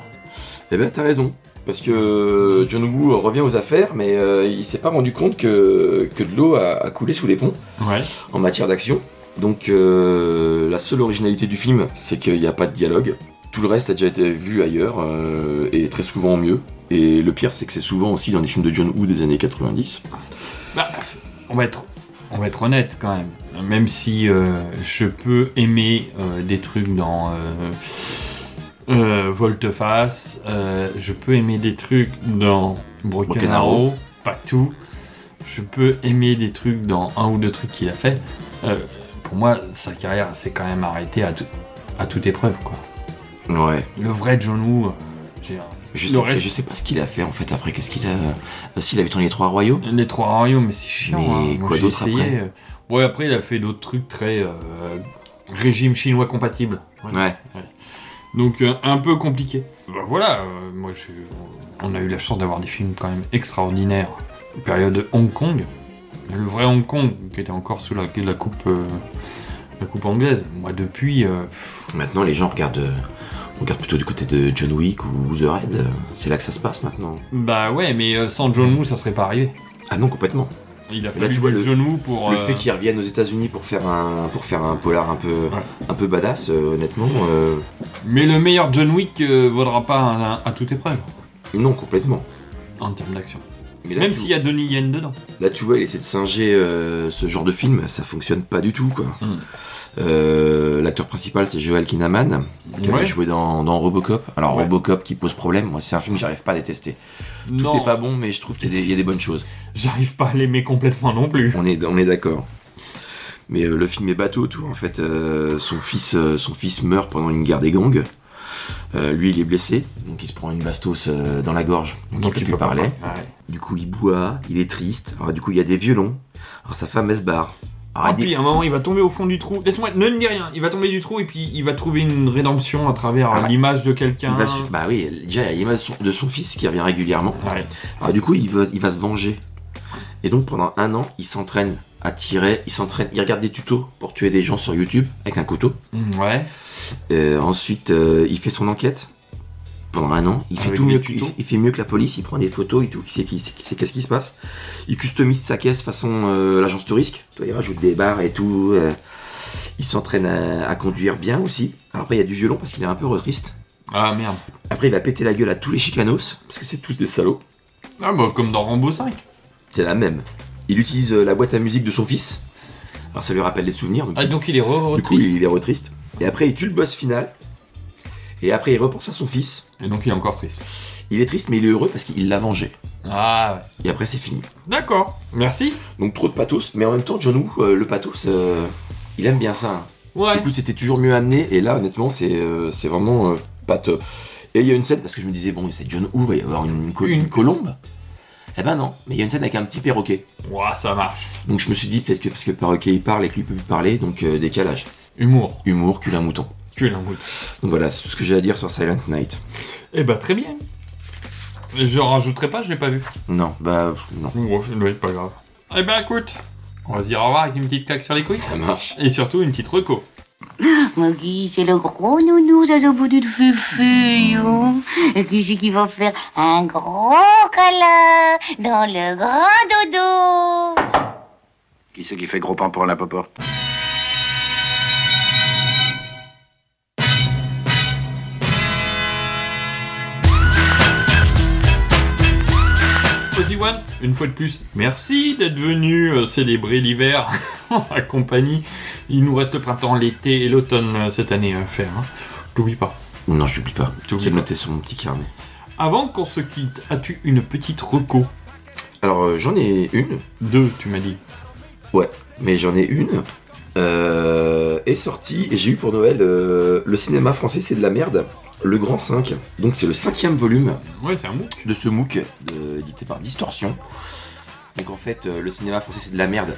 C: Eh ben, t'as raison. Parce que euh, John Woo euh, revient aux affaires, mais euh, il s'est pas rendu compte que, que de l'eau a, a coulé sous les ponts
I: Ouais.
C: en matière d'action. Donc, euh, la seule originalité du film, c'est qu'il n'y a pas de dialogue. Tout le reste a déjà été vu ailleurs, euh, et très souvent mieux. Et le pire, c'est que c'est souvent aussi dans des films de John Woo des années 90.
I: Bah, on va être, on va être honnête quand même. Même si euh, je peux aimer euh, des trucs dans euh, euh, Volteface, euh, je peux aimer des trucs dans Broken
C: Broken
I: Arrow,
C: Arrow.
I: pas tout. Je peux aimer des trucs dans un ou deux trucs qu'il a fait. Euh, pour moi, sa carrière s'est quand même arrêtée à, tout- à toute épreuve, quoi.
C: Ouais.
I: Le vrai John Woo, euh, j'ai un-
C: Je
I: le
C: sais,
I: reste-
C: je sais pas ce qu'il a fait en fait après. Qu'est-ce qu'il a. euh, S'il avait tourné les trois royaumes
I: Les trois royaumes, mais c'est chiant.
C: Mais
I: hein. Moi,
C: quoi
I: j'ai
C: d'autre
I: essayé,
C: après
I: euh, Ouais, après, il a fait d'autres trucs très euh, régime chinois compatible.
C: Ouais.
I: Donc, euh, un peu compliqué. Bah, voilà, euh, moi, je... on a eu la chance d'avoir des films quand même extraordinaires. Période Hong Kong, Il y a le vrai Hong Kong qui était encore sous la, la coupe, euh, la coupe anglaise. Moi, depuis. euh, pff,
C: Maintenant, les gens regardent, euh, regardent plutôt du côté de John Wick ou The Raid. euh, C'est là que ça se passe maintenant.
I: bah ouais, mais euh, sans John Woo, ça serait pas arrivé.
C: Ah non, complètement.
I: Il a
C: Là,
I: fallu
C: tu
I: du
C: vois le-
I: John Woo pour.
C: Le
I: euh,
C: fait qu'ils reviennent aux États-Unis pour faire un pour faire un polar un peu un peu badass, euh, honnêtement. euh,
I: Mais le meilleur John Wick euh, vaudra pas un- un- à toute épreuve.
C: Non, complètement.
I: En termes d'action.
C: Mais là,
I: Même
C: tu-
I: s'il y a Donnie Yen dedans.
C: Là, tu vois, il essaie de singer euh, ce genre de film, ça fonctionne pas du tout, quoi.
I: Hmm.
C: Euh, L'acteur principal, c'est Joel Kinnaman, qui
I: Ouais.
C: avait joué dans, dans Robocop. Alors,
I: Ouais.
C: Robocop qui pose problème, moi, c'est un film que j'arrive pas à détester. Tout
I: Non.
C: est pas bon, mais je trouve qu'il y, a des- il y a des bonnes choses.
I: J'arrive pas à l'aimer complètement non plus.
C: On est, on est d'accord. Mais euh, le film est bateau, tout. En fait, euh, son, fils, euh, son fils meurt pendant une guerre des gangs. Euh, lui, il est blessé, donc il se prend une bastos euh, dans la gorge, donc, il peut plus parler. Du coup, il boit, il est triste. Alors, du coup, il y a des violons. Alors, sa femme, elle se barre. Alors,
I: Ah,
C: elle dit-
I: puis à un moment, il va tomber au fond du trou. Laisse-moi, ne me dis rien. Il va tomber du trou et puis il va trouver une rédemption à travers
C: Ah, bah,
I: l'image de quelqu'un.
C: il va su- Bah oui, déjà, il y a l'image de son- de son fils qui revient régulièrement. Alors, du coup, il va, il va se venger. Et donc, pendant un an, il s'entraîne à tirer. Il s'entraîne, il regarde des tutos pour tuer des gens sur YouTube avec un couteau.
I: Mm, Ouais.
C: Euh, ensuite, euh, il fait son enquête pendant un an. Il fait
I: Avec
C: tout
I: des
C: mieux, que- il,
I: tutos.
C: il fait mieux que la police. Il prend des photos et tout. Il sait, qui- il sait- il sait qu'est-ce qui se passe. Il customise sa caisse façon euh, l'agence de risque. Tu vois, il rajoute des barres et tout. euh. il s'entraîne à, à conduire bien aussi. Après, il y a du violon parce qu'il est un peu retriste.
I: Ah merde.
C: Après, il va péter la gueule à tous les chicanos parce que c'est tous des salauds.
I: Ah bah comme dans Rambo 5.
C: C'est la même. Il utilise euh, la boîte à musique de son fils. Alors ça lui rappelle les souvenirs. Donc,
I: Ah, donc il est re
C: du coup, il est retriste. Et après, il tue le boss final. Et après, il repense à son fils.
I: Et donc, il est encore triste.
C: Il est triste, mais il est heureux parce qu'il l'a vengé.
I: Ah ouais.
C: Et après, c'est fini.
I: D'accord. Merci.
C: Donc, trop de pathos. Mais en même temps, John Woo, euh, le pathos, euh, il aime bien ça. hein.
I: Ouais.
C: Écoute, c'était toujours mieux amené. Et là, honnêtement, c'est euh, c'est vraiment euh, pas top. Et il y a une scène, parce que je me disais, bon, c'est John Woo, il va y avoir une, co- une colombe. Eh ben non, mais il y a une scène avec un petit perroquet.
I: Ouah, ça marche.
C: Donc je me suis dit peut-être que parce que le perroquet il parle et que lui peut plus parler, donc euh, décalage.
I: Humour.
C: Humour, cul à mouton.
I: Cul à mouton.
C: Donc voilà, c'est tout ce que j'ai à dire sur Silent Night.
I: Eh bah très bien. Je rajouterai pas, je l'ai pas vu.
C: Non, bah pff, non.
I: Bon, ça doit être pas grave. Eh ben écoute, on va se dire au revoir avec une petite claque sur les couilles. Ça
C: marche.
I: Et surtout une petite reco.
A: Moi qui c'est le gros nounours à son foutu de fufu, yo. Et qui c'est qui va faire un gros câlin dans le grand dodo
H: Qui c'est qui fait gros pain pour la poporte
I: Ozzy One, une fois de plus, merci d'être venu euh, célébrer l'hiver en ma compagnie. Il nous reste le printemps, l'été et l'automne euh, cette année à faire. hein. T'oublies pas.
C: Non, je n'oublie pas.
I: T'oublies
C: C'est
I: pas.
C: noté sur mon petit carnet.
I: Avant qu'on se quitte, as-tu une petite reco
C: Alors euh, j'en ai une.
I: Deux, tu m'as dit.
C: Ouais, mais j'en ai une. Euh, est sortie et j'ai eu pour Noël euh, le cinéma français c'est de la merde. Le Grand 5. Donc c'est le cinquième volume
I: Ouais, c'est un mot.
C: de ce MOOC euh, édité par Distorsion. Donc en fait, euh, le cinéma français c'est de la merde.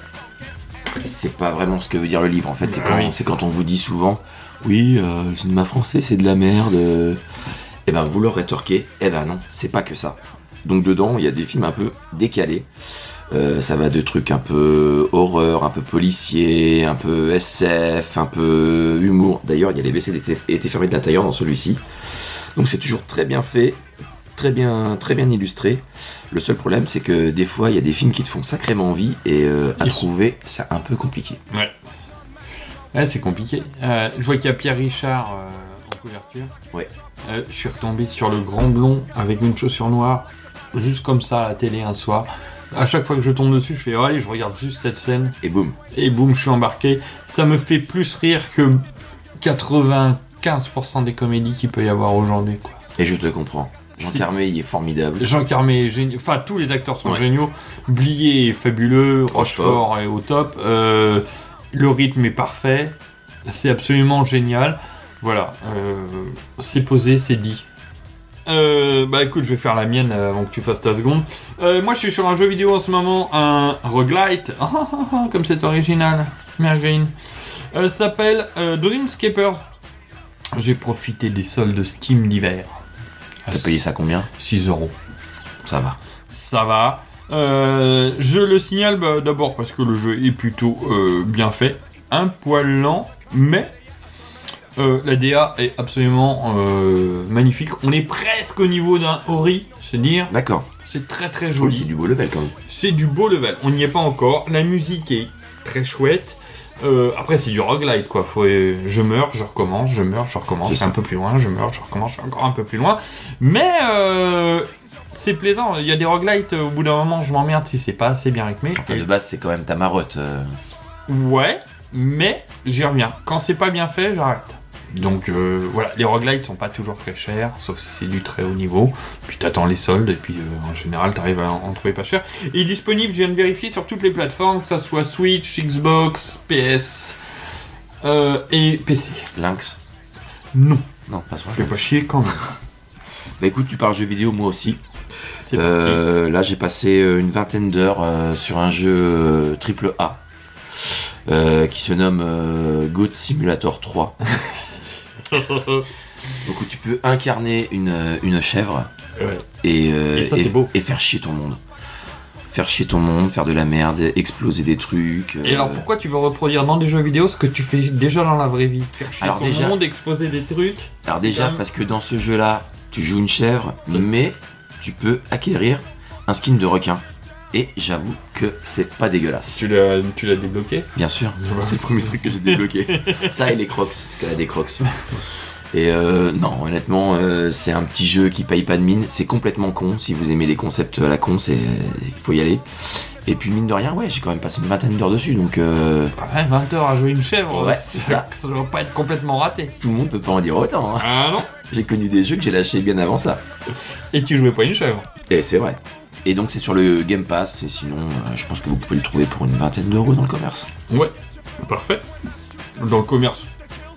C: C'est pas vraiment ce que veut dire le livre en fait. C'est
I: Bah
C: quand,
I: oui.
C: c'est quand on vous dit souvent Oui, euh, le cinéma français c'est de la merde. euh. Eh ben vous leur rétorquez Eh ben non, c'est pas que ça. Donc dedans, il y a des films un peu décalés. Euh, ça va de trucs un peu horreur, un peu policier, un peu SF, un peu humour. D'ailleurs, il y a les BC étaient, étaient fermés de l'intérieur dans celui-ci. Donc c'est toujours très bien fait, très bien, très bien illustré. Le seul problème, c'est que des fois, il y a des films qui te font sacrément envie et euh, à trouver, c'est un peu compliqué.
I: Ouais. Ouais, c'est compliqué. Euh, je vois qu'il y a Pierre Richard euh, en couverture.
C: Ouais.
I: Euh, je suis retombé sur le grand blond avec une chaussure noire, juste comme ça à la télé un soir. À chaque fois que je tombe dessus, je fais oh, allez, je regarde juste cette scène.
C: Et boum.
I: Et boum, je suis embarqué. Ça me fait plus rire que 95% des comédies qu'il peut y avoir aujourd'hui. quoi.
C: Et je te comprends. Jean
I: Si.
C: Carmé, il est formidable.
I: Jean Carmé est génial. Enfin, tous les acteurs sont
C: Ouais.
I: géniaux. Blier est fabuleux. Rochefort est au top. Euh, le rythme est parfait. C'est absolument génial. Voilà. Euh, c'est posé, c'est dit. Euh, bah écoute, je vais faire la mienne euh, avant que tu fasses ta seconde. Euh, moi, je suis sur un jeu vidéo en ce moment, un roguelite. Ah, ah, ah, ah, comme c'est original, Mergreen. Euh, ça s'appelle euh, Dreamscapers. J'ai profité des soldes Steam d'hiver.
C: T'as payé ça combien
I: 6 euros.
C: Ça va.
I: Ça va. Euh, je le signale bah, d'abord parce que le jeu est plutôt euh, bien fait, un poil lent, mais euh, la DA est absolument euh, magnifique. On est presque au niveau d'un Ori, c'est dire.
C: D'accord.
I: C'est très très joli.
C: c'est du beau level quand même.
I: C'est du beau level, on n'y est pas encore. La musique est très chouette. Euh, après, c'est du roguelite quoi. Faut, euh, je meurs, je recommence, je meurs, je recommence.
C: C'est
I: C'est
C: ça.
I: un peu plus loin, je meurs, je recommence, je suis encore un peu plus loin. Mais euh, c'est plaisant. Il y a des roguelites, euh, au bout d'un moment, je m'emmerde si c'est pas assez bien rythmé.
C: Enfin, de base, c'est quand même ta marotte. euh.
I: Ouais, mais j'y reviens. Quand c'est pas bien fait, j'arrête. Donc euh, voilà, les roguelites sont pas toujours très chers, sauf si c'est du très haut niveau. Puis t'attends les soldes, et puis euh, en général t'arrives à en en trouver pas cher. Il est disponible, je viens de vérifier, sur toutes les plateformes, que ça soit Switch, Xbox, PS euh, et PC.
C: Lynx
I: Non.
C: Non, pas sur
I: Fais pas chier quand même.
C: bah écoute, tu parles jeux vidéo, moi aussi. Euh, là, j'ai passé euh, une vingtaine d'heures euh, sur un jeu euh, triple A euh, qui se nomme euh, Goat Simulator 3. Donc où tu peux incarner une, euh, une chèvre
I: Ouais.
C: et, euh,
I: Et ça, c'est beau.
C: et faire chier ton monde. Faire chier ton monde, faire de la merde, exploser des trucs.
I: Et
C: euh,
I: alors pourquoi tu veux reproduire dans des jeux vidéo ce que tu fais déjà dans la vraie vie Faire chier
C: Alors
I: son
C: déjà-
I: monde, exposer des trucs
C: Alors
I: c'est
C: déjà
I: quand même-
C: parce que dans ce jeu là tu joues une chèvre mais tu peux acquérir un skin de requin et j'avoue que c'est pas dégueulasse.
I: Tu l'as, tu l'as débloqué
C: Bien sûr, c'est le premier truc que j'ai débloqué. Ça et les crocs, parce qu'elle a des crocs. Et euh, non, honnêtement, euh, c'est un petit jeu qui paye pas de mine. C'est complètement con. Si vous aimez les concepts à la con, c'est il faut y aller. Et puis mine de rien, ouais, j'ai quand même passé une vingtaine d'heures dessus, donc euh,
I: Ouais, 20 heures à jouer une chèvre,
C: Ouais,
I: c'est-
C: c'est ça.
I: ça. doit pas être complètement raté.
C: tout le monde peut pas en dire autant. hein.
I: Ah non
C: J'ai connu des jeux que j'ai lâchés bien avant ça.
I: Et tu jouais pas une chèvre.
C: Et c'est vrai. Et donc c'est sur le Game Pass, et sinon euh, je pense que vous pouvez le trouver pour une vingtaine d'euros dans le commerce.
I: Ouais, parfait. Dans le commerce.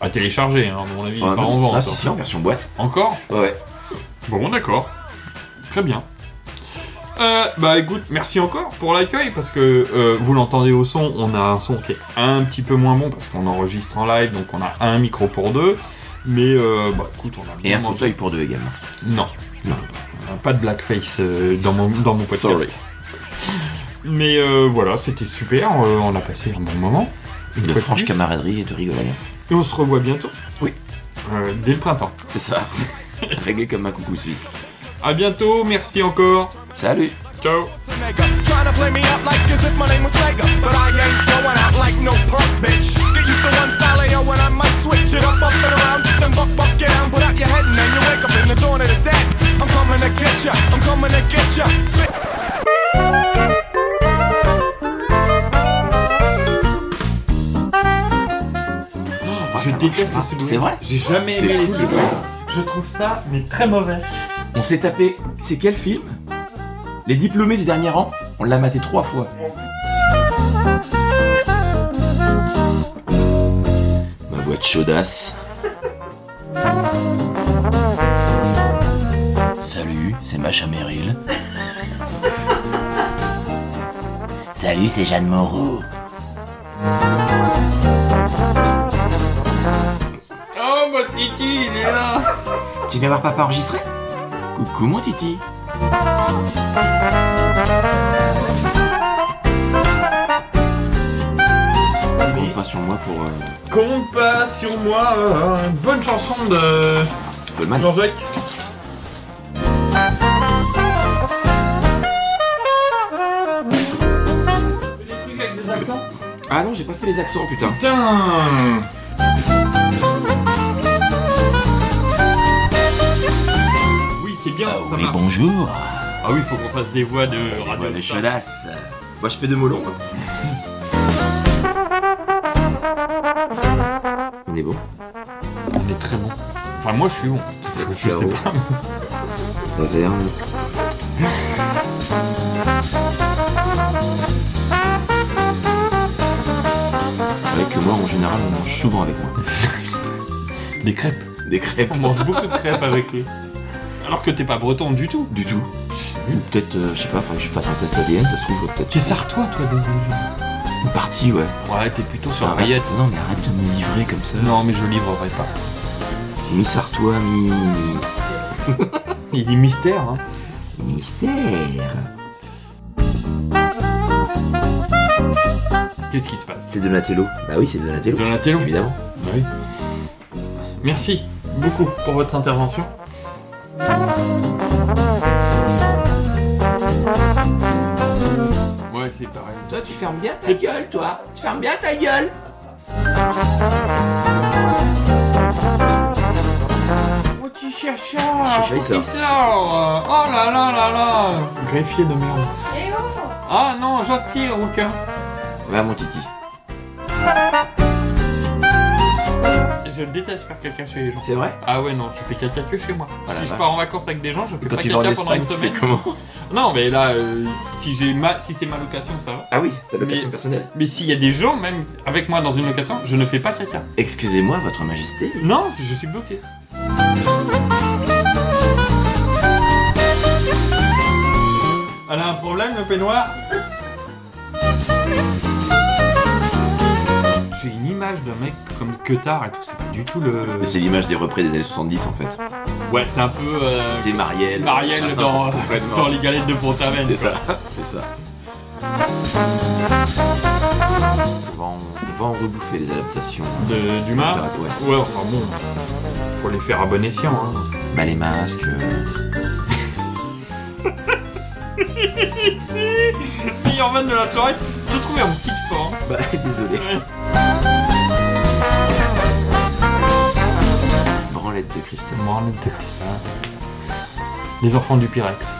I: À télécharger, hein, à mon avis,
C: Ah,
I: pas
C: non.
I: en vente.
C: Ah, si,
I: hein.
C: si, en version boîte.
I: Encore
C: Ouais.
I: Bon, d'accord. Très bien. Euh, bah écoute, merci encore pour l'accueil parce que euh, vous l'entendez au son, on a un son qui est un petit peu moins bon parce qu'on enregistre en live donc on a un micro pour deux. Mais euh, bah écoute, on a
C: Et
I: bien
C: un
I: mangé.
C: fauteuil pour deux également.
I: Non. Non. Pas de blackface euh, dans, mon, dans mon podcast.
C: Sorry.
I: Mais euh, voilà, c'était super. euh, on a passé un bon moment.
C: De
I: fois
C: franche
I: plus.
C: camaraderie et de rigolade.
I: Et on se revoit bientôt. Euh,
C: Oui.
I: dès le printemps.
C: C'est ça. Réglé comme un coucou suisse.
I: À bientôt. Merci encore.
C: Salut.
I: Ciao.
J: Trying to play me out like as if my name was Sega. But I ain't going out like no punk bitch. Get used to one style yo, and I might switch it up, up and around. Then buck, buck, get down, put out your head, and then you wake up in the dawn of the dead. I'm coming to get ya, I'm coming to get ya. Spit.
I: je déteste les sous
C: C'est vrai
I: J'ai jamais
C: C'est
I: aimé les
C: cool,
I: sous
C: ça.
I: Je trouve ça, mais très mauvais.
C: On s'est tapé. C'est quel film Les diplômés du dernier rang. On l'a maté trois fois. Ma voix de chaudasse. Salut, c'est Macha Meryl. Salut, c'est Jeanne Moreau.
I: Oh, mon titi, il est là
C: Tu viens voir papa enregistrer Coucou mon titi. Compte pas sur moi pour... euh,
I: Compte pas sur moi. euh, une bonne chanson de
C: Goldman.
I: Jean-Jacques.
C: Ah non, j'ai pas fait les accents, putain.
I: Putain Oui, c'est bien, ça marche.
C: bonjour.
I: Ah oui, faut qu'on fasse des voix de radio.
C: de
I: Star.
C: chaudasse. Moi, je fais de molon. On est bon
I: On est très bon. Enfin, moi, je suis bon. Je sais pas.
C: Avec que moi, en général, on mange souvent avec moi.
I: Des crêpes.
C: Des crêpes.
I: On mange beaucoup de crêpes avec lui. Alors que t'es pas breton du tout.
C: Du tout. Peut-être, euh, je sais pas, faudrait que je fasse un test ADN, ça se trouve, peut-être.
I: T'es sartois, toi, déjà.
C: Une partie, ouais.
I: Ouais, t'es plutôt sur la
C: Arrête-
I: paillette.
C: Non, mais arrête de me livrer comme ça.
I: Non, mais je livrerai pas.
C: Mi sartois, mi.
I: Il dit mystère, hein.
C: Mystère.
I: Qu'est-ce qui se passe
C: C'est Donatello. Bah oui, c'est Donatello.
I: Donatello
C: Évidemment.
I: oui. Merci beaucoup pour votre intervention. Ouais, c'est pareil.
Q: Toi, tu fermes bien ta gueule, toi. Tu fermes bien ta gueule.
I: Mon petit chercheur,
Q: Chercheur, il
I: faut qu'il
Q: sort.
I: sorte. Oh là là là là Greffier de merde. Ah non, j'attire, aucun.
C: Va mon titi.
I: Je déteste faire caca chez les gens.
C: C'est vrai
I: Ah ouais, non, je fais caca que chez moi.
C: Oh la
I: si je
C: vache.
I: pars en vacances avec des gens, je fais
C: Quand
I: pas
C: tu vas en
I: caca pendant une
C: Espagne, tu
I: semaine.
C: fais comment
I: Non, mais là, euh, si j'ai ma... si c'est ma location, ça va.
C: Ah oui, ta location
I: Mais-
C: personnelle.
I: Mais s'il y a des gens, même avec moi dans une location, je ne fais pas caca.
C: Excusez-moi, votre majesté.
I: Non, je suis bloqué. Elle a un problème, le peignoir J'ai une image d'un mec comme que tard et tout, c'est pas du tout le.
C: Mais C'est l'image des reprises des années 70 en fait.
I: Ouais, c'est un peu. euh,
C: C'est Marielle. Ah,
I: Marielle dans, euh,
C: Complètement.
I: dans les galettes de Pont-Aven.
C: C'est
I: quoi.
C: ça, c'est ça. On va en, on va en rebouffer les adaptations.
I: De Dumas
C: Ouais.
I: Ouais, enfin bon. Faut les faire à bon escient. Hein.
C: Bah les masques. euh,
I: Meilleure vanne de la soirée, je te trouvais en petite forme.
C: Bah désolé. Branlette de cristal.
I: Branlette de cristal. Les enfants du Pyrex.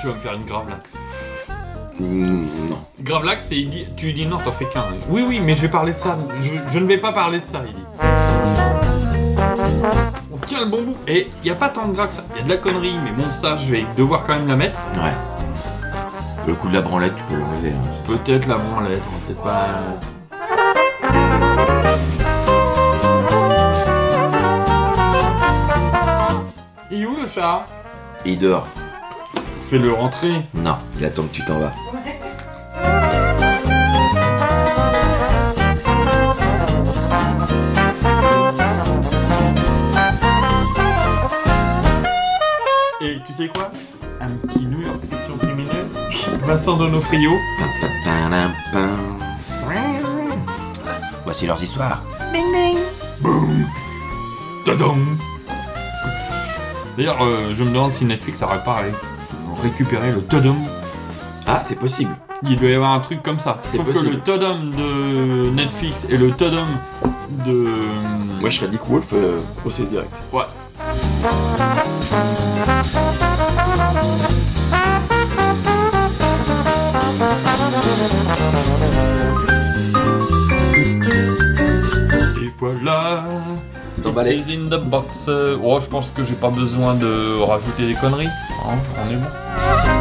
I: tu vas me faire une gravlax.
C: Mm, Non.
I: Gravelax, c'est il dit, tu dis non, t'en fais qu'un. Oui, oui, mais je vais parler de ça. Je, je ne vais pas parler de ça, il dit. On tient le bon bout. Et il n'y a pas tant de gras que ça. Il y a de la connerie, mais bon, ça, je vais devoir quand même la mettre.
C: Ouais. Le coup de la branlette, tu peux l'enlever. hein.
I: Peut-être la branlette, on va hein, peut-être pas. Il est où le chat
C: Il dort.
I: Fais-le rentrer.
C: Non, il attend que tu t'en vas.
I: Et tu sais quoi Un petit New York section criminelle. Vincent Donofrio.
C: Pam, pam. Voici leurs histoires.
I: Bing bing Boum Tadam D'ailleurs, euh, je me demande si Netflix aurait pas ré- récupéré le Tadam.
C: Ah, c'est possible.
I: Il doit y avoir un truc comme ça.
C: C'est
I: Sauf que
C: possible.
I: le Tadam de Netflix et le Tadam de.
C: Moi, je serais Dick Wolf, euh, procès direct.
I: Ouais. Et voilà C'est
C: emballé.
I: in the Euh, box. Oh, je pense que j'ai pas besoin de rajouter des conneries. Hein, on est bon.